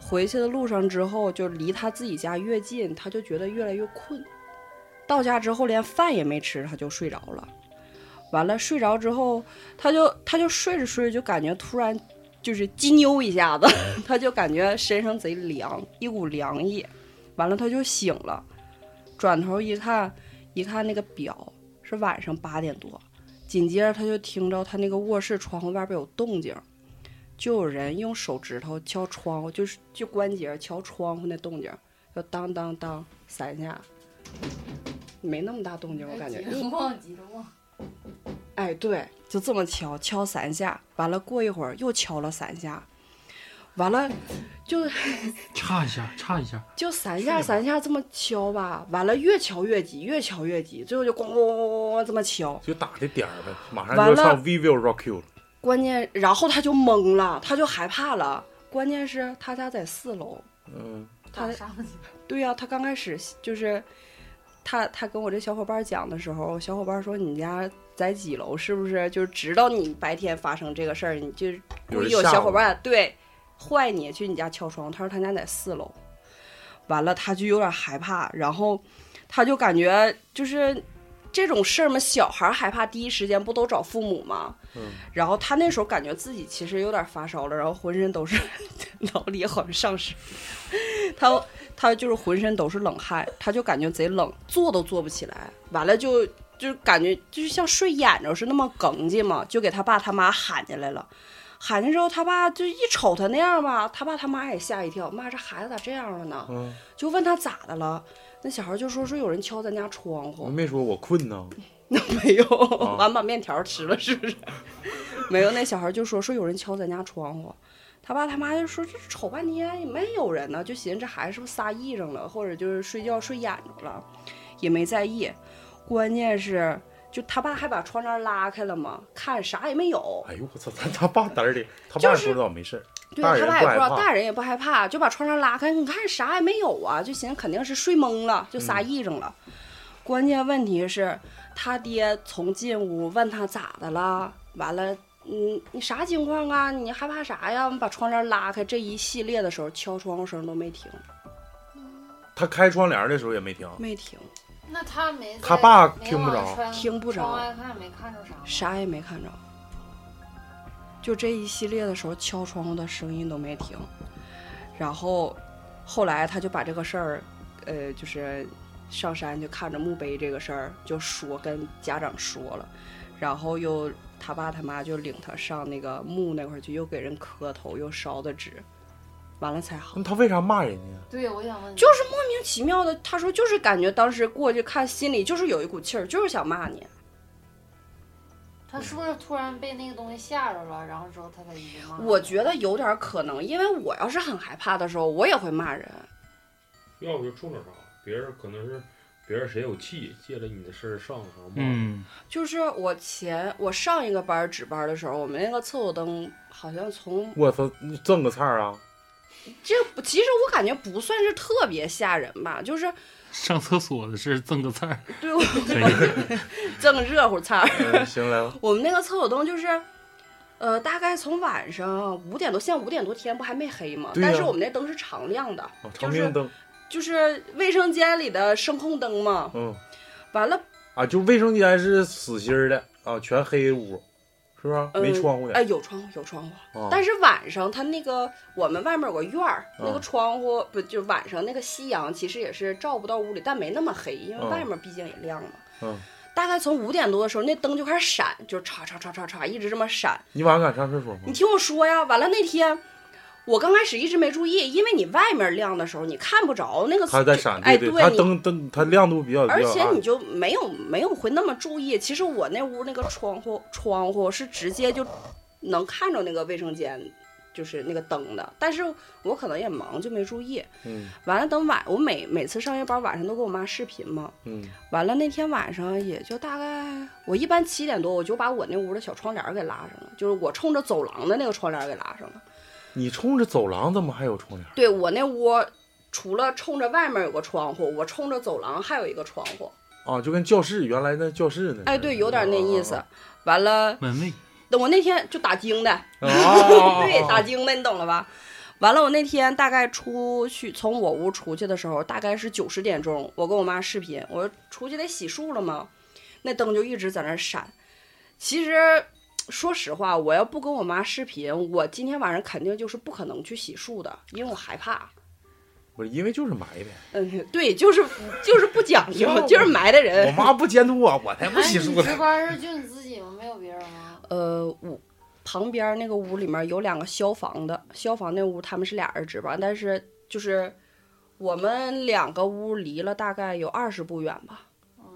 [SPEAKER 4] 回去的路上之后，就离他自己家越近，他就觉得越来越困。到家之后连饭也没吃，他就睡着了。完了睡着之后，他就他就睡着睡着就感觉突然就是激扭一下子， 他就感觉身上贼凉，一股凉意。完了他就醒了，转头一看，一看那个表是晚上八点多。紧接着他就听着他那个卧室窗户外边有动静，就有人用手指头敲窗户，就是就关节敲窗户那动静，就当当当三下，没那么大动静，我
[SPEAKER 11] 哎
[SPEAKER 4] 感觉。
[SPEAKER 3] 忘急着忘。
[SPEAKER 4] 哎，对，就这么敲，敲三下，完了过一会儿又敲了三下，完了就
[SPEAKER 2] 差一下，差一下，
[SPEAKER 4] 就三下三下这么敲吧，完了越敲越急，越敲越急，最后就咣咣咣咣咣这么敲，
[SPEAKER 7] 就打这点儿呗，马上就
[SPEAKER 4] 完
[SPEAKER 7] 要
[SPEAKER 4] 了
[SPEAKER 7] 上 vivo rock you 了。
[SPEAKER 4] 关键然后他就懵了，他就害怕了，关键是他家在四楼，
[SPEAKER 7] 嗯，
[SPEAKER 4] 他对呀、他刚开始就是他他跟我这小伙伴讲的时候，小伙伴说你家在几楼？是不是就是知道你白天发生这个事儿，你就故意有小伙伴对坏你去你家敲窗户？他说他家在四楼，完了他就有点害怕，然后他就感觉就是这种事儿嘛，小孩儿害怕第一时间不都找父母吗？
[SPEAKER 7] 嗯，
[SPEAKER 4] 然后他那时候感觉自己其实有点发烧了，然后浑身都是 脑里好像上身，他他就是浑身都是冷汗，他就感觉贼冷，坐都坐不起来，完了就就感觉就是像睡眼着是那么哽叽嘛，就给他爸他妈喊进来了。喊的时候，他爸就一瞅他那样吧，他爸他妈也吓一跳，妈这孩子咋这样了呢？
[SPEAKER 7] 嗯，
[SPEAKER 4] 就问他咋的了，那小孩就说说有人敲咱家窗户，
[SPEAKER 7] 我没说我困
[SPEAKER 4] 哦
[SPEAKER 7] 呢，
[SPEAKER 4] 完把面条吃了，是不是？ 没有，那小孩就说说有人敲咱家窗户，他爸他妈就说这瞅半天也没有人呢，就寻思这孩子是不是撒癔上了，或者就是睡觉睡眼着了，也没在意。关键是，就他爸还把窗帘拉开了嘛，看啥也没有。
[SPEAKER 7] 哎呦我操，他他爸胆儿里，他爸
[SPEAKER 4] 就是
[SPEAKER 7] 不知道没事儿，
[SPEAKER 4] 对
[SPEAKER 7] 大
[SPEAKER 4] 他
[SPEAKER 7] 人
[SPEAKER 4] 爸也不
[SPEAKER 7] 害
[SPEAKER 4] 知道，
[SPEAKER 7] 怕
[SPEAKER 4] 大人也不害怕，就把窗帘拉开，你看啥也没有啊，就寻思肯定是睡懵了，
[SPEAKER 7] 嗯
[SPEAKER 4] 就撒癔症了。关键问题是，他爹从进屋问他咋的了，完了，嗯，你啥情况啊？你害怕啥呀？把窗帘拉开，这一系列的时候，敲窗户声都没停，
[SPEAKER 7] 他开窗帘的时候也没停，
[SPEAKER 4] 没停，
[SPEAKER 11] 那他没
[SPEAKER 7] 他爸听不着
[SPEAKER 4] 听不着
[SPEAKER 11] 窗外看没看着啥？
[SPEAKER 4] 啥也没看着。就这一系列的时候，敲窗户的声音都没停。然后后来他就把这个事儿，呃，就是上山就看着墓碑这个事儿，就说跟家长说了，然后又他爸他妈就领他上那个墓那块儿去，又给人磕头，又烧的纸，完了才好。
[SPEAKER 7] 那他为啥骂人家？
[SPEAKER 4] 对，我想问，就是莫名其妙的，他说就是感觉当时过去看，心里就是有一股气儿，就是想骂你。
[SPEAKER 11] 他是不是突然被那个东西吓着了，然后之后他才啊一直骂？
[SPEAKER 4] 我觉得有点可能，因为我要是很害怕的时候，我也会骂人。
[SPEAKER 10] 要不就冲着啥，别人可能是别人谁有气，借了你的事儿上的时候骂。
[SPEAKER 2] 嗯，
[SPEAKER 4] 就是我前我上一个班儿值班儿的时候，我们那个厕所灯好像从
[SPEAKER 7] 我操，你挣个菜儿啊！
[SPEAKER 4] 这不其实我感觉不算是特别吓人吧，就是
[SPEAKER 2] 上厕所的事赠个菜儿，
[SPEAKER 4] 对我
[SPEAKER 2] 可以，
[SPEAKER 4] 正热乎菜儿。
[SPEAKER 7] 嗯行来吧，
[SPEAKER 4] 我们那个厕所灯就是，呃，大概从晚上五点多，现在五点多天不还没黑吗？
[SPEAKER 7] 对呀
[SPEAKER 4] 但是我们那灯是常亮的，
[SPEAKER 7] 哦长明灯，
[SPEAKER 4] 就是卫生间里的声控灯嘛。
[SPEAKER 7] 嗯
[SPEAKER 4] 完了，
[SPEAKER 7] 啊，就卫生间是死心儿的啊，全黑屋，是不是？没窗户
[SPEAKER 4] 哎、
[SPEAKER 7] 的。
[SPEAKER 4] 呃有窗户，有窗户。
[SPEAKER 7] 哦
[SPEAKER 4] 但是晚上它那个我们外面有个院儿，那
[SPEAKER 7] 哦
[SPEAKER 4] 个窗户不就晚上那个夕阳其实也是照不到屋里，但没那么黑，因为
[SPEAKER 7] 哦
[SPEAKER 4] 外面毕竟也亮嘛。
[SPEAKER 7] 嗯，
[SPEAKER 4] 大概从五点多的时候，那灯就开始闪，就唰唰唰唰唰一直这么闪。
[SPEAKER 7] 你晚上敢上厕所吗？
[SPEAKER 4] 你听我说呀，完了那天我刚开始一直没注意，因为你外面亮的时候你看不着那个，
[SPEAKER 7] 它在闪，
[SPEAKER 4] 哎，
[SPEAKER 7] 对，
[SPEAKER 4] 对
[SPEAKER 7] 它
[SPEAKER 4] 你
[SPEAKER 7] 灯灯它亮度比较，
[SPEAKER 4] 而
[SPEAKER 7] 比较
[SPEAKER 4] 且
[SPEAKER 7] 暗
[SPEAKER 4] 你就没有没有会那么注意。其实我那屋那个窗户窗户是直接就能看着那个卫生间，就是那个灯的。但是我可能也忙，就没注意。
[SPEAKER 7] 嗯
[SPEAKER 4] 完了，等晚我每每次上夜班晚上都跟我妈视频嘛。
[SPEAKER 7] 嗯
[SPEAKER 4] 完了那天晚上也就大概，我一般七点多我就把我那屋的小窗帘儿给拉上了，就是我冲着走廊的那个窗帘儿给拉上了。
[SPEAKER 7] 你冲着走廊怎么还有窗帘？
[SPEAKER 4] 对我那屋除了冲着外面有个窗户，我冲着走廊还有一个窗户。
[SPEAKER 7] 啊，就跟教室原来那教室那
[SPEAKER 4] 哎，对，有点那意
[SPEAKER 7] 哦
[SPEAKER 4] 思。完了，
[SPEAKER 7] 门卫
[SPEAKER 4] 等我那天就打精的，
[SPEAKER 7] 哦
[SPEAKER 4] 对，打精的，你懂了吧？完了，我那天大概出去，从我屋出去的时候，大概是九十点钟，我跟我妈视频，我出去得洗漱了嘛，那灯就一直在那儿闪。其实说实话，我要不跟我妈视频，我今天晚上肯定就是不可能去洗漱的，因为我害怕。
[SPEAKER 7] 不是因为就是埋汰。
[SPEAKER 4] 嗯，对，就是就是不讲究，就是埋汰人。
[SPEAKER 7] 我妈不监督啊我，我才不
[SPEAKER 11] 你
[SPEAKER 7] 洗
[SPEAKER 4] 哎
[SPEAKER 7] 漱
[SPEAKER 11] 值
[SPEAKER 7] 呢。
[SPEAKER 11] 班是就你自己吗？没有别人啊吗？
[SPEAKER 4] 呃，我旁边那个屋里面有两个消防的，消防那屋他们是俩人值班，但是就是我们两个屋离了大概有二十步远吧。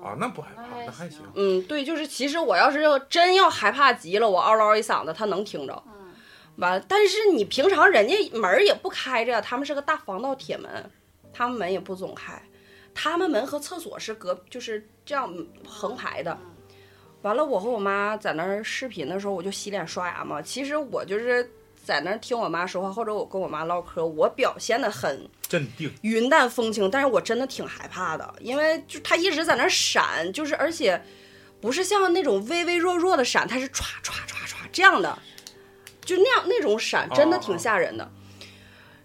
[SPEAKER 7] 啊，那不害怕，那还行。
[SPEAKER 4] 嗯，对，就是其实我要是要真要害怕极了，我嗷嗷一嗓子，他能听着。完，但是你平常人家门儿也不开着呀，他们是个大防盗铁门，他们门也不总开，他们门和厕所是隔就是这样横排的。完了，我和我妈在那儿视频的时候，我就洗脸刷牙嘛。其实我就是在那儿听我妈说话，或者我跟我妈唠嗑，我表现的很
[SPEAKER 7] 镇定。
[SPEAKER 4] 云淡风轻，但是我真的挺害怕的，因为就它一直在那儿闪，就是而且不是像那种微微弱弱的闪，它是唰唰唰唰这样的，就那样那种闪真的
[SPEAKER 2] 哦
[SPEAKER 4] 挺吓人的。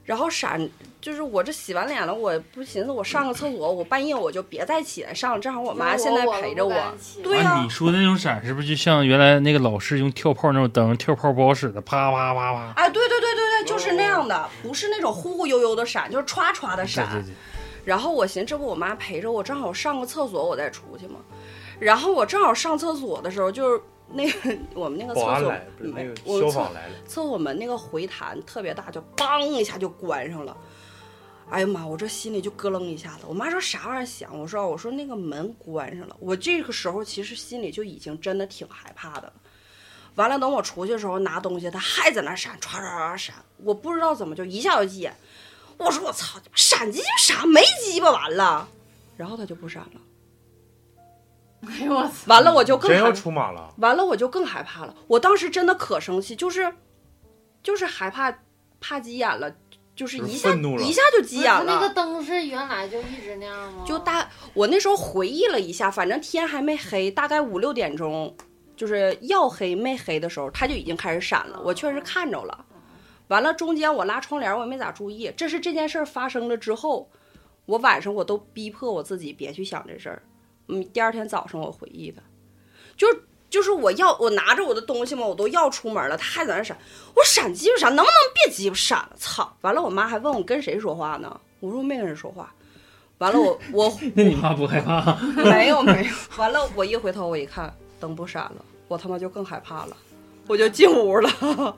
[SPEAKER 4] 然后闪就是我这洗完脸了，我不寻思我上个厕所，我半夜我就别再起来上了，正好我妈
[SPEAKER 11] 那我
[SPEAKER 4] 现在
[SPEAKER 11] 我
[SPEAKER 4] 陪
[SPEAKER 11] 不
[SPEAKER 4] 着我，
[SPEAKER 11] 敢起
[SPEAKER 4] 对呀、
[SPEAKER 2] 啊，你说的那种色儿是不是就像原来那个老式用跳炮那种灯，跳炮不好使的，啪啪啪啪。
[SPEAKER 4] 哎，对对对对对，就是那样的，不是那种忽忽悠悠的闪，就是歘歘的闪。
[SPEAKER 2] 哦对对对，
[SPEAKER 4] 然后我寻思，这不我妈陪着我，正好上个厕所，我再出去嘛。然后我正好上厕所的时候，就是那个 我们那个厕
[SPEAKER 7] 保安
[SPEAKER 4] 所嗯
[SPEAKER 7] 来，不是那个
[SPEAKER 4] 我
[SPEAKER 7] 消
[SPEAKER 4] 厕
[SPEAKER 7] 防来了。
[SPEAKER 4] 厕所门那个回弹特别大，就梆一下就关上了。哎呀妈！我这心里就咯楞一下子。我妈说啥玩意儿响？我说啊我说那个门关上了。我这个时候其实心里就已经真的挺害怕的了。完了，等我出去的时候拿东西，它还在那儿闪，唰唰唰闪。我不知道怎么就一下就急眼。我说我操，闪鸡巴啥？没鸡巴完了。然后它就不闪了。
[SPEAKER 11] 哎呦我操！
[SPEAKER 4] 完了我就更
[SPEAKER 7] 真要
[SPEAKER 4] 害
[SPEAKER 7] 出马了，
[SPEAKER 4] 完了我就更害怕了。我当时真的可生气，就是就是害怕怕急眼了，就是
[SPEAKER 7] 就是
[SPEAKER 4] 一下
[SPEAKER 7] 愤怒了
[SPEAKER 4] 一下就急眼
[SPEAKER 11] 不是它那个
[SPEAKER 4] 了。
[SPEAKER 11] 灯是原来就一直那样吗？
[SPEAKER 4] 就大我那时候回忆了一下，反正天还没黑，大概五六点钟，就是要黑没黑的时候，它就已经开始闪了。我确实看着了。完了，中间我拉窗帘，我也没咋注意。这是这件事儿发生了之后，我晚上我都逼迫我自己别去想这事儿。嗯，第二天早上我回忆的，就就是我要我拿着我的东西嘛，我都要出门了，他还在那闪，我说闪鸡巴闪，能不能别鸡巴闪了？操！完了，我妈还问我跟谁说话呢，我说我没跟人说话。完了我，我
[SPEAKER 2] 那你妈不害怕？
[SPEAKER 4] 没 有没有。完了，我一回头我一看灯不闪了，我他妈就更害怕 了，我就进屋了。嗯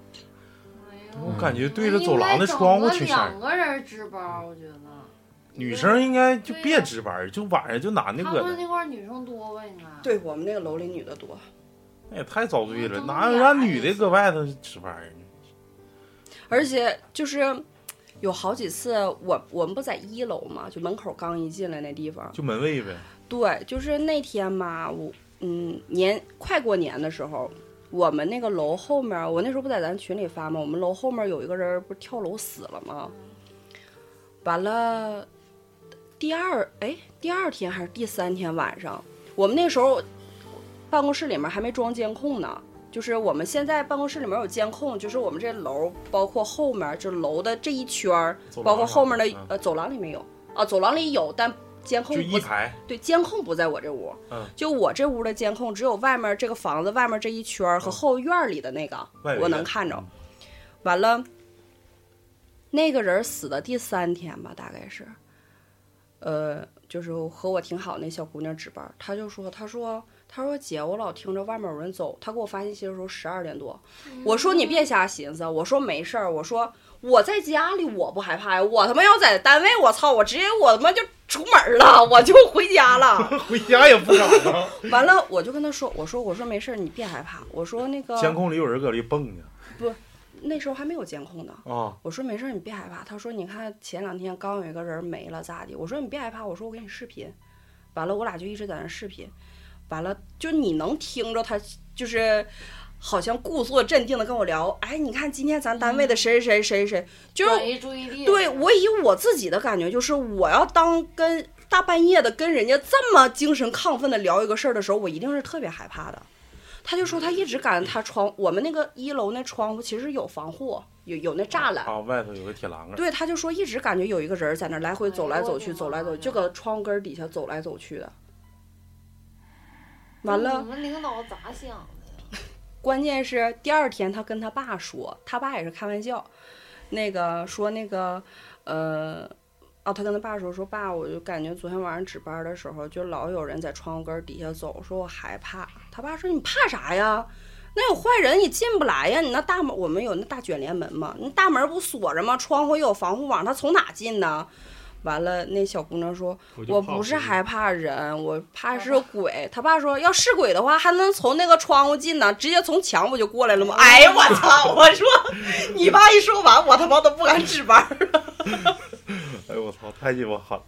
[SPEAKER 7] 我感觉对着走廊的窗户
[SPEAKER 11] 哎应该
[SPEAKER 7] 挺
[SPEAKER 11] 整个
[SPEAKER 7] 吓人
[SPEAKER 4] 啊
[SPEAKER 11] 两。个人值班，我觉得
[SPEAKER 7] 女生应该就别值班，就晚上就男的
[SPEAKER 11] 他
[SPEAKER 7] 搁
[SPEAKER 11] 们
[SPEAKER 4] 嗯
[SPEAKER 7] 那，
[SPEAKER 11] 那块儿女生多吧，应该。
[SPEAKER 4] 对我们那个楼里女的多。
[SPEAKER 7] 那也太遭罪
[SPEAKER 4] 嗯
[SPEAKER 7] 了，哪有让女的搁外头值班呢？
[SPEAKER 4] 而且就是有好几次，我我们不在一楼嘛，就门口刚一进来那地方，
[SPEAKER 7] 就门卫呗。
[SPEAKER 4] 对，就是那天嘛，我嗯年快过年的时候，我们那个楼后面，我那时候不在咱群里发吗？我们楼后面有一个人不是跳楼死了吗？完了，第二哎第二天还是第三天晚上，我们那时候办公室里面还没装监控呢。就是我们现在办公室里面有监控，就是我们这楼包括后面就楼的这一圈儿
[SPEAKER 7] 走，廊
[SPEAKER 4] 嗯包括后面的
[SPEAKER 7] 上
[SPEAKER 4] 呃走廊里没有啊，走廊里有，但监控
[SPEAKER 7] 就
[SPEAKER 4] 不
[SPEAKER 7] 一排，
[SPEAKER 4] 对，监控不在我这屋，
[SPEAKER 7] 嗯，
[SPEAKER 4] 就我这屋的监控只有外面这个房子外面这一圈儿和后院儿里的那个、
[SPEAKER 7] 嗯外围的嗯
[SPEAKER 4] 我能看着。完了，那个人死的第三天吧，大概是，呃，就是和我挺好那小姑娘值班，她就说，她说他说姐，我老听着外面有人走。他给我发信息的时候十二点多，
[SPEAKER 11] 嗯
[SPEAKER 4] 我说你别瞎寻思，我说没事儿，我说我在家里我不害怕呀，我他妈要在单位，我操，我直接我他妈就出门了，我就回家了。
[SPEAKER 7] 回家也不敢啊。
[SPEAKER 4] 完了，我就跟他说，我说我说没事儿，你别害怕，我说那个
[SPEAKER 7] 监控里有人搁里蹦呢
[SPEAKER 4] 不，那时候还没有监控呢。
[SPEAKER 7] 啊！
[SPEAKER 4] 我说没事儿，你别害怕。他说你看前两天刚有一个人没了咋的？我说你别害怕，我说我给你视频。完了，我俩就一直在那视频。完了，就你能听着他就是好像故作镇定的跟我聊，哎，你看今天咱单位的谁谁谁谁谁，就是
[SPEAKER 11] 转移注意力
[SPEAKER 4] 对我以我自己的感觉，就是我要当跟大半夜的跟人家这么精神亢奋的聊一个事儿的时候，我一定是特别害怕的。他就说他一直感觉他窗，我们那个一楼那窗户其实有防护，有有那栅栏。
[SPEAKER 7] 啊，外头有个铁栏杆。
[SPEAKER 4] 对，，他就说一直感觉有一个人在那儿来回走来走去，走来走去，就搁窗户根儿底下走来走去的。完了
[SPEAKER 11] 你，们领导咋想的？
[SPEAKER 4] 关键是第二天他跟他爸说，他爸也是开玩笑，那个说那个呃。哦，他跟他爸说说爸，我就感觉昨天晚上值班的时候，就老有人在窗户根儿底下走，说我害怕。他爸说你怕啥呀？那有坏人你进不来呀！你那大门，我们有那大卷帘门嘛，那大门不锁着吗？窗户也有防护网，他从哪进呢？完了，那小姑娘说：“
[SPEAKER 13] 我就
[SPEAKER 4] 我
[SPEAKER 13] 怕
[SPEAKER 4] 不是
[SPEAKER 13] 鬼
[SPEAKER 4] 害怕人，我怕是鬼。”他爸说：“要是鬼的话，还能从那个窗户进呢，直接从墙不就过来了吗？”哎呀，我操！我说，你爸一说完，我他妈都不敢值班儿了。
[SPEAKER 7] 哎呦我操，太鸡巴狠了！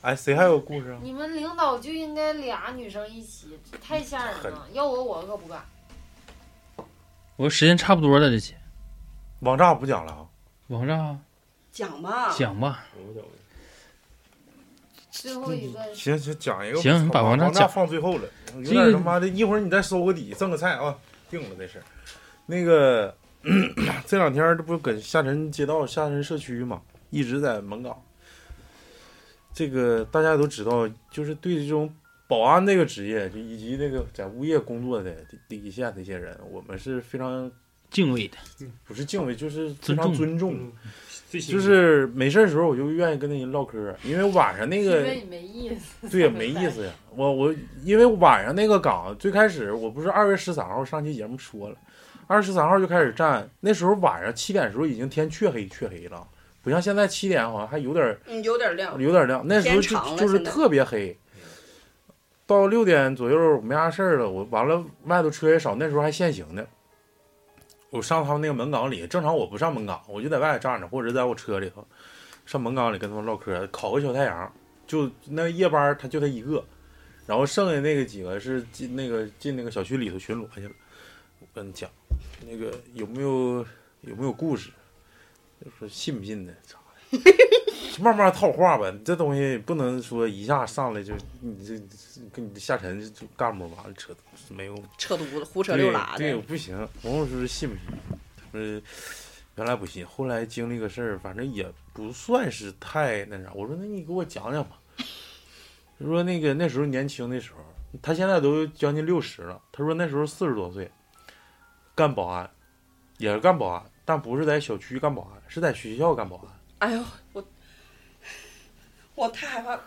[SPEAKER 7] 哎，谁还有故事啊？
[SPEAKER 11] 你们领导就应该俩女生一起，这太吓人了。要我，我可不干。
[SPEAKER 2] 我时间差不多了，这期
[SPEAKER 7] 王炸不讲了啊？
[SPEAKER 2] 王炸
[SPEAKER 4] 讲吧，
[SPEAKER 2] 讲吧，
[SPEAKER 11] 最后一个
[SPEAKER 7] 行行，讲一个。
[SPEAKER 2] 行
[SPEAKER 7] 我操
[SPEAKER 2] 把王
[SPEAKER 7] 王
[SPEAKER 2] 炸
[SPEAKER 7] 炸
[SPEAKER 2] 讲
[SPEAKER 7] 放最后了，有
[SPEAKER 2] 这个
[SPEAKER 7] 点他妈的，一会儿你再收个底，赠个菜啊，定了这事儿。那个 这两天这不搁下沉街道、下沉社区嘛，一直在门岗。这个大家都知道，就是对这种保安这个职业，就以及那个在物业工作的底底下的一些人，我们是非常
[SPEAKER 2] 敬畏的，
[SPEAKER 7] 不是敬畏，就是非常
[SPEAKER 2] 尊
[SPEAKER 7] 尊重。
[SPEAKER 2] 最新
[SPEAKER 7] 就是没事儿的时候，我就愿意跟那人唠嗑儿，因为晚上那
[SPEAKER 11] 因
[SPEAKER 7] 个
[SPEAKER 11] 为你没意思。
[SPEAKER 7] 对，没意思呀。我我因为晚上那个岗，最开始我不是二月十三号上期节目说了，二月十三号就开始站，那时候晚上七点的时候已经天黢黑黢黑了，不像现在七点好像还有点儿
[SPEAKER 4] 嗯，有点亮，
[SPEAKER 7] 有点亮，那时候
[SPEAKER 4] 天长
[SPEAKER 7] 就
[SPEAKER 4] 了
[SPEAKER 7] 就是
[SPEAKER 4] 现在嗯
[SPEAKER 7] 特别黑。到六点左右没啥事儿了，我完了外头车也少，那时候还限行呢。我上他们那个门岗里，正常我不上门岗，我就在外头站着，或者在我车里头，上门岗里跟他们唠嗑，烤个小太阳。就那夜班儿他就他一个，然后剩下那个几个是进那个进那个小区里头巡逻去了。我跟你讲，那个有没有有没有故事？就说信不信的，操！慢慢套话吧，这东西不能说一下上来就你这跟你下沉就干部完了扯没有
[SPEAKER 4] 扯犊子，胡扯六拉的。
[SPEAKER 7] 对，对，不行。王老师信不信？他说原来不信，后来经历个事儿，反正也不算是太那啥。我说那你给我讲讲吧。他说那个那时候年轻的时候，他现在都将近六十了。他说那时候四十多岁，干保安，也是干保安，但不是在小区干保安，是在学校干保安。
[SPEAKER 4] 哎呦，我我太害怕，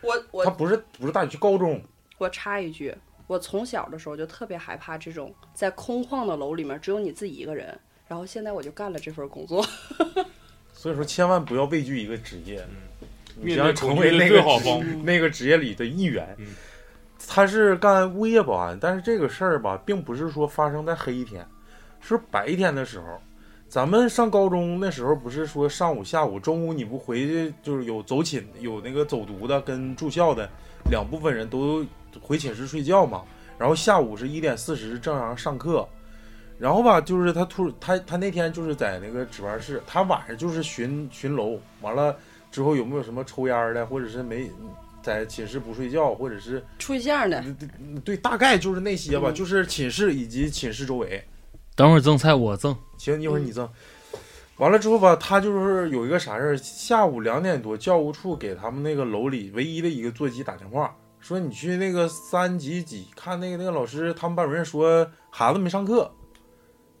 [SPEAKER 4] 我我
[SPEAKER 7] 他不是不是大学，高中。
[SPEAKER 4] 我插一句，我从小的时候就特别害怕这种在空旷的楼里面只有你自己一个人，然后现在我就干了这份工作。
[SPEAKER 7] 所以说，千万不要畏惧一个职业，你
[SPEAKER 10] 嗯面
[SPEAKER 7] 将
[SPEAKER 10] 对
[SPEAKER 7] 成
[SPEAKER 10] 恐
[SPEAKER 7] 为
[SPEAKER 10] 惧是
[SPEAKER 7] 那
[SPEAKER 10] 最
[SPEAKER 7] 个
[SPEAKER 10] 好
[SPEAKER 7] 职
[SPEAKER 10] 方法 嗯
[SPEAKER 7] 那个职业里的一员。他是干物业保安，但是这个事儿吧，并不是说发生在黑天，是白天的时候。咱们上高中那时候，不是说上午、下午、中午你不回去，就是有走寝、有那个走读的跟住校的两部分人都回寝室睡觉嘛。然后下午是一点四十正常上课，然后吧，就是他突他他那天就是在那个值班室，他晚上就是巡巡楼，完了之后有没有什么抽烟儿的，或者是没嗯在寝室不睡觉，或者是
[SPEAKER 4] 处对象的，
[SPEAKER 7] 对，大概就是那些吧，
[SPEAKER 4] 嗯
[SPEAKER 7] 就是寝室以及寝室周围。
[SPEAKER 2] 等会儿赠菜我赠，
[SPEAKER 7] 行，一会儿你赠。完了之后吧，他就是有一个啥事儿，下午两点多，教务处给他们那个楼里唯一的一个座机打电话，说你去那个三级几看那个那个老师，他们班主任说孩子没上课，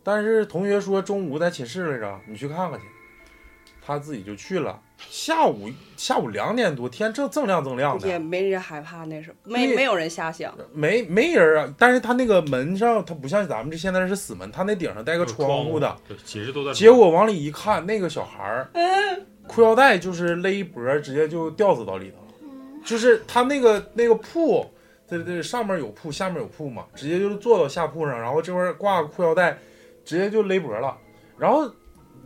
[SPEAKER 7] 但是同学说中午在寝室来着，你去看看去。他自己就去了。下午下午两点多，天正锃亮锃亮的，
[SPEAKER 4] 也没人害怕那什么，没
[SPEAKER 7] 对
[SPEAKER 4] 没有人瞎想。
[SPEAKER 7] 没没人啊。但是他那个门上，他不像咱们这现在是死门，他那顶上带个窗户的。
[SPEAKER 9] 对，寝室都在。
[SPEAKER 7] 结果往里一看，那个小孩儿裤腰带就是勒一脖儿，直接就吊死到里头了。就是他那个那个铺，对对，上面有铺，下面有铺嘛，直接就坐到下铺上，然后这块儿挂个裤腰带，直接就勒脖了。然后，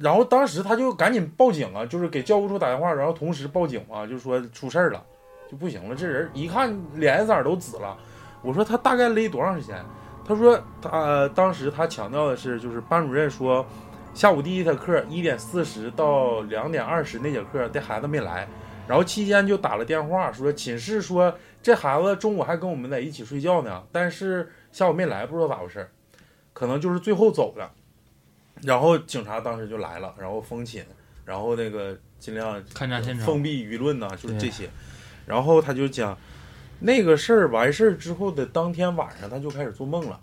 [SPEAKER 7] 然后当时他就赶紧报警啊，就是给教务处打电话，然后同时报警嘛，就说哎出事儿了，就不行了。这人一看脸色儿都紫了。我说他大概勒多长时间？他说他、呃当时他强调的是，就是班主任说，下午第一节课一点四十到两点二十那节课，这孩子没来，然后期间就打了电话说寝室说这孩子中午还跟我们在一起睡觉呢，但是下午没来，不知道咋回事儿，可能就是最后走的。然后警察当时就来了，然后封寝，然后那个尽量
[SPEAKER 2] 勘察现场
[SPEAKER 7] 封闭舆论呐、就是这
[SPEAKER 2] 对
[SPEAKER 7] 些。然后他就讲那个事儿完事儿之后的当天晚上，他就开始做梦了。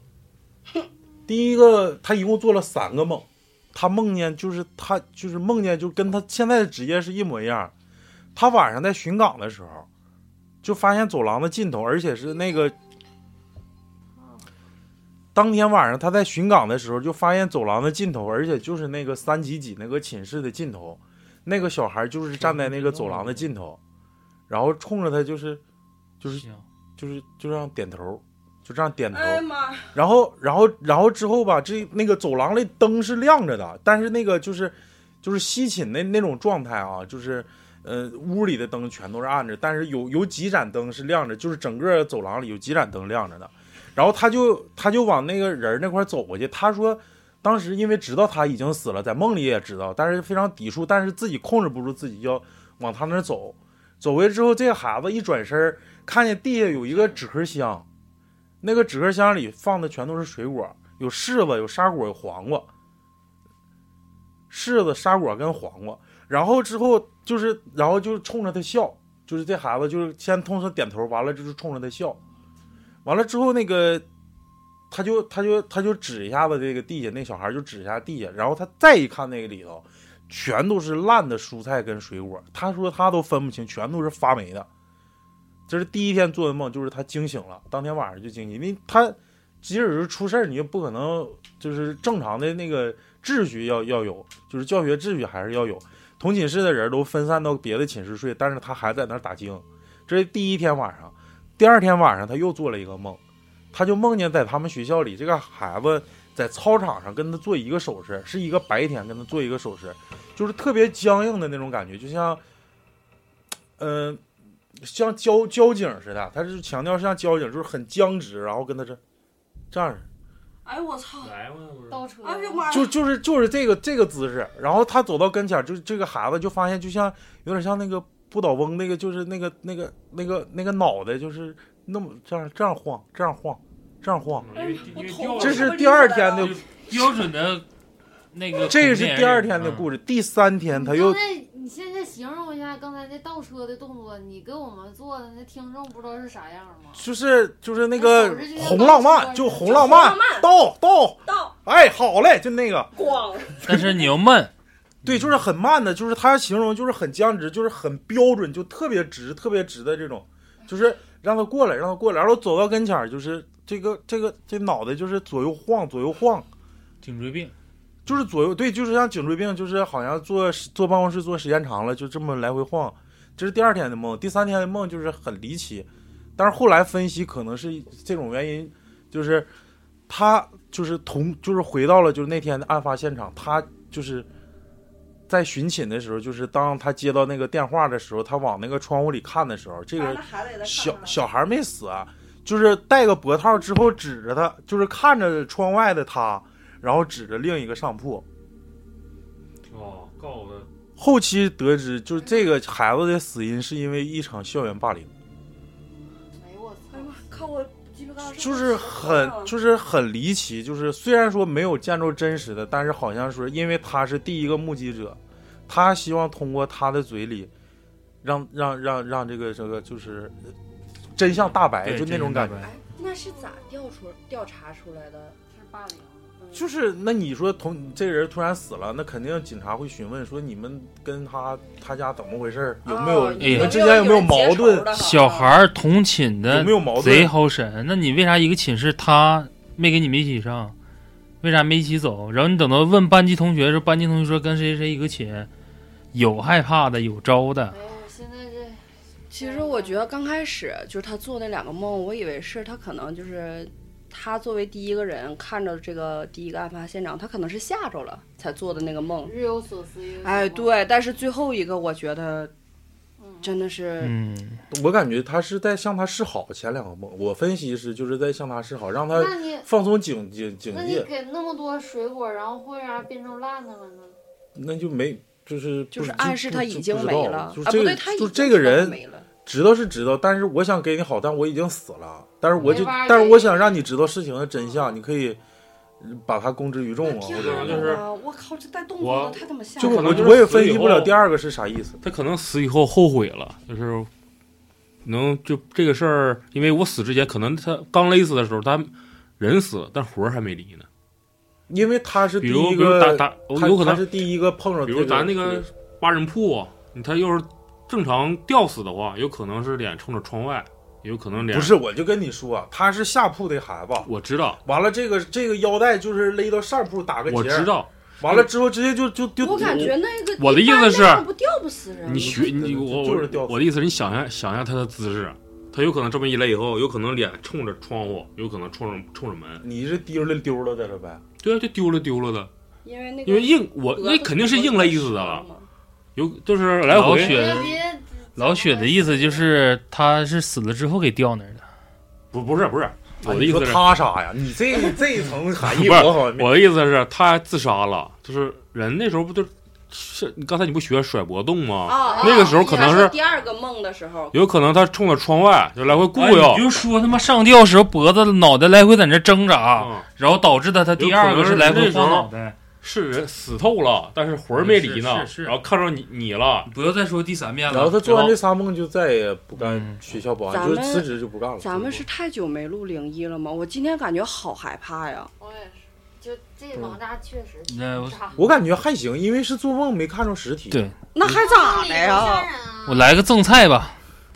[SPEAKER 7] 第一个，他一共做了三个梦，他梦见就是他就是梦见就跟他现在的职业是一模一样。他晚上在巡岗的时候，就发现走廊的尽头，而且是那个当天晚上他在巡岗的时候，就发现走廊的尽头，而且就是那个三几几那个寝室的尽头，那个小孩就是站在那个走廊的尽头，然后冲着他就是就是就是就这样点头，就这样点头。
[SPEAKER 4] 哎呀妈！
[SPEAKER 7] 然后，然后，然后之后吧，这那个走廊里灯是亮着的，但是那个就是就是西寝那那种状态啊，就是呃屋里的灯全都是暗着，但是有有几盏灯是亮着，就是整个走廊里有几盏灯亮着的。然后他就他就往那个人儿那块儿走过去，他说当时因为知道他已经死了，在梦里也知道，但是非常抵触，但是自己控制不住自己要往他那儿走。走过去之后，这个孩子一转身儿，看见地下有一个纸壳箱，那个纸壳箱里放的全都是水果，有柿子，有沙果，有黄瓜。柿子、沙果跟黄瓜，然后之后就是，然后就冲着他笑，就是这孩子就是先通声点头，完了就是冲着他笑，完了之后那个，他就他就他就指一下子这个地下，那小孩就指一下地下，然后他再一看那个里头，全都是烂的蔬菜跟水果，他说他都分不清，全都是发霉的。这是第一天做的梦，就是他惊醒了，当天晚上就惊醒，因为他即使是出事儿，你也不可能就是正常的那个秩序要要有，就是教学秩序还是要有。同寝室的人都分散到别的寝室睡，但是他还在那儿打精。这是第一天晚上，第二天晚上他又做了一个梦，他就梦见在他们学校里，这个孩子在操场上跟他做一个手势，是一个白天跟他做一个手势，就是特别僵硬的那种感觉，就像，嗯、像交交警似的，他是强调像交警，就是很僵直，然后跟他这这样式
[SPEAKER 4] 哎我操！
[SPEAKER 11] 倒车！
[SPEAKER 4] 哎呀妈呀！
[SPEAKER 7] 就就是就是这个这个姿势，然后他走到跟前儿，就是这个孩子就发现，就像有点像那个不倒翁那个，就是那个那个那个那个脑袋，就是那么这样这样晃，这样晃，这样晃。这是第二天的，
[SPEAKER 2] 标准的那个，嗯
[SPEAKER 7] 这是第二天的故事。第三天他又
[SPEAKER 11] 刚才你现在形容一下刚才那倒车的动作，你跟我们做的那听众不知道是啥样吗？
[SPEAKER 7] 就是就是那个
[SPEAKER 11] 手势就像
[SPEAKER 7] 红浪漫，就红浪漫
[SPEAKER 11] 就红浪漫，
[SPEAKER 7] 到到
[SPEAKER 4] 到，
[SPEAKER 7] 哎，好嘞，就那个。
[SPEAKER 4] 咣！
[SPEAKER 2] 但是你要慢，
[SPEAKER 7] 对，就是很慢的，就是他形容就是很僵直，就是很标准，就特别直、特别直的这种，就是让他过来，让他过来，然后走到跟前儿，就是这个这个这脑袋就是左右晃，左右晃，
[SPEAKER 2] 颈椎病，
[SPEAKER 7] 就是左右对，就是像颈椎病，就是好像坐坐办公室坐时间长了，就这么来回晃。这是第二天的梦，第三天的梦就是很离奇，但是后来分析可能是这种原因，就是他就是同就是回到了就是那天的案发现场，他就是在巡寝的时候，就是当他接到那个电话的时候，他往那个窗户里看的时候，这
[SPEAKER 4] 哎
[SPEAKER 7] 个小小孩没死啊，就是戴个脖套之后指着他，就是看着窗外的他，然后指着另一个上铺。
[SPEAKER 9] 哦，告的
[SPEAKER 7] 后期得知，就是这个孩子的死因是因为一场校园霸凌，
[SPEAKER 11] 哎呦我操！
[SPEAKER 4] 哎呀妈！看我鸡皮疙瘩。
[SPEAKER 7] 就是很就是很离奇，就是虽然说没有见着真实的，但是好像说因为他是第一个目击者，他希望通过他的嘴里让让让让这个这个就是呃真相大白，
[SPEAKER 2] 对
[SPEAKER 7] 哎就那种
[SPEAKER 2] 真相
[SPEAKER 4] 哎
[SPEAKER 2] 大
[SPEAKER 7] 感觉。
[SPEAKER 4] 那是咋调出调查出来的？
[SPEAKER 11] 是霸凌。
[SPEAKER 4] 嗯，
[SPEAKER 7] 就是那你说同这人突然死了，那肯定警察会询问说你们跟他他家怎么回事
[SPEAKER 11] 啊
[SPEAKER 7] 儿，有没有、你们之间有没有矛盾？
[SPEAKER 2] 小孩儿同寝的
[SPEAKER 7] 有没有矛盾
[SPEAKER 2] 贼好审。那你为啥一个寝室他没跟你们一起上？为啥没一起走？然后你等到问班级同学的时候，班级同学说跟谁谁一个寝，有害怕的，有招
[SPEAKER 11] 哎
[SPEAKER 2] 的。
[SPEAKER 4] 其实我觉得刚开始就是他做那两个梦，我以为是他可能就是他作为第一个人看着这个第一个案发现场，他可能是吓着了才做的那个梦。
[SPEAKER 11] 日有所思，夜有所梦
[SPEAKER 4] 哎，，对，但是最后一个我觉得真的是，
[SPEAKER 2] 嗯，
[SPEAKER 7] 我感觉他是在向他示好。前两个梦，我分析是就是在向他示好，让他
[SPEAKER 11] 那你
[SPEAKER 2] 呃
[SPEAKER 7] 放松警警警
[SPEAKER 11] 那你
[SPEAKER 7] 戒，
[SPEAKER 11] 给那么多水果，然后为啥变成烂的了呢？
[SPEAKER 7] 那就没就是
[SPEAKER 11] 就是是暗示他已经
[SPEAKER 7] 没
[SPEAKER 11] 没了
[SPEAKER 7] 就
[SPEAKER 11] 啊
[SPEAKER 7] 这
[SPEAKER 11] 不
[SPEAKER 7] 个、
[SPEAKER 11] 对他已
[SPEAKER 7] 就
[SPEAKER 11] 经
[SPEAKER 7] 这个人
[SPEAKER 11] 没了
[SPEAKER 7] 知道是知道，但是我想给你好，但我已经死了，但是我就
[SPEAKER 11] 没法儿
[SPEAKER 7] 但是
[SPEAKER 11] 给
[SPEAKER 7] 我想让你知道事情的真相，你可以把它公之于众啊，我觉得
[SPEAKER 10] 就是
[SPEAKER 4] 我靠，这带动
[SPEAKER 10] 我
[SPEAKER 4] 作的，他怎么吓
[SPEAKER 7] 就
[SPEAKER 4] 着
[SPEAKER 7] 我
[SPEAKER 4] 了？
[SPEAKER 7] 我也分析不了第二个是啥意思。
[SPEAKER 10] 他可能死以后后悔了，就是能就这个事儿，因为我死之前，可能他刚勒死的时候，他人死了，但魂儿还没离呢。
[SPEAKER 7] 因为他是第
[SPEAKER 10] 比如
[SPEAKER 7] 一
[SPEAKER 10] 比如
[SPEAKER 7] 个，
[SPEAKER 10] 打打
[SPEAKER 7] 他
[SPEAKER 10] 有可能
[SPEAKER 7] 他是第一个碰上这
[SPEAKER 10] 比
[SPEAKER 7] 个，
[SPEAKER 10] 如咱那个八人铺，你他要是正常吊死的话，有可能是脸冲着窗外，也有可能脸
[SPEAKER 7] 不是，我就跟你说啊，他是下铺的孩子，
[SPEAKER 10] 我知道。
[SPEAKER 7] 完了，这个这个腰带就是勒到上铺打个结，
[SPEAKER 10] 我知道。
[SPEAKER 7] 完了之后直接就就就
[SPEAKER 4] 我感觉那个
[SPEAKER 10] 我的
[SPEAKER 4] 一
[SPEAKER 10] 意
[SPEAKER 4] 般
[SPEAKER 10] 思是
[SPEAKER 4] 那样不吊不死人，
[SPEAKER 10] 你学你我
[SPEAKER 7] 就是
[SPEAKER 10] 我我的意思是你想象想象他的姿势，他有可能这么一勒以后，有可能脸冲着窗户，有可能冲着冲着门。
[SPEAKER 7] 你是丢了丢了的了呗？
[SPEAKER 10] 对啊，就丢了丢了的，
[SPEAKER 4] 因为那个
[SPEAKER 10] 因为硬我
[SPEAKER 4] 脖
[SPEAKER 10] 那
[SPEAKER 4] 子
[SPEAKER 10] 肯定是硬勒死的了，啊有就是来
[SPEAKER 2] 老
[SPEAKER 10] 回
[SPEAKER 2] 雪
[SPEAKER 4] 呃
[SPEAKER 2] 的老雪的意思就是他是死了之后给吊那儿的。
[SPEAKER 10] 不不是不是，我的
[SPEAKER 7] 哎你
[SPEAKER 10] 意
[SPEAKER 7] 说
[SPEAKER 10] 思是
[SPEAKER 7] 他啥呀？你这 这一层 含义
[SPEAKER 10] 不是
[SPEAKER 7] 我好像没
[SPEAKER 10] 我的意思是，他自杀了，就是人那时候不就是你刚才你不学甩脖动吗？
[SPEAKER 9] 哦
[SPEAKER 4] 啊，
[SPEAKER 10] 那个时候可能
[SPEAKER 4] 你还说
[SPEAKER 10] 是
[SPEAKER 4] 第二个梦的时候，
[SPEAKER 10] 有可能他冲着窗外就来回
[SPEAKER 2] 哎
[SPEAKER 10] 咕悠，
[SPEAKER 2] 你就说他妈上吊时候脖子脑袋来回在那挣扎，然后导致他他第二个是来回晃脑袋。
[SPEAKER 10] 袋，是人死透了，但是魂儿没离呢，
[SPEAKER 2] 是是是
[SPEAKER 10] 然后看着你你了，
[SPEAKER 2] 不要再说第三遍
[SPEAKER 7] 然后他做完这仨梦就再也不
[SPEAKER 10] 嗯
[SPEAKER 7] 干学校保安，
[SPEAKER 4] 咱
[SPEAKER 7] 就
[SPEAKER 4] 们
[SPEAKER 7] 是辞职就不干了。
[SPEAKER 4] 咱们是太久没录灵异了吗？我今天感觉好害怕呀！
[SPEAKER 11] 我也是，就这王炸确实
[SPEAKER 2] 那我
[SPEAKER 11] 炸。
[SPEAKER 7] 我感觉还行，因为是做梦没看着实体。
[SPEAKER 2] 对，
[SPEAKER 4] 那还咋的呀？
[SPEAKER 2] 我来个赠菜吧，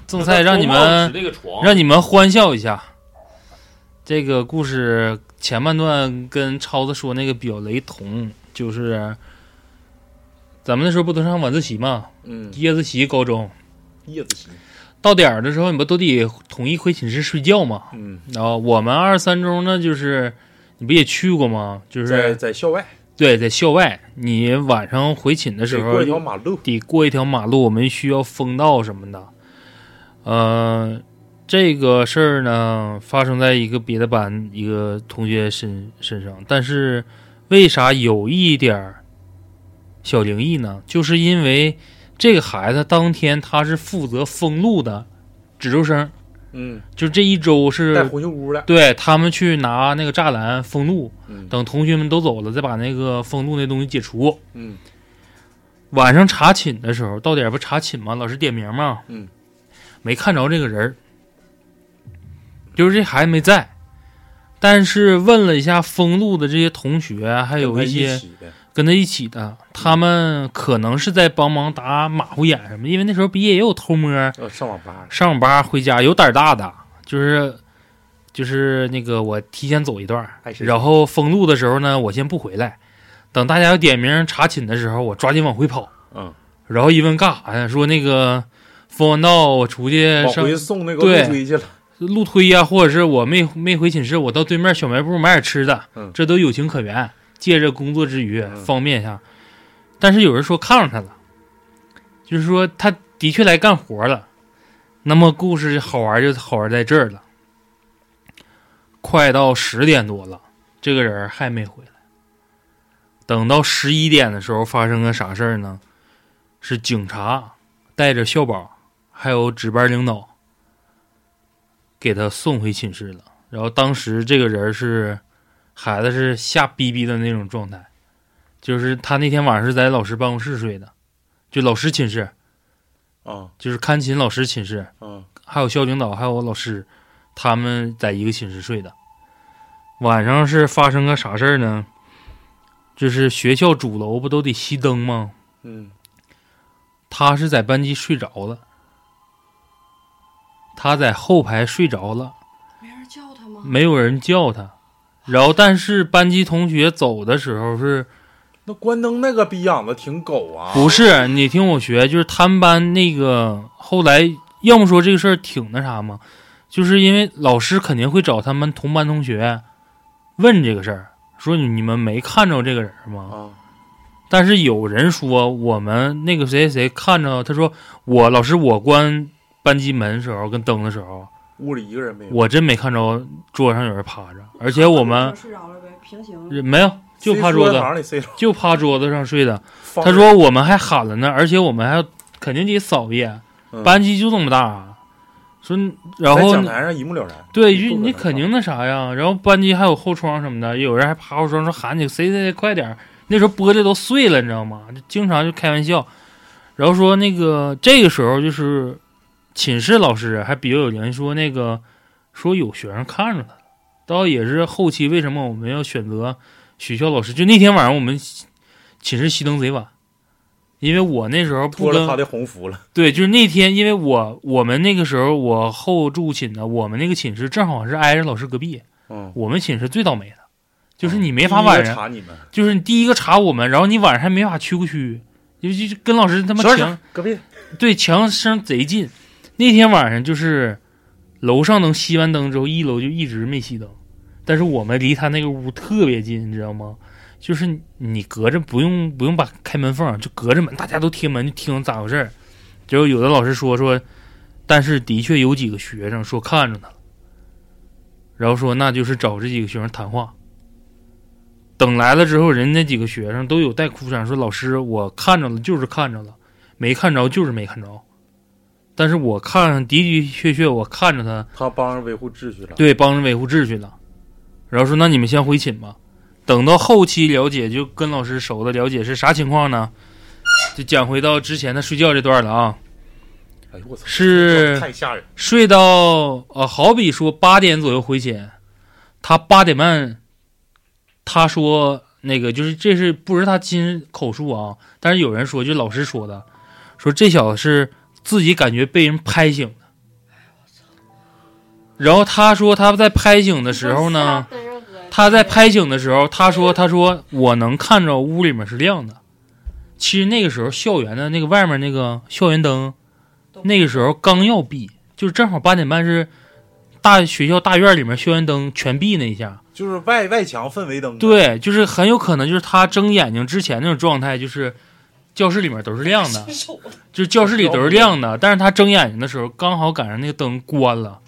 [SPEAKER 2] 赠菜让你
[SPEAKER 10] 那他
[SPEAKER 2] 们
[SPEAKER 10] 头帽指那个床
[SPEAKER 2] 让你们欢笑一下。这个故事前半段跟超子说那个比较雷同，就是咱们那时候不都上晚自习吗？
[SPEAKER 7] 嗯
[SPEAKER 2] 夜自习高中
[SPEAKER 7] 叶子席，
[SPEAKER 2] 到点儿的时候，你不都得统一回寝室睡觉吗？
[SPEAKER 7] 嗯，
[SPEAKER 2] 然后我们二三中呢，就是你不也去过吗？就是
[SPEAKER 7] 在在校外，
[SPEAKER 2] 对，在校外，你晚上回寝的时
[SPEAKER 7] 得
[SPEAKER 2] 候
[SPEAKER 7] 过一条马路，
[SPEAKER 2] 得过一条马路，我们需要封道什么的。呃，这个事儿呢，发生在一个别的班一个同学身身上，但是为啥有一点儿小灵异呢？就是因为这个孩子当天他是负责封路的值周生，
[SPEAKER 7] 嗯，
[SPEAKER 2] 就这一周是
[SPEAKER 7] 带红袖屋的
[SPEAKER 2] 对他们去拿那个栅栏封路，
[SPEAKER 7] 嗯
[SPEAKER 2] 等同学们都走了，再把那个封路那东西解除。
[SPEAKER 7] 嗯，
[SPEAKER 2] 晚上查寝的时候，到点儿不查寝吗？老师点名吗？
[SPEAKER 7] 嗯，
[SPEAKER 2] 没看着这个人儿，就是这孩子没在。但是问了一下封路的这些同学，还有
[SPEAKER 7] 跟他一
[SPEAKER 2] 些
[SPEAKER 7] 起的
[SPEAKER 2] 跟他一起的，他们可能是在帮忙打马虎眼什么，因为那时候毕业也有偷摸儿
[SPEAKER 7] 呃，上网吧，
[SPEAKER 2] 上网吧回家，有胆儿大的，就是就是那个我提前走一段儿
[SPEAKER 7] 爱，谁
[SPEAKER 2] 然后封路的时候呢，我先不回来，等大家要点名查寝的时候，我抓紧往回跑。
[SPEAKER 7] 嗯，
[SPEAKER 2] 然后一问干啥呀？说那个封完道，我出去
[SPEAKER 7] 往
[SPEAKER 2] 上
[SPEAKER 7] 回送那个
[SPEAKER 2] 对
[SPEAKER 7] 路推去了。
[SPEAKER 2] 路推呀、或者是我没没回寝室，我到对面小卖部买点吃的，
[SPEAKER 7] 嗯
[SPEAKER 2] 这都有情可原。借着工作之余、方便一下，但是有人说看上他了，就是说他的确来干活了。那么故事好玩就好玩在这儿了。快到十点多了，这个人还没回来。等到十一点的时候，发生个啥事儿呢？是警察带着校保还有值班领导给他送回寝室了。然后当时这个人是孩子是吓逼逼的那种状态，就是他那天晚上是在老师办公室睡的，就老师寝室，
[SPEAKER 7] 啊，
[SPEAKER 2] 就是看寝老师寝室，
[SPEAKER 7] 嗯，
[SPEAKER 2] 还有校领导还有老师，他们在一个寝室睡的。晚上是发生个啥事儿呢？就是学校主楼不都得熄灯吗？
[SPEAKER 7] 嗯，
[SPEAKER 2] 他是在班级睡着了，他在后排睡着了，
[SPEAKER 4] 没人叫他吗？
[SPEAKER 2] 没有人叫他。然后，但是班级同学走的时候是
[SPEAKER 7] 那关灯那个逼样子挺狗啊！
[SPEAKER 2] 不是，你听我学，就是他们班那个后来，要么说这个事儿挺那啥嘛，就是因为老师肯定会找他们同班同学问这个事儿，说你你们没看着这个人吗？但是有人说我们那个谁谁谁看着，他说我老师我关班级门时候跟灯的时候，
[SPEAKER 7] 屋里一个人没有，
[SPEAKER 2] 我真没看着桌上有人趴着，而且我们
[SPEAKER 4] 睡着了呗，平行
[SPEAKER 2] 人没有，就趴桌
[SPEAKER 7] 谁说在哪里
[SPEAKER 2] 子
[SPEAKER 7] 谁说，
[SPEAKER 2] 就趴桌子上睡的。
[SPEAKER 7] 放
[SPEAKER 2] 他说我们还喊了呢，而且我们还要肯定得扫一眼，
[SPEAKER 7] 嗯
[SPEAKER 2] 班级就这么大，啊说然
[SPEAKER 7] 在
[SPEAKER 2] 后
[SPEAKER 7] 讲台上一目了然。
[SPEAKER 2] 对，就你肯定那啥呀。然后班级还有后窗什么的，有人还爬后窗说喊你谁谁谁快点儿。那时候玻璃都碎了，你知道吗？就经常就开玩笑，然后说那个这个时候就是寝室老师还比较有人说那个说有学生看着他了，倒也是后期为什么我们要选择学校老师？就那天晚上我们寝室熄灯贼晚，因为我那时候不
[SPEAKER 7] 脱了
[SPEAKER 2] 跟
[SPEAKER 7] 他的红服了。
[SPEAKER 2] 对，就是那天，因为我我们那个时候我后住寝的，我们那个寝室正好是挨着老师隔壁，
[SPEAKER 7] 嗯
[SPEAKER 2] 我们寝室最倒霉的，就是你没
[SPEAKER 7] 第
[SPEAKER 2] 法
[SPEAKER 7] 一
[SPEAKER 2] 晚
[SPEAKER 7] 个
[SPEAKER 2] 上
[SPEAKER 7] 查你们，
[SPEAKER 2] 就是你第一个查我们，然后你晚上还没法区过区，就就跟老师他妈
[SPEAKER 7] 小点
[SPEAKER 2] 强
[SPEAKER 7] 声隔壁，
[SPEAKER 2] 对强声贼近。那天晚上就是楼上能熄完灯之后，一楼就一直没熄灯，但是我们离他那个屋特别近，你知道吗？就是你你隔着不用不用把开门缝，就隔着门，大家都贴门就听咋回事儿。结果有的老师说说，但是的确有几个学生说看着他了，然后说那就是找这几个学生谈话。等来了之后，人那几个学生都有带哭声，说老师我看着了，就是看着了，没看着就是没看着。但是我看的的确确，我看着他，
[SPEAKER 7] 他帮人维护秩序了。
[SPEAKER 2] 对，帮着维护秩序了。然后说那你们先回寝吧，等到后期了解，就跟老师熟的了解是啥情况呢？就讲回到之前的睡觉这段了啊。
[SPEAKER 7] 哎呦我操，
[SPEAKER 2] 是
[SPEAKER 7] 太吓人！
[SPEAKER 2] 睡到呃，好比说八点左右回寝，他八点半，他说那个就是这是不是他亲口述啊？但是有人说，就老师说的，说这小子是自己感觉被人拍醒的。然后他说他在拍醒的时候
[SPEAKER 11] 啊
[SPEAKER 2] 呢，啊他在拍醒的时候，他说他说我能看着屋里面是亮的。其实那个时候校园的那个外面那个校园灯，那个时候刚要闭，就是正好八点半是大学校大院里面校园灯全闭那一下。
[SPEAKER 7] 就是外外墙氛围灯。啊
[SPEAKER 2] 对，就是很有可能就是他睁眼睛之前那种状态，就是教室里面都是亮的，就是教室里都是亮的，但是他睁眼睛的时候刚好赶上那个灯关了，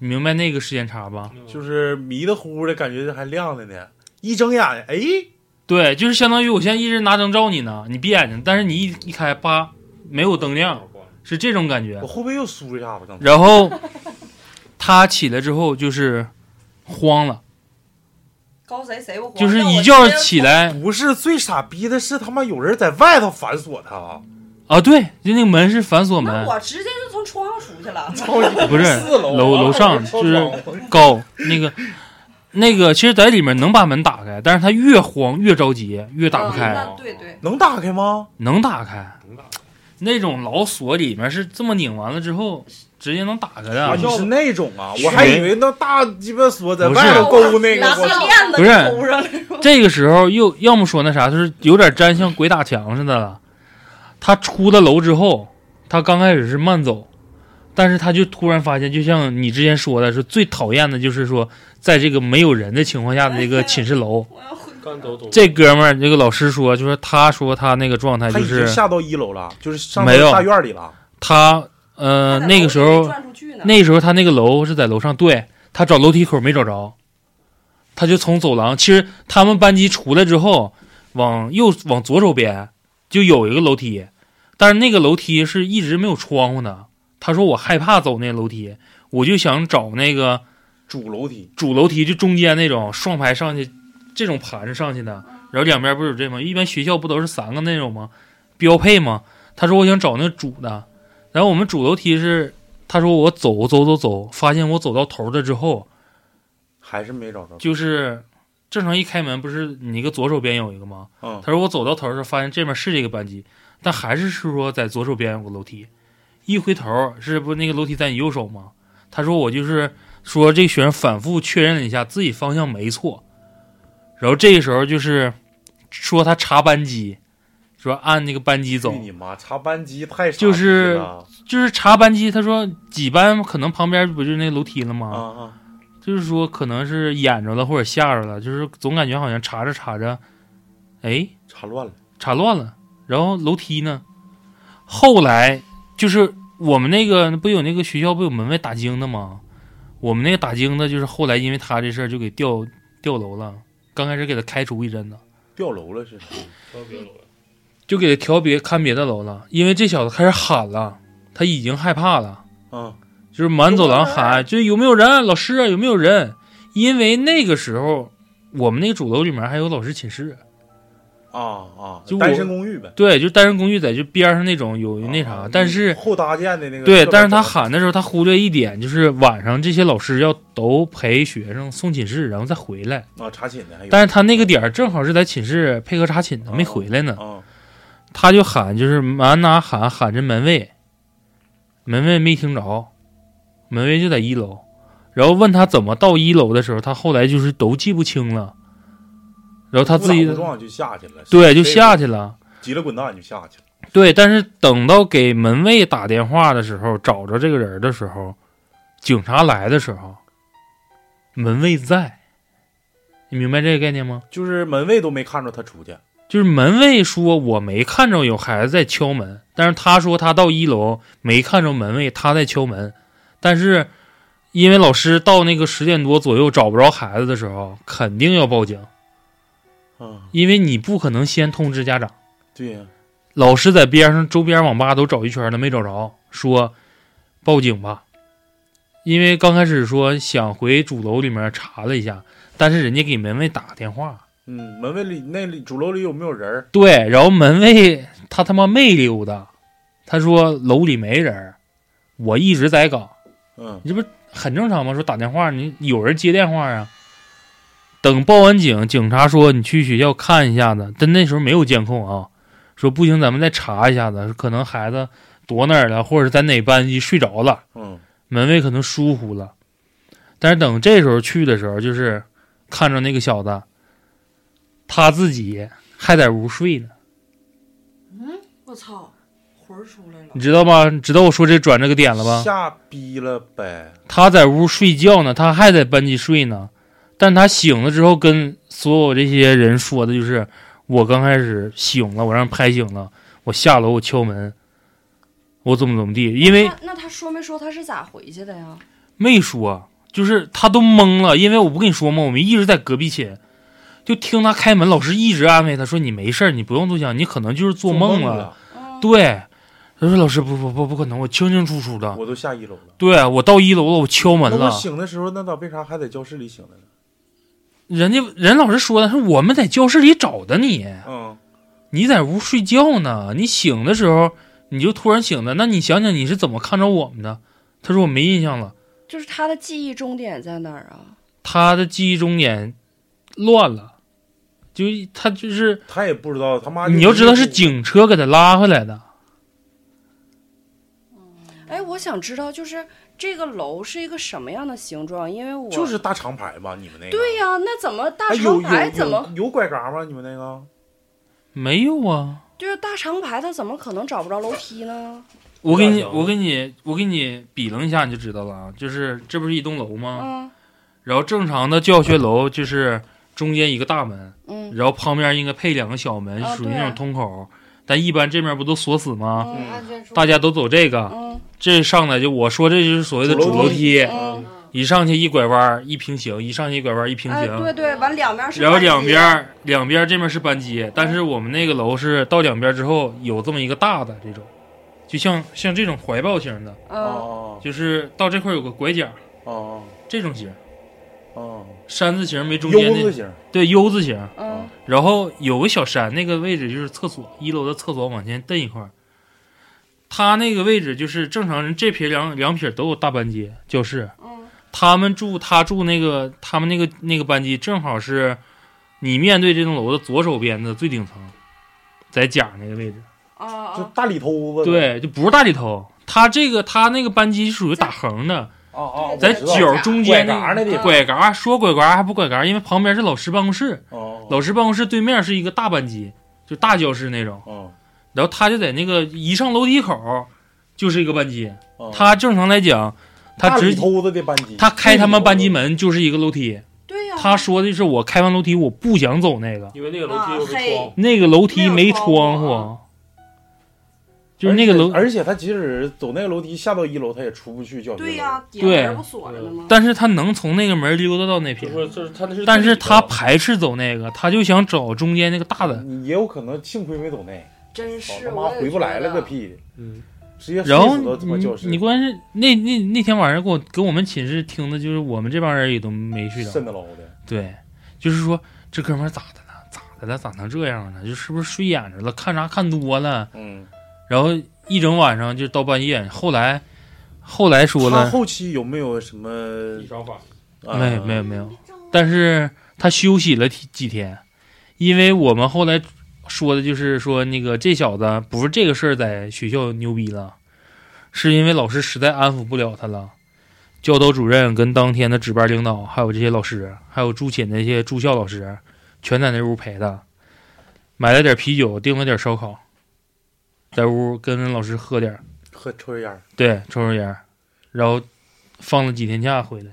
[SPEAKER 2] 你明白那个时间差吧？
[SPEAKER 7] 就是迷的糊的感觉还亮的呢，一睁眼，哎，
[SPEAKER 2] 对，就是相当于我现在一直拿灯照你呢，你闭眼睛，但是你一一开，啪，没有灯亮，是这种感觉。
[SPEAKER 7] 我后背又酥一下子，刚才。
[SPEAKER 2] 然后他起来之后就是慌了，
[SPEAKER 4] 高谁谁不慌
[SPEAKER 2] 就是一觉起来
[SPEAKER 7] 不是最傻逼的是他妈有人在外头反锁他，
[SPEAKER 2] 啊，对，就那个门是反锁门
[SPEAKER 4] 那，我直接就从窗上出去了，
[SPEAKER 2] 不是楼楼上就是高那个那个，其实在里面能把门打开，但是他越慌越着急，越打不
[SPEAKER 4] 嗯
[SPEAKER 2] 开，啊
[SPEAKER 4] 对对，
[SPEAKER 7] 能打开吗？
[SPEAKER 2] 能打开。那种老锁里面是这么拧完了之后，直接能打开的。
[SPEAKER 7] 啊，你是那种啊，我
[SPEAKER 2] 是
[SPEAKER 7] 还以为那大鸡巴锁在
[SPEAKER 2] 不是
[SPEAKER 7] 外头勾那个，
[SPEAKER 4] 拿
[SPEAKER 7] 我
[SPEAKER 4] 个
[SPEAKER 7] 操
[SPEAKER 4] 链子
[SPEAKER 2] 不是
[SPEAKER 4] 就勾上 了。
[SPEAKER 2] 这个时候又要么说那啥，就是有点沾像鬼打墙似的了。他出了楼之后，他刚开始是慢走，但是他就突然发现，就像你之前说的，是最讨厌的就是说，在这个没有人的情况下的这个寝室楼，
[SPEAKER 9] 干走走。
[SPEAKER 2] 这哥们儿这个老师说，就是他说他那个状态
[SPEAKER 7] 他
[SPEAKER 2] 就
[SPEAKER 7] 已经
[SPEAKER 2] 是
[SPEAKER 7] 下到一楼了，就是上到
[SPEAKER 2] 没有
[SPEAKER 7] 大院里了。
[SPEAKER 2] 他呃那个时候那时候他那个楼是在楼上，对他找楼梯口没找着，他就从走廊，其实他们班级出来之后，往右往左手边就有一个楼梯，但是那个楼梯是一直没有窗户的。他说我害怕走那楼梯，我就想找那个
[SPEAKER 7] 主楼梯，
[SPEAKER 2] 主楼梯就中间那种双排上去，这种盘着上去的，然后两边不是有这吗？一般学校不都是三个那种吗？标配吗？他说我想找那主的，然后我们主楼梯是，他说我走走走走，发现我走到头儿了之后，
[SPEAKER 7] 还是没找着，
[SPEAKER 2] 就是正常一开门不是你一个左手边有一个吗？
[SPEAKER 7] 嗯
[SPEAKER 2] 他说我走到头儿的时候发现这边是这个班级，但还是是说在左手边有个楼梯，一回头儿是不那个楼梯在你右手吗？他说我就是说这个学生反复确认了一下自己方向没错，然后这个时候就是说他查班级，说按那个班级走
[SPEAKER 7] 去，你妈！查班级太傻逼
[SPEAKER 2] 就是
[SPEAKER 7] 了啊
[SPEAKER 2] 就是查班级，他说几班可能旁边不就是那楼梯了
[SPEAKER 7] 啊
[SPEAKER 2] 吗？就是说可能是演着了或者吓着了，就是总感觉好像查着查着，哎，
[SPEAKER 7] 查乱了，
[SPEAKER 2] 查乱了。然后楼梯呢？后来就是我们那个不有那个学校不有门卫打更的吗？我们那个打更的，就是后来因为他这事儿就给调调楼了，刚开始给他开除一阵子。
[SPEAKER 7] 掉楼了是啥？
[SPEAKER 2] 就给他调别看别的楼了，因为这小子开始喊了，他已经害怕了，
[SPEAKER 7] 嗯，
[SPEAKER 2] 就是满走廊喊，就有没啊有人，老师啊有没有人？因为那个时候我们那个主楼里面还有老师寝室，
[SPEAKER 7] 啊啊！
[SPEAKER 2] 就我
[SPEAKER 7] 单身公寓呗，啊
[SPEAKER 2] 对，就单身公寓在就边上那种有哦那啥，但是
[SPEAKER 7] 后搭建的那个。
[SPEAKER 2] 对，但是他喊的时候，他忽略一点，就是晚上这些老师要都陪学生送寝室，然后再回来。
[SPEAKER 7] 啊查寝的还有。
[SPEAKER 2] 但是他那个点儿正好是在寝室配合查寝的，没回来
[SPEAKER 7] 哦
[SPEAKER 2] 呢。
[SPEAKER 7] 嗯
[SPEAKER 2] 他就喊，就是满哪喊喊着门卫，门卫没听着，门卫就在一楼。然后问他怎么到一楼的时候，他后来就是都记不清了。然后他自己
[SPEAKER 7] 误打误撞就下去了，
[SPEAKER 2] 对，就下去了。
[SPEAKER 7] 急了滚蛋就下去了。
[SPEAKER 2] 对，但是等到给门卫打电话的时候，找着这个人的时候，警察来的时候，门卫在，你明白这个概念吗？
[SPEAKER 7] 就是门卫都没看着他出去，
[SPEAKER 2] 就是门卫说我没看着有孩子在敲门，但是他说他到一楼没看着门卫他在敲门，但是因为老师到那个十点多左右找不着孩子的时候，肯定要报警，
[SPEAKER 7] 啊，
[SPEAKER 2] 因为你不可能先通知家长。
[SPEAKER 7] 对呀，
[SPEAKER 2] 老师在边上周边网吧都找一圈了，没找着，说报警吧，因为刚开始说想回主楼里面查了一下，但是人家给门卫打电话，
[SPEAKER 7] 嗯，门卫里那里主楼里有没有人儿？
[SPEAKER 2] 对，然后门卫他他妈没溜达，他说楼里没人儿，我一直在岗，
[SPEAKER 7] 嗯，
[SPEAKER 2] 你这不很正常吗？说打电话，你有人接电话啊。等报完警，警察说你去学校看一下子，但那时候没有监控啊。说不行，咱们再查一下子，可能孩子躲哪儿了，或者在哪班级睡着了，
[SPEAKER 7] 嗯，
[SPEAKER 2] 门卫可能疏忽了。但是等这时候去的时候，就是看着那个小子，他自己还在屋睡呢，
[SPEAKER 5] 嗯，我操，魂儿出来了。
[SPEAKER 2] 你知道吧？你知道我说这转这个点了吧？
[SPEAKER 7] 下逼了呗，
[SPEAKER 2] 他在屋睡觉呢，他还在班级睡呢。但他醒了之后，跟所有这些人说的就是：我刚开始醒了，我让人拍醒了，我下楼我敲门，我怎么怎么地，因为
[SPEAKER 4] 那那他说没说他是咋回去的呀？
[SPEAKER 2] 没说，就是他都懵了，因为我不跟你说吗？我们一直在隔壁寝，就听他开门，老师一直安慰他说：“你没事儿，你不用多想，你可能就是做梦
[SPEAKER 7] 做梦
[SPEAKER 2] 了。对，他说：“老师，不不不，不可能，我清清楚楚的。
[SPEAKER 7] 我都下一楼了。
[SPEAKER 2] 对我到一楼了，我敲门
[SPEAKER 7] 那
[SPEAKER 2] 了啊
[SPEAKER 7] 我。醒的时候，那咋为啥还在教室里醒的呢？
[SPEAKER 2] 人家人老师说的，是我们在教室里找的你，
[SPEAKER 7] 嗯，
[SPEAKER 2] 你在屋睡觉呢，你醒的时候你就突然醒的，那你想想你是怎么看着我们的？他说我没印象了，
[SPEAKER 4] 就是他的记忆终点在哪儿啊？
[SPEAKER 2] 他的记忆终点乱了，就他就是
[SPEAKER 7] 他也不知道他妈。
[SPEAKER 2] 你要知道是警车给他拉回来的，
[SPEAKER 4] 哎，我想知道就是这个楼是一个什么样的形状，因为我
[SPEAKER 7] 就是大长排吧？你们那个
[SPEAKER 4] 对呀、那怎么大
[SPEAKER 7] 哎有
[SPEAKER 4] 长
[SPEAKER 7] 有
[SPEAKER 4] 排
[SPEAKER 7] 有
[SPEAKER 4] 怎么
[SPEAKER 7] 有拐嘎吗？你们那个
[SPEAKER 2] 没有啊？
[SPEAKER 4] 就是大长排它怎么可能找不着楼梯呢？
[SPEAKER 2] 我给你，我给你，我给你比棱一下，你就知道了啊。就是这不是一栋楼吗？
[SPEAKER 4] 嗯。
[SPEAKER 2] 然后正常的教学楼就是中间一个大门，
[SPEAKER 4] 嗯
[SPEAKER 2] 然后旁边应该配两个小门，
[SPEAKER 11] 啊
[SPEAKER 2] 属于那
[SPEAKER 11] 对啊
[SPEAKER 2] 种通口。但一般这面不都锁死吗？
[SPEAKER 11] 嗯安全出口
[SPEAKER 2] 大家都走这个。
[SPEAKER 11] 嗯
[SPEAKER 2] 这上来就我说这就是所谓的
[SPEAKER 4] 主楼
[SPEAKER 2] 主楼
[SPEAKER 4] 梯
[SPEAKER 2] 梯，
[SPEAKER 4] 嗯
[SPEAKER 2] 一上去一拐弯儿一平行，一上去一拐弯儿一平
[SPEAKER 4] 哎，
[SPEAKER 2] 行。
[SPEAKER 11] 啊
[SPEAKER 4] 对对，完两边是
[SPEAKER 2] 然后
[SPEAKER 4] 班级
[SPEAKER 2] 两边儿两边儿这面是班级，但是我们那个楼是到两边儿之后有这么一个大的这种，就像像这种怀抱型的，
[SPEAKER 4] 哦
[SPEAKER 2] 就是到这块儿有个拐角，
[SPEAKER 7] 哦，
[SPEAKER 2] 这种型，
[SPEAKER 7] 哦，
[SPEAKER 2] 山字形没中间的，
[SPEAKER 7] U 字形
[SPEAKER 2] 对 U 字形，
[SPEAKER 4] 嗯，
[SPEAKER 2] 然后有个小山，那个位置就是厕所，一楼的厕所往前蹬一块儿，他那个位置就是正常人这撇两两撇都有大班级教室，他们住他住那个他们那个那个班级正好是你面对这栋楼的左手边的最顶层，在甲那个位置，
[SPEAKER 4] 啊
[SPEAKER 12] 就大里头子。
[SPEAKER 2] 对，就不是大里头，它这个它那个扳机属于打横的，
[SPEAKER 12] 哦哦，
[SPEAKER 2] 在
[SPEAKER 12] 我知道
[SPEAKER 2] 角中间
[SPEAKER 12] 拐
[SPEAKER 2] 那
[SPEAKER 12] 嘎那地方，
[SPEAKER 2] 拐嘎说拐嘎还不拐嘎，因为旁边是老师办公室，
[SPEAKER 12] 哦
[SPEAKER 2] 老师办公室对面是一个大班级，就大教室那种。
[SPEAKER 7] 哦
[SPEAKER 2] 然后他就在那个一上楼梯口，就是一个班级。
[SPEAKER 12] 哦
[SPEAKER 2] 他正常来讲，他
[SPEAKER 12] 大
[SPEAKER 2] 直
[SPEAKER 12] 里头子的班级，
[SPEAKER 2] 他开他们班级门就是一个楼梯。对呀、他说的是我开完楼梯我不想走那个，
[SPEAKER 9] 因为那个楼梯又没窗户，
[SPEAKER 2] 那个楼梯没窗户，啊就是那个楼
[SPEAKER 7] 而且他即使走那个楼梯下到一楼，他也出不去教学楼。
[SPEAKER 4] 对呀、
[SPEAKER 2] 对
[SPEAKER 4] 也门不锁着呢吗？
[SPEAKER 2] 但是他能从那个门溜达到那片。
[SPEAKER 9] 就是他那是
[SPEAKER 2] 但是他排斥走那个，他就想找中间那个大的。
[SPEAKER 7] 也有可能幸亏没走那，哦
[SPEAKER 4] 真
[SPEAKER 7] 是他妈回不来了，个屁的，
[SPEAKER 9] 嗯，
[SPEAKER 7] 直接
[SPEAKER 2] 然后
[SPEAKER 7] 摔死到他妈教室，
[SPEAKER 2] 你你关键是那那那天晚上给我给我们寝室听的，就是我们这帮人也都没睡着，
[SPEAKER 7] 瘆得牢的。
[SPEAKER 2] 对，就是说这哥们儿咋的了？咋的了？咋成这样了？就是不是睡眼着了？看啥看多了？
[SPEAKER 7] 嗯，
[SPEAKER 2] 然后一整晚上就到半夜。后来后来说
[SPEAKER 7] 他
[SPEAKER 2] 了，
[SPEAKER 7] 后期有没有什么？
[SPEAKER 9] 嗯
[SPEAKER 7] 啊
[SPEAKER 2] 没没有没有，但是他休息了几几天，因为我们后来说的就是说那个这小子不是这个事儿在学校牛逼了，是因为老师实在安抚不了他了，教导主任跟当天的值班领导，还有这些老师，还有驻寝的一些住校老师，全在那屋陪他，买了点啤酒，订了点烧烤，在屋跟老师喝点儿，
[SPEAKER 7] 喝抽根烟儿，
[SPEAKER 2] 对，抽抽烟儿，然后放了几天假回来。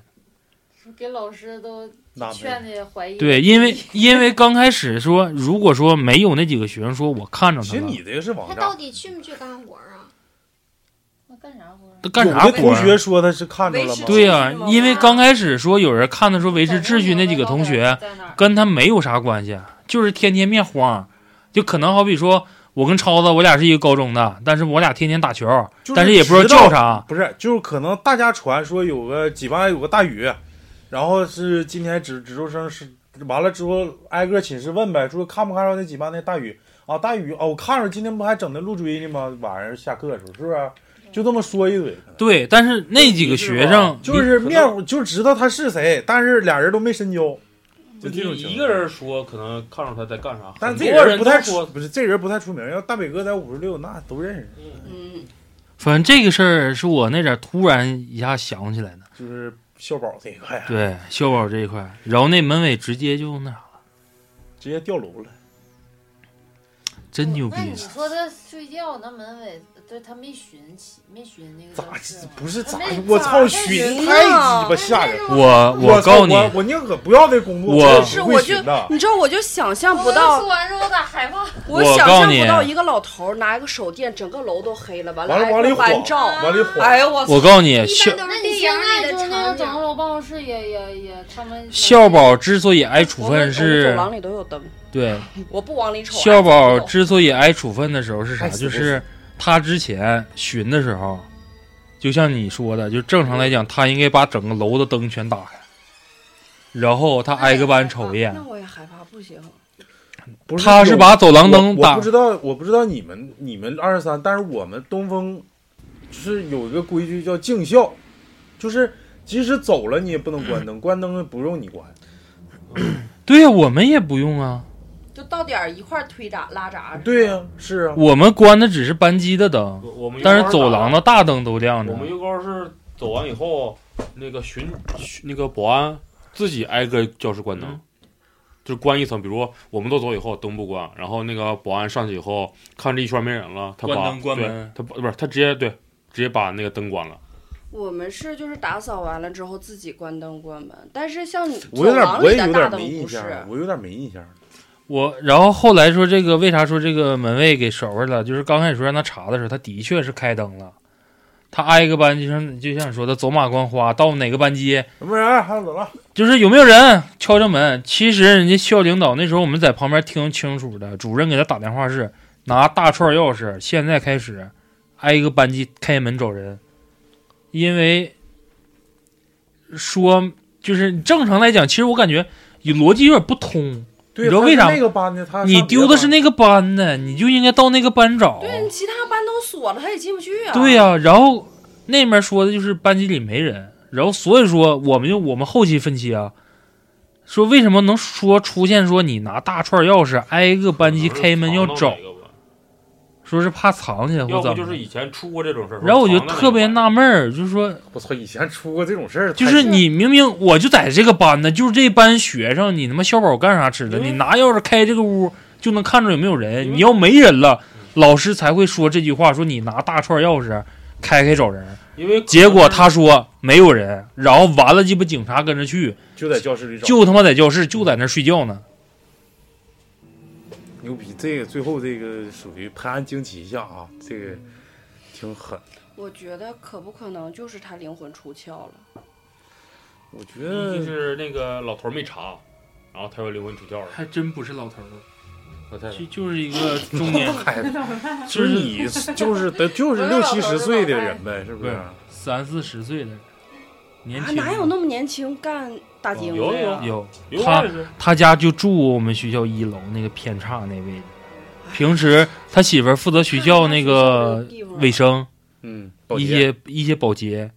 [SPEAKER 11] 给老师都
[SPEAKER 7] 纳闷
[SPEAKER 11] 劝的怀疑。
[SPEAKER 2] 对，因为因为刚开始说，如果说没有那几个学生说我看着他
[SPEAKER 7] 其实
[SPEAKER 2] 了，
[SPEAKER 7] 你这个是网
[SPEAKER 11] 他
[SPEAKER 7] 站
[SPEAKER 11] 到。底去没去干活啊？那干啥活？
[SPEAKER 2] 他干啥
[SPEAKER 7] 有的
[SPEAKER 2] 活
[SPEAKER 7] 同
[SPEAKER 2] 儿啊
[SPEAKER 7] 学说他是看着了吗？
[SPEAKER 2] 对呀、因为刚开始说有人看他说维持秩序那几个同学跟他没有啥关系，就是天天面荒，就可能好比说我跟超子我俩是一个高中的，但是我俩天天打球，
[SPEAKER 7] 就是
[SPEAKER 2] 但是也不知道
[SPEAKER 7] 直
[SPEAKER 2] 叫
[SPEAKER 7] 到
[SPEAKER 2] 啥，
[SPEAKER 7] 不是，就是可能大家传说有个几班有个大雨，然后是今天值值周生是完了之后挨个寝室问呗，说看不看着那几班那大雨啊大雨哦，我看着今天不还整那路追呢吗？晚上下课的时候是不是？就这么说一嘴，
[SPEAKER 2] 对，但是那几个学生
[SPEAKER 7] 就是面糊就知道他是谁，但是俩人都没深交，
[SPEAKER 9] 就
[SPEAKER 7] 就
[SPEAKER 9] 你
[SPEAKER 7] 这种情
[SPEAKER 9] 一
[SPEAKER 7] 况。
[SPEAKER 9] 个人说，可能看着他在干啥，
[SPEAKER 7] 但
[SPEAKER 9] 很
[SPEAKER 7] 这
[SPEAKER 9] 多
[SPEAKER 7] 人
[SPEAKER 9] 人
[SPEAKER 7] 不太
[SPEAKER 9] 都
[SPEAKER 7] 出，
[SPEAKER 9] 说
[SPEAKER 7] 不是这人不太出名，要大北哥在五十六那都认识，
[SPEAKER 4] 嗯，
[SPEAKER 2] 反正这个事儿是我那点儿突然一下想起来的，
[SPEAKER 7] 就是校宝这一块啊，
[SPEAKER 2] 对，校宝这一块，然后那门卫直接就那啥了，
[SPEAKER 7] 直接掉楼了。
[SPEAKER 2] 真牛逼啊
[SPEAKER 11] 那。你说他睡觉那门卫，对他没寻起，没寻那个
[SPEAKER 7] 咋
[SPEAKER 11] 教室吗
[SPEAKER 7] 啊不是咋
[SPEAKER 11] 他没？
[SPEAKER 7] 我操，
[SPEAKER 11] 咋
[SPEAKER 7] 寻太
[SPEAKER 4] 啊
[SPEAKER 7] 鸡巴吓
[SPEAKER 11] 哎
[SPEAKER 7] 人！了！
[SPEAKER 2] 我我告诉你
[SPEAKER 7] 我我宁可不要这工作，
[SPEAKER 2] 我
[SPEAKER 7] 也
[SPEAKER 4] 是
[SPEAKER 7] 不
[SPEAKER 4] 我
[SPEAKER 7] 会
[SPEAKER 4] 就
[SPEAKER 7] 寻的。
[SPEAKER 4] 你知啊道，我就想象不
[SPEAKER 11] 我
[SPEAKER 4] 到
[SPEAKER 11] 说，完之后，我咋害怕？
[SPEAKER 4] 我
[SPEAKER 7] 我
[SPEAKER 4] 想
[SPEAKER 7] 告诉
[SPEAKER 4] 象
[SPEAKER 7] 你
[SPEAKER 4] 不到一个老头儿拿一个手电，整个楼都黑了，完了
[SPEAKER 7] 完了往里
[SPEAKER 4] 挨个
[SPEAKER 7] 晃
[SPEAKER 4] 环照，
[SPEAKER 7] 往里晃
[SPEAKER 4] 哎呦我操！
[SPEAKER 2] 我告诉你，校
[SPEAKER 11] 那你现在就是那个整个楼办公室也也也他们
[SPEAKER 2] 校宝之所以挨处
[SPEAKER 4] 我们
[SPEAKER 2] 分是
[SPEAKER 4] 走，廊里都有灯，
[SPEAKER 2] 对，
[SPEAKER 4] 我不往里瞅。
[SPEAKER 2] 校宝之所以挨处分的时候是啥？
[SPEAKER 4] 哎死不
[SPEAKER 2] 就
[SPEAKER 4] 死
[SPEAKER 2] 是他之前巡的时候，就像你说的，就正常来讲，他应该把整个楼的灯全打开，然后他挨个班瞅一眼
[SPEAKER 4] 哎那。我也害怕，不行。
[SPEAKER 7] 不
[SPEAKER 2] 他
[SPEAKER 7] 有
[SPEAKER 2] 是把走廊灯
[SPEAKER 7] 我
[SPEAKER 2] 打
[SPEAKER 7] 我不知道，我不知道你们你们二十三，但是我们东风就是有一个规矩叫敬校，就是即使走了你也不能关灯，关灯不用你关。
[SPEAKER 2] 对呀、我们也不用啊，
[SPEAKER 4] 就到点儿一块儿推闸拉闸。
[SPEAKER 7] 对呀、是
[SPEAKER 4] 嗯
[SPEAKER 7] 啊。
[SPEAKER 2] 我们关的只是班级的灯
[SPEAKER 9] 我们，
[SPEAKER 2] 但是走廊的大灯都亮着
[SPEAKER 9] 我。们又高是走完以后，那个巡巡那个保安自己挨个教室关
[SPEAKER 2] 嗯
[SPEAKER 9] 灯，就关一层。比如我们都走以后，灯不关，然后那个保安上去以后，看这一圈没人了，他把
[SPEAKER 2] 关灯关门
[SPEAKER 9] 对他不不是他直接对直接把那个灯关了。
[SPEAKER 4] 我们是就是打扫完了之后自己关灯关门，但是像你
[SPEAKER 7] 我有
[SPEAKER 4] 走
[SPEAKER 7] 点
[SPEAKER 4] 廊
[SPEAKER 7] 我
[SPEAKER 4] 里
[SPEAKER 7] 也
[SPEAKER 4] 的
[SPEAKER 7] 有
[SPEAKER 4] 大
[SPEAKER 7] 点没
[SPEAKER 4] 灯
[SPEAKER 7] 印
[SPEAKER 4] 不是
[SPEAKER 7] 象，我有点没印象了。
[SPEAKER 2] 我然后后来说这个为啥说这个门卫给收拾了？就是刚开始说让他查的时候，他的确是开灯了。他挨个班就像就像你说的走马观花，到哪个班级
[SPEAKER 7] 什么人？哎还有走了。
[SPEAKER 2] 就是有没有人敲敲门。其实人家校领导那时候我们在旁边听清楚的，主任给他打电话是拿大串钥匙，现在开始挨个班级开门找人，因为说就是正常来讲，其实我感觉有逻辑有点不通。
[SPEAKER 7] 对
[SPEAKER 2] 你知道
[SPEAKER 7] 他
[SPEAKER 2] 为
[SPEAKER 7] 是
[SPEAKER 2] 啥吗
[SPEAKER 7] 那个班的他
[SPEAKER 2] 你丢的是那个班的，你就应该到那个班找。
[SPEAKER 4] 对，其他班都锁了，他也进不去啊。
[SPEAKER 2] 对呀、然后那面说的就是班级里没人，然后所以说我们就我们后期分析啊，说为什么能说出现说你拿大串钥匙挨个班级开门要找，说是怕藏起来
[SPEAKER 9] 要
[SPEAKER 2] 或
[SPEAKER 9] 不
[SPEAKER 2] 怎
[SPEAKER 9] 就
[SPEAKER 2] 么
[SPEAKER 9] 是
[SPEAKER 2] 的。
[SPEAKER 9] 以前出过这种事儿，
[SPEAKER 2] 然后我就
[SPEAKER 9] 藏的那
[SPEAKER 2] 特别纳闷儿，就是说，
[SPEAKER 7] 我操，以前出过这种事儿，
[SPEAKER 2] 就
[SPEAKER 7] 太
[SPEAKER 2] 是你明明我就在这个班呢，就是这班学生，你他妈小宝干啥吃的？你拿钥匙开这个屋就能看着有没有
[SPEAKER 4] 嗯
[SPEAKER 2] 人，你要没人了，老师才会说这句话，说你拿大串钥匙开开找人。
[SPEAKER 9] 因为
[SPEAKER 2] 结
[SPEAKER 4] 嗯
[SPEAKER 2] 果他说没有人，然后完了鸡巴警察跟着去，
[SPEAKER 7] 就在教室里找
[SPEAKER 2] 就他妈在教室就在那儿睡觉呢。
[SPEAKER 7] 牛逼，这个最后这个属于拍案惊奇一下啊，这个挺狠。
[SPEAKER 4] 我觉得可不可能就是他灵魂出窍了？
[SPEAKER 7] 我觉
[SPEAKER 9] 得就是那个老头儿没查，然后他又灵魂出窍了。
[SPEAKER 2] 还真不是老头儿，
[SPEAKER 9] 老太太
[SPEAKER 4] 嗯
[SPEAKER 2] 就就是一个中年
[SPEAKER 7] 孩子，
[SPEAKER 2] 就是
[SPEAKER 7] 你就是得就是六七十岁的人呗，是不是？
[SPEAKER 2] 三四十岁的人，年
[SPEAKER 4] 啊，
[SPEAKER 2] 轻
[SPEAKER 4] 哪有那么年轻干大金
[SPEAKER 7] 哦
[SPEAKER 4] 子呀？
[SPEAKER 2] 啊有
[SPEAKER 4] 有
[SPEAKER 2] 他
[SPEAKER 4] 二十
[SPEAKER 2] 他家就住我们学校一楼那个偏差那位置，平时他媳妇儿负责学校那个
[SPEAKER 4] 啊
[SPEAKER 2] 卫生，
[SPEAKER 7] 嗯保洁
[SPEAKER 2] 一些一些保洁，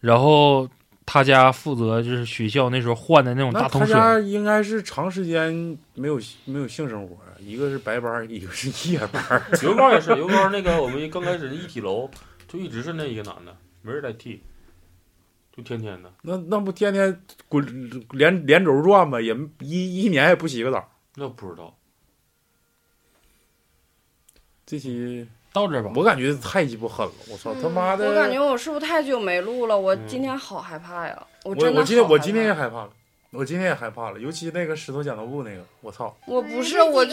[SPEAKER 2] 然后他家负责就是学校那时候换的那种
[SPEAKER 7] 那
[SPEAKER 2] 大
[SPEAKER 7] 他
[SPEAKER 2] 桶水，
[SPEAKER 7] 家应该是长时间没有没有性生活，一个是白班，一个是夜班。
[SPEAKER 9] 油膏也是，油膏那个我们刚开始一体楼就一直是那一个男的，没人代替，就天天的。
[SPEAKER 7] 那那不天天滚连连轴转吗？也一一年也不洗个澡。
[SPEAKER 9] 那不知道，
[SPEAKER 7] 这期
[SPEAKER 2] 到这吧，
[SPEAKER 7] 我感觉太鸡巴狠了，我操他妈的！
[SPEAKER 4] 我感觉我是不是太久没录了？我今天好害怕呀！我
[SPEAKER 7] 我
[SPEAKER 4] 真的
[SPEAKER 7] 我今天我今天也害
[SPEAKER 4] 好害怕
[SPEAKER 7] 怕了，我今天也害怕了，尤其那个石头剪刀布那个，我操！
[SPEAKER 4] 我不是，我就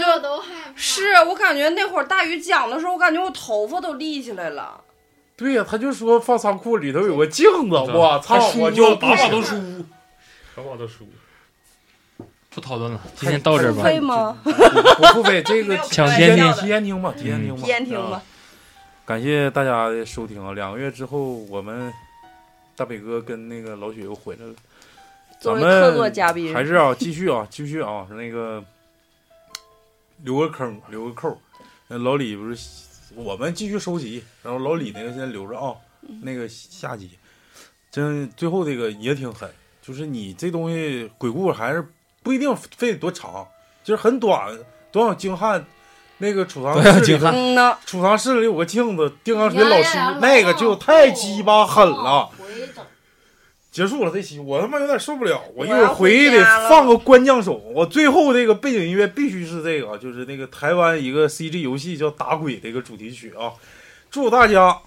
[SPEAKER 4] 是我感觉那会儿大宇讲的时候，我感觉我头发都立起来了。
[SPEAKER 7] 对呀、他就说放仓库里头有个镜子，我操
[SPEAKER 9] 他输，
[SPEAKER 7] 我就
[SPEAKER 9] 了打把
[SPEAKER 7] 行
[SPEAKER 9] 都输，打把都输。
[SPEAKER 2] 不讨论了，今天到这吧。
[SPEAKER 4] 付费吗？
[SPEAKER 7] 不付费，这个
[SPEAKER 2] 抢先听
[SPEAKER 7] 提前听吧，提前听吧，
[SPEAKER 4] 提前听吧
[SPEAKER 7] 啊。感谢大家的收听啊！两个月之后，我们大北哥跟那个老雪又回来了，
[SPEAKER 4] 作
[SPEAKER 7] 咱
[SPEAKER 4] 为
[SPEAKER 7] 们
[SPEAKER 4] 客座嘉宾
[SPEAKER 7] 还是啊，继续啊， 继续啊，那个留个坑，留个扣。那老李不是我们继续收集，然后老李那个先留着啊，
[SPEAKER 4] 嗯
[SPEAKER 7] 那个下集真最后这个也挺狠，就是你这东西鬼故事还是不一定非得多长，就是很短，多少精悍。那个储藏
[SPEAKER 8] 多少
[SPEAKER 7] 室里
[SPEAKER 8] 精
[SPEAKER 7] 头
[SPEAKER 8] 悍嗯呐，
[SPEAKER 7] 储藏室里有个镜子，丁香水老师
[SPEAKER 11] 哎呀哦
[SPEAKER 7] 那个就太鸡巴狠了。
[SPEAKER 11] 回整。
[SPEAKER 7] 结束了这期，我他妈有点受不了，我一会
[SPEAKER 11] 我
[SPEAKER 7] 儿
[SPEAKER 11] 要回
[SPEAKER 7] 去得
[SPEAKER 11] 家了
[SPEAKER 7] 放个关将手。我最后这个背景音乐必须是这个，就是那个台湾一个 CG 游戏叫《打鬼》的一个主题曲啊。祝大家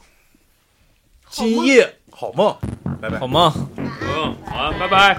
[SPEAKER 7] 今夜好梦，拜拜。
[SPEAKER 8] 好梦。
[SPEAKER 9] 嗯，好啊，拜拜。